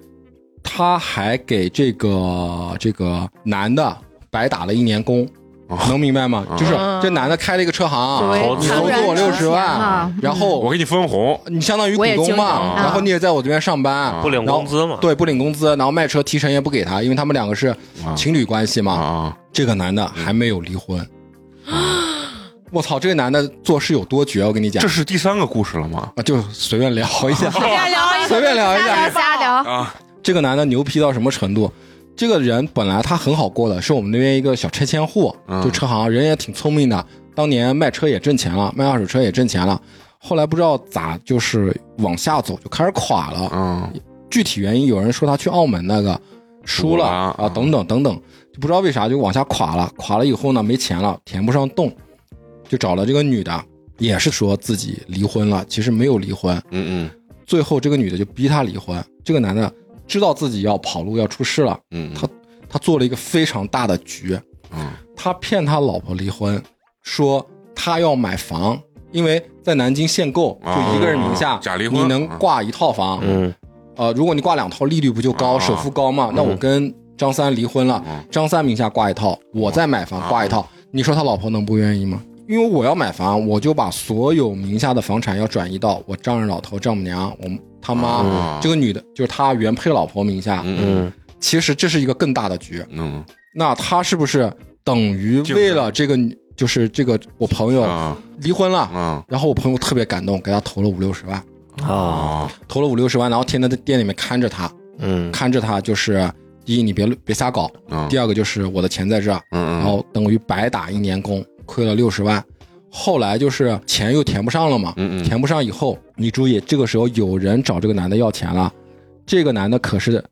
Speaker 5: 他还给这个这个男的白打了一年工，
Speaker 1: 哦
Speaker 5: 能明白吗？
Speaker 1: 嗯
Speaker 5: 就是这男的开了一个车
Speaker 2: 作为
Speaker 5: 行，
Speaker 4: 投
Speaker 5: 你
Speaker 4: 资
Speaker 5: 投资我
Speaker 3: 常人
Speaker 5: 六
Speaker 3: 之
Speaker 5: 十
Speaker 3: 前
Speaker 5: 万
Speaker 3: 嘛，
Speaker 5: 然
Speaker 1: 嗯，我
Speaker 5: 后
Speaker 1: 给你分红，
Speaker 5: 你相当于
Speaker 2: 我也
Speaker 5: 股东
Speaker 2: 经
Speaker 5: 嘛
Speaker 1: 历，过
Speaker 5: 然后你也在我这边上班，
Speaker 1: 嗯
Speaker 4: 不领
Speaker 5: 然后
Speaker 4: 工资嘛，
Speaker 5: 对，不领工资，然后卖车提成也不给他，因为他们两个是
Speaker 1: 啊
Speaker 5: 情侣关系嘛，
Speaker 1: 啊，
Speaker 5: 这个男的还没有离婚。
Speaker 2: 嗯
Speaker 5: 我操，这个男的做事有多绝！我跟你讲
Speaker 1: 这，是第三个故事了吗？
Speaker 5: 啊，就随便聊 一下，
Speaker 2: 再聊一
Speaker 5: 随便聊一
Speaker 3: 哎瞎聊
Speaker 5: 下。
Speaker 3: 瞎聊，
Speaker 1: 啊，
Speaker 5: 这个男的牛批到什么程度？这个人本来他很好过的，是我们那边一个小拆迁户，
Speaker 1: 嗯
Speaker 5: 就车行，人也挺聪明的，当年卖车也挣钱了，卖二手车也挣钱了。后来不知道咋就是往下走，就开始垮了。
Speaker 1: 嗯
Speaker 5: 具体原因有人说他去澳门那个输
Speaker 1: 赌
Speaker 5: 了
Speaker 1: 了嗯
Speaker 5: 啊，等等等等。就不知道为啥就往下垮了，垮了以后呢，没钱了，填不上洞，就找了这个女的，也是说自己离婚了，其实没有离婚，
Speaker 1: 嗯嗯
Speaker 5: 最后这个女的就逼他离婚，这个男的知道自己要跑路要出事了，
Speaker 1: 嗯，
Speaker 5: 他他做了一个非常大的局，
Speaker 1: 嗯
Speaker 5: 他骗他老婆离婚，说他要买房，因为在南京限购，就一个人名下，
Speaker 1: 啊假离婚
Speaker 5: 你能挂一套房。
Speaker 4: 嗯，
Speaker 5: 呃，如果你挂两套，利率不就高，
Speaker 1: 啊
Speaker 5: 首付高嘛？那我跟张三离婚了
Speaker 1: 嗯，
Speaker 5: 张三名下挂一套，我再买房挂一套，你说他老婆能不愿意吗？因为我要买房，我就把所有名下的房产要转移到我丈人、老头、丈母娘、我他妈
Speaker 1: 啊
Speaker 5: 这个女的，就是他原配老婆名下。
Speaker 1: 嗯
Speaker 5: 其实这是一个更大的局，
Speaker 1: 嗯
Speaker 5: 那他是不是等于为了这个女，就是这个我朋
Speaker 1: 嗯
Speaker 5: 友
Speaker 1: 啊
Speaker 5: 离婚了？
Speaker 1: 啊
Speaker 5: 然后我朋友特别感动，给他投了五六十万，
Speaker 4: 啊，
Speaker 1: 啊
Speaker 5: 投了五六十万，然后天天在店里面看着他，
Speaker 4: 嗯，
Speaker 5: 看着他就是第一你别别瞎搞，
Speaker 1: 嗯
Speaker 5: 第二个就是我的钱在这儿，
Speaker 1: 嗯
Speaker 5: 然后等于白打一年工，亏了六十万。后来就是钱又填不上了嘛，
Speaker 1: 嗯嗯
Speaker 5: 填不上以后，你注意，这个时候有人找这个男的要钱了，这个男的可是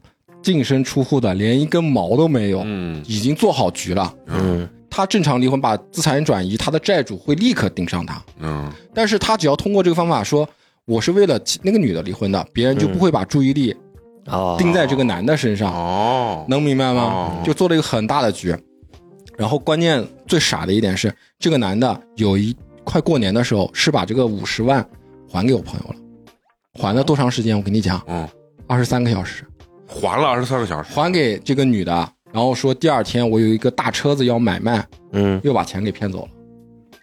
Speaker 5: 净身出户的，连一根毛都没有，
Speaker 1: 嗯
Speaker 5: 已经做好局了。
Speaker 4: 嗯
Speaker 5: 他正常离婚把资产转移，他的债主会立刻盯上他。
Speaker 1: 嗯
Speaker 5: 但是他只要通过这个方法说我是为了那个女的离婚的，别人就不会把注意力
Speaker 4: 啊，
Speaker 5: 盯在这个男的身上，
Speaker 1: 哦
Speaker 5: 能明白吗
Speaker 1: 哦？
Speaker 5: 就做了一个很大的局。然后关键最傻的一点是，这个男的有一快过年的时候是把这个五十万还给我朋友了，还了多长时间？我跟你讲，
Speaker 1: 嗯
Speaker 5: 二十三个小时，
Speaker 1: 还了二十三个小时
Speaker 5: 还给这个女的，然后说第二天我有一个大车子要买卖，
Speaker 4: 嗯。
Speaker 5: 又把钱给骗走了，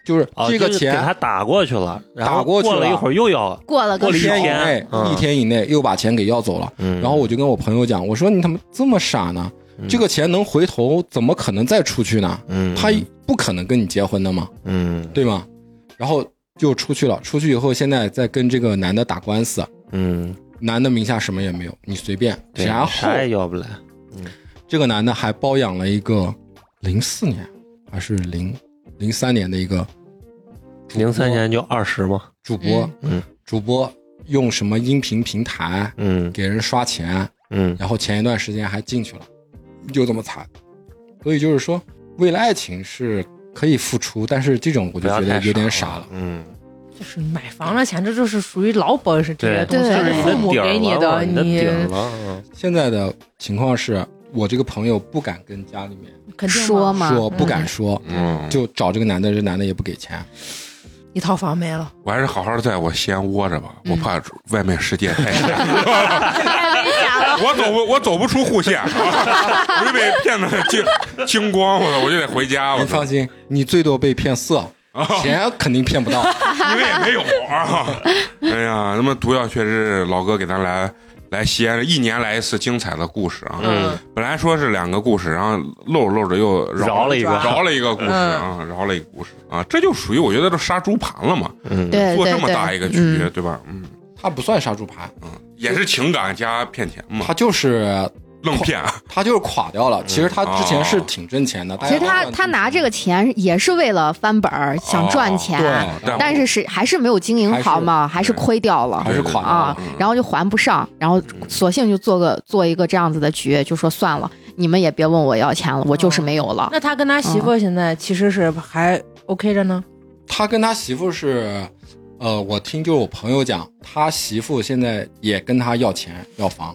Speaker 5: 就是
Speaker 4: 哦
Speaker 5: 这个
Speaker 4: 就是
Speaker 5: 钱
Speaker 4: 给他打过去了，然
Speaker 5: 打
Speaker 4: 后
Speaker 5: 过
Speaker 4: 过
Speaker 5: 去
Speaker 4: 了
Speaker 5: 了
Speaker 4: 一会儿又要，
Speaker 3: 过了
Speaker 4: 过
Speaker 3: 个
Speaker 4: 了一
Speaker 3: 手
Speaker 5: 天以
Speaker 4: 天
Speaker 5: 内，
Speaker 4: 嗯
Speaker 5: 一天以内又把钱给要走了。
Speaker 4: 嗯，
Speaker 5: 然后我就跟我朋友讲，我说你怎么这么傻呢？这个钱能回头，怎么可能再出去呢？
Speaker 4: 嗯，
Speaker 5: 他不可能跟你结婚的嘛，
Speaker 4: 嗯
Speaker 5: 对吗？然后就出去了，出去以后现在在跟这个男的打官司，
Speaker 4: 嗯，
Speaker 5: 男的名下什么也没有，你随便。
Speaker 4: 对
Speaker 5: 然后
Speaker 4: 啥也要不来，
Speaker 5: 这个男的还包养了一个零四年还是零零三年的一个
Speaker 4: 零三年就二十嘛，
Speaker 5: 主播，
Speaker 4: 嗯，
Speaker 5: 主播用什么音频平台
Speaker 4: 嗯
Speaker 5: 给人刷钱，
Speaker 4: 嗯
Speaker 5: 然后前一段时间还进去了，就这么惨。所以就是说，为了爱情是可以付出，但是这种
Speaker 4: 不
Speaker 5: 我就
Speaker 4: 要
Speaker 5: 觉
Speaker 4: 太
Speaker 5: 得有点
Speaker 4: 傻
Speaker 5: 傻了。
Speaker 4: 嗯，
Speaker 2: 就是买房了钱，这就是属于老本事这些东
Speaker 4: 对，
Speaker 2: 西，
Speaker 3: 对
Speaker 4: 就是
Speaker 2: 是
Speaker 4: 你
Speaker 2: 父
Speaker 4: 的
Speaker 2: 母
Speaker 4: 底
Speaker 2: 给
Speaker 4: 儿了，
Speaker 2: 的，
Speaker 4: 你的底儿
Speaker 2: 你
Speaker 4: 了，嗯
Speaker 5: 现在的情况是我这个朋友不敢跟家里面
Speaker 2: 肯定
Speaker 3: 说
Speaker 2: 嘛
Speaker 3: 嘛，
Speaker 5: 说，不敢说，
Speaker 1: 嗯
Speaker 5: 就找这个男的，这男的也不给钱。
Speaker 2: 一套房没了，
Speaker 1: 我还是好好在我西安窝着吧，我怕外面世界太大，
Speaker 3: 太危险了。
Speaker 1: 我走不我走不出户县，我就被骗的精精光，我我就得回家，我
Speaker 5: 你放心，你最多被骗色，
Speaker 4: 哦
Speaker 5: 钱肯定骗不 到。
Speaker 1: 因为也没有啊。哎呀，那么毒药确实，老哥给咱来来西安，一年来一次精彩的故事啊。
Speaker 4: 嗯，
Speaker 1: 本来说是两个故事，然后漏着漏着又
Speaker 4: 饶了一个
Speaker 1: 饶了一个故事啊，
Speaker 3: 嗯
Speaker 1: 饶了一个故事啊，这就属于我觉得都杀猪盘了嘛，
Speaker 4: 嗯，
Speaker 3: 对
Speaker 1: 做
Speaker 3: 对
Speaker 1: 这么
Speaker 3: 对，
Speaker 1: 大一个
Speaker 3: 嗯
Speaker 1: 局，对吧？嗯
Speaker 5: 他不算杀猪盘，
Speaker 1: 嗯，也是情感加骗钱
Speaker 4: 嗯
Speaker 1: 嘛，
Speaker 5: 他就是
Speaker 1: 愣骗。
Speaker 5: 他就是垮掉了。其实他之前是
Speaker 1: 嗯哦
Speaker 5: 挺挣钱的，大
Speaker 3: 其
Speaker 5: 家
Speaker 3: 实他
Speaker 5: 都
Speaker 3: 他拿这个钱也是为了翻本
Speaker 1: 哦
Speaker 3: 儿，想赚钱，啊
Speaker 5: 对
Speaker 1: 但
Speaker 3: 但是是还是没有经营好嘛，还是亏掉了
Speaker 5: 还是垮掉
Speaker 3: 啊
Speaker 5: 了。，
Speaker 1: 嗯
Speaker 3: 然后就还不上，然后索性就做个做一个这样子的局，就说算了，你们也别问我要钱了，我就是没有了。
Speaker 2: 那他跟他媳妇儿现在其实是还 OK 着呢，
Speaker 5: 他跟他媳妇是，呃，我听就是我朋友讲，他媳妇现在也跟他要钱要房，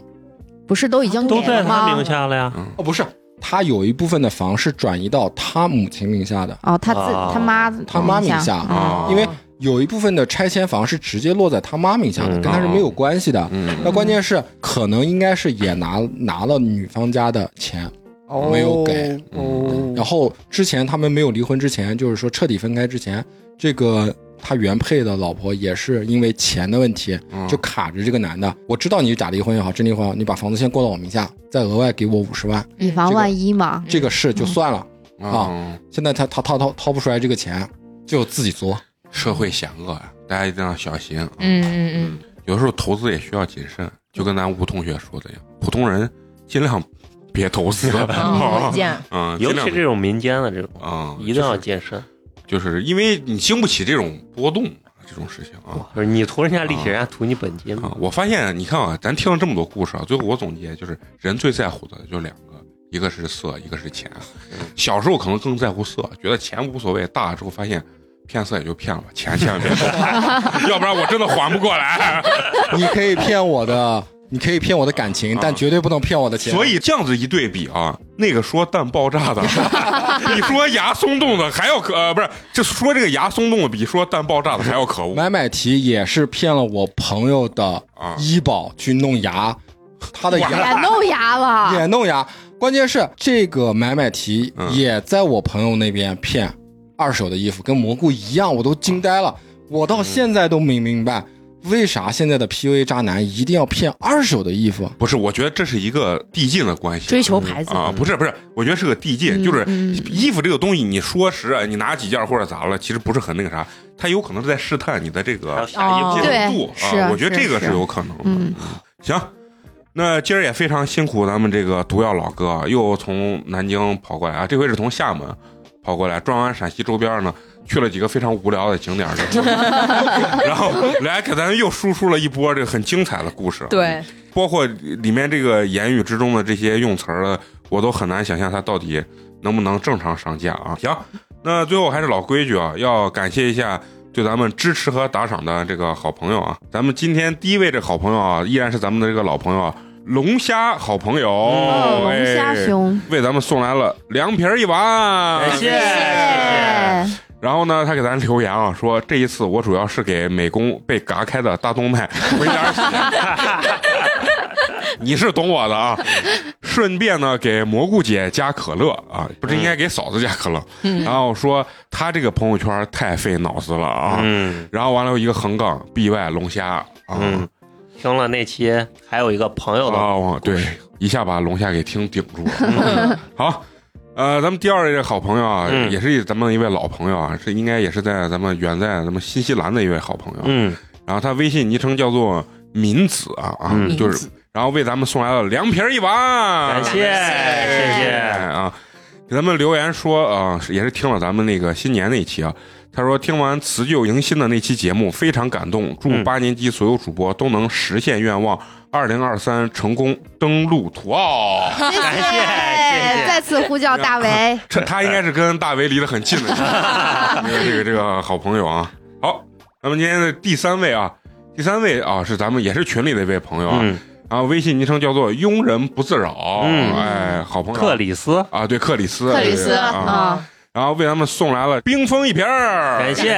Speaker 3: 不是都已经
Speaker 4: 都
Speaker 3: 给
Speaker 4: 在
Speaker 3: 了
Speaker 4: 他
Speaker 3: 吗
Speaker 4: 名？下了呀，
Speaker 5: 哦，不是，他有一部分的房是转移到他母亲名下的，
Speaker 3: 哦，他自
Speaker 4: 啊
Speaker 3: 他妈
Speaker 5: 他妈名下
Speaker 1: 啊
Speaker 3: 嗯
Speaker 5: 因为有一部分的拆迁房是直接落在他妈名下的，
Speaker 4: 嗯
Speaker 5: 跟他是没有关系的。
Speaker 1: 嗯
Speaker 5: 那关键是，可能应该是也拿拿了女方家的钱，没有给。
Speaker 1: 嗯
Speaker 5: 然后之前他们没有离婚之前，就是说彻底分开之前，这个他原配的老婆也是因为钱的问题，
Speaker 4: 哦
Speaker 1: 嗯
Speaker 5: 就卡着这个男的。我知道你假离婚也好，真离婚也好，你把房子先过到我名下，再额外给我五
Speaker 1: 嗯
Speaker 5: 十万，
Speaker 3: 以防万一嘛。
Speaker 5: 这个事就算了。
Speaker 4: 哦
Speaker 1: 啊，
Speaker 5: 现在他他掏掏掏不出来这个钱，就自己 作。
Speaker 1: 社会险恶呀，大家一定要小心啊。
Speaker 2: 嗯嗯嗯，
Speaker 1: 有时候投资也需要谨慎，就跟咱吴同学说的一样，普通人尽量别投资，
Speaker 2: 嗯，我
Speaker 1: 嗯，
Speaker 2: 见，
Speaker 1: 尽
Speaker 4: 尤
Speaker 1: 量
Speaker 4: 其这种民间的这种，
Speaker 1: 啊，
Speaker 4: 一定要谨慎。
Speaker 1: 就是因为你经不起这种波动这种事情啊
Speaker 4: 就是嗯你图人家利息，人家图你本金嘛。
Speaker 1: 啊！我发现你看啊，咱听了这么多故事啊，最后我总结就是，人最在乎的就两个，一个是色，一个是钱。
Speaker 4: 嗯
Speaker 1: 小时候可能更在乎色，觉得钱无所谓，大了之后发现。骗色也就骗了，钱千万别多 花，要不然我真的缓不过来。
Speaker 5: 你可以骗我的，你可以骗我的感情，但绝对不能骗我的钱。
Speaker 1: 啊所以这样子一对比啊，那个说蛋爆炸的，比说牙松动的还要可呃，不是，就说这个牙松动的比说蛋爆炸的还要可恶。
Speaker 5: 买买提也是骗了我朋友的
Speaker 1: 啊
Speaker 5: 医保去弄牙，他的牙
Speaker 3: 也弄牙了，
Speaker 5: 也弄牙。关键是这个买买提
Speaker 1: 嗯
Speaker 5: 也在我朋友那边骗二手的衣服，跟蘑菇一样，我都惊呆了。我到现在都没明白，为啥现在的 PUA 渣男一定要骗二手的衣服？
Speaker 1: 不是，我觉得这是一个递进的关系，
Speaker 2: 追求牌子
Speaker 1: 啊，不是不是，我觉得是个递进，就是
Speaker 3: 嗯
Speaker 1: 衣服这个东西，你说实啊，你拿几件或者咋了，其实不是很那个啥，它有可能是在试探你的这
Speaker 4: 还
Speaker 1: 个
Speaker 4: 有下一
Speaker 2: 哦
Speaker 4: 步
Speaker 1: 接
Speaker 3: 对
Speaker 1: 受度
Speaker 3: 是
Speaker 1: 啊，我觉得
Speaker 3: 是
Speaker 1: 这个是
Speaker 3: 是
Speaker 1: 有可能的。
Speaker 3: 嗯，
Speaker 1: 行，那今儿也非常辛苦咱们这个毒药老哥啊又从南京跑过来啊，这回是从厦门跑过来，转完陕西周边呢，去了几个非常无聊的景点儿，然后 来给咱又输出了一波这个很精彩的故事，，啊
Speaker 6: 对，
Speaker 1: 包括里面这个言语之中的这些用词儿的，我都很难想象它到底能不能正常上架啊。行，那最后还是老规矩啊，要感谢一下对咱们支持和打赏的这个好朋友啊。咱们今天第一位这个好朋友啊，依然是咱们的这个老朋友啊，龙虾好朋友，
Speaker 3: 哦，龙虾
Speaker 1: 哎
Speaker 3: 兄，
Speaker 1: 为咱们送来了凉皮儿一碗，
Speaker 4: 嗯感谢谢谢
Speaker 3: 哎，
Speaker 1: 然后呢，他给咱留言啊，说这一次我主要是给美工被嘎开的大动脉 回点儿血。 你是懂我的啊，顺便呢给蘑菇姐加可乐啊，不是应该给嫂子加可乐？
Speaker 4: 嗯
Speaker 1: 然后说他这个朋友圈太费脑子了啊，
Speaker 4: 嗯，
Speaker 1: 然后完了有一个横杠 B Y 龙虾啊，
Speaker 4: 嗯听了那期还有一个朋友的，
Speaker 1: 哦，对，一下把龙虾给听顶住
Speaker 2: 嗯
Speaker 1: 了。好，呃，咱们第二位好朋友啊，
Speaker 4: 嗯
Speaker 1: 也是咱们一位老朋友啊，是应该也是在咱们远在咱们新西兰的一位好朋友。
Speaker 4: 嗯，
Speaker 1: 然后他微信昵称叫做民子啊啊，
Speaker 4: 嗯
Speaker 1: 就是然后为咱们送来了凉皮儿一碗，
Speaker 4: 啊
Speaker 1: 哎
Speaker 4: 感谢谢谢，
Speaker 1: 啊，给咱们留言说啊、是也是听了咱们那个新年那期啊，他说听完辞旧迎新的那期节目非常感动，祝
Speaker 4: 嗯
Speaker 1: 八年级所有主播都能实现愿望，二零二三成功登陆土澳。
Speaker 3: 感
Speaker 4: 哦哎谢谢谢
Speaker 3: 再次呼叫大为，
Speaker 1: 这他应该是跟大为离得很近的 这个这个这个好朋友啊。好，咱们今天的第三位啊，第三位啊是咱们也是群里的一位朋友啊，
Speaker 4: 嗯，
Speaker 1: 然后微信昵称叫做庸人不自扰，
Speaker 4: 嗯
Speaker 1: 哎，好朋友
Speaker 4: 克里斯，
Speaker 1: 啊，对克里斯，
Speaker 3: 克里
Speaker 1: 对
Speaker 3: 斯
Speaker 6: 嗯
Speaker 1: 对啊，
Speaker 3: 啊，
Speaker 1: 然后为咱们送来了冰封一瓶儿，
Speaker 4: 感谢谢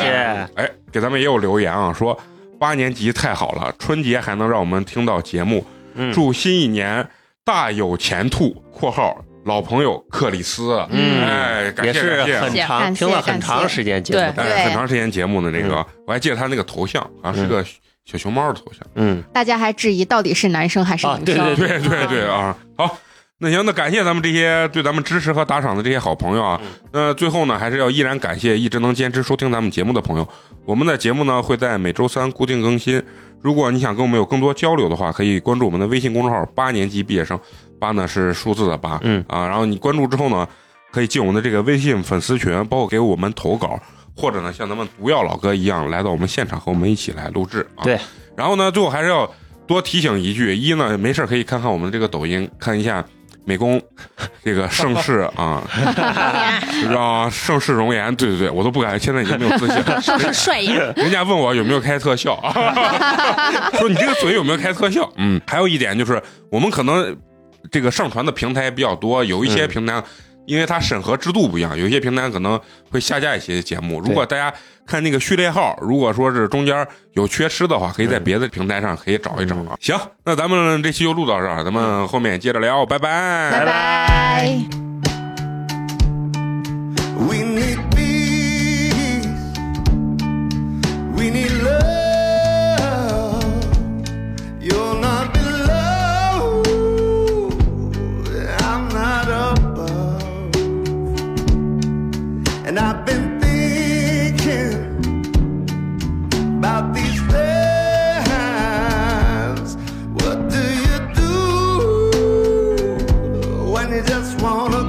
Speaker 4: 谢，
Speaker 1: 哎，给咱们也有留言啊，说八年级太好了，春节还能让我们听到节目，
Speaker 4: 嗯
Speaker 1: 祝新一年大有前途（括号老朋友克里斯）。
Speaker 4: 嗯
Speaker 1: 哎，感
Speaker 4: 也
Speaker 1: 谢
Speaker 4: 是
Speaker 1: 感谢。
Speaker 4: 很长，
Speaker 3: 感谢
Speaker 4: 听了很长时间节目，
Speaker 6: 感
Speaker 1: 哎，
Speaker 3: 对
Speaker 1: 很长时间节目的那
Speaker 4: 嗯
Speaker 1: 个，我还记得他那个头像，好像是个小熊猫的头像。
Speaker 4: 嗯，
Speaker 3: 大家还质疑到底是男生还是
Speaker 4: 啊
Speaker 3: 女
Speaker 4: 对对
Speaker 3: 生？
Speaker 4: 嗯
Speaker 1: 对对对啊，好。那行，那感谢咱们这些对咱们支持和打赏的这些好朋友啊。
Speaker 4: 嗯
Speaker 1: 那最后呢，还是要依然感谢一直能坚持收听咱们节目的朋友。我们的节目呢会在每周三固定更新。如果你想跟我们有更多交流的话，可以关注我们的微信公众号“八年级毕业生”，八呢是数字的八，
Speaker 4: 嗯
Speaker 1: 啊，然后你关注之后呢，可以进我们的这个微信粉丝群，包括给我们投稿，或者呢像咱们毒药老哥一样来到我们现场和我们一起来录制啊。
Speaker 4: 对，
Speaker 1: 然后呢，最后还是要多提醒一句：一呢，没事儿可以看看我们这个抖音，看一下美工这个盛世啊， 让盛世容颜。对对对，我都不敢，现在已经没有自信 了。
Speaker 6: 是帅呀，
Speaker 1: 人家问我有没有开特效， 说你这个嘴有没有开特效？嗯，还有一点就是，我们可能这个上传的平台比较多，有一些
Speaker 4: 嗯
Speaker 1: 平台。因为它审核制度不一样，有一些平台可能会下架一些节目。如果大家看那个序列号，如果说是中间有缺失的话，可以在别的平台上可以找一找啊。行，那咱们这期就录到这儿，咱们后面接着聊，拜拜
Speaker 3: 拜拜。
Speaker 7: We need peace. We need love. You're not below. I'm not above. And I've been thinking about these things. What do you do when you just wanna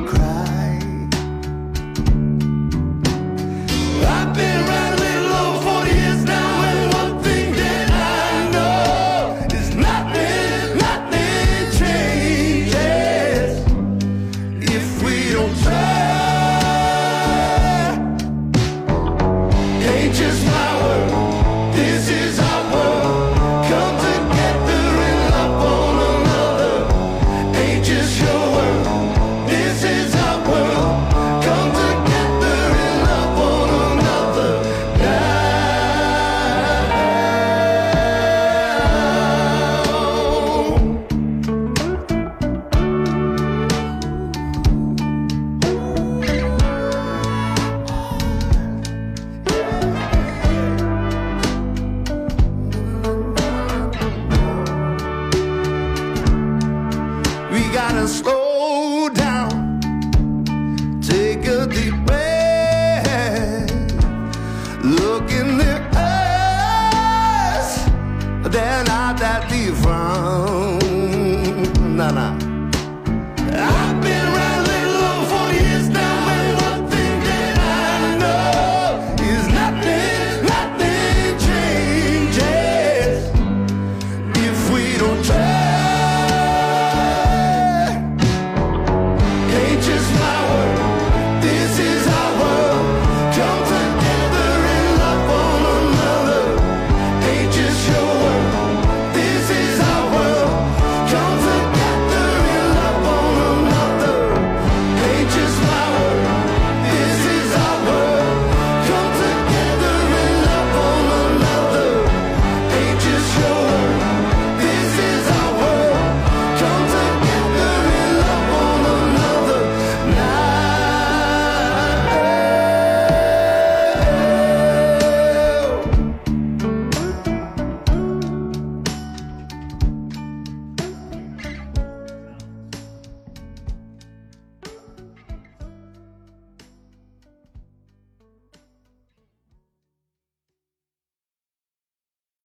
Speaker 7: and slow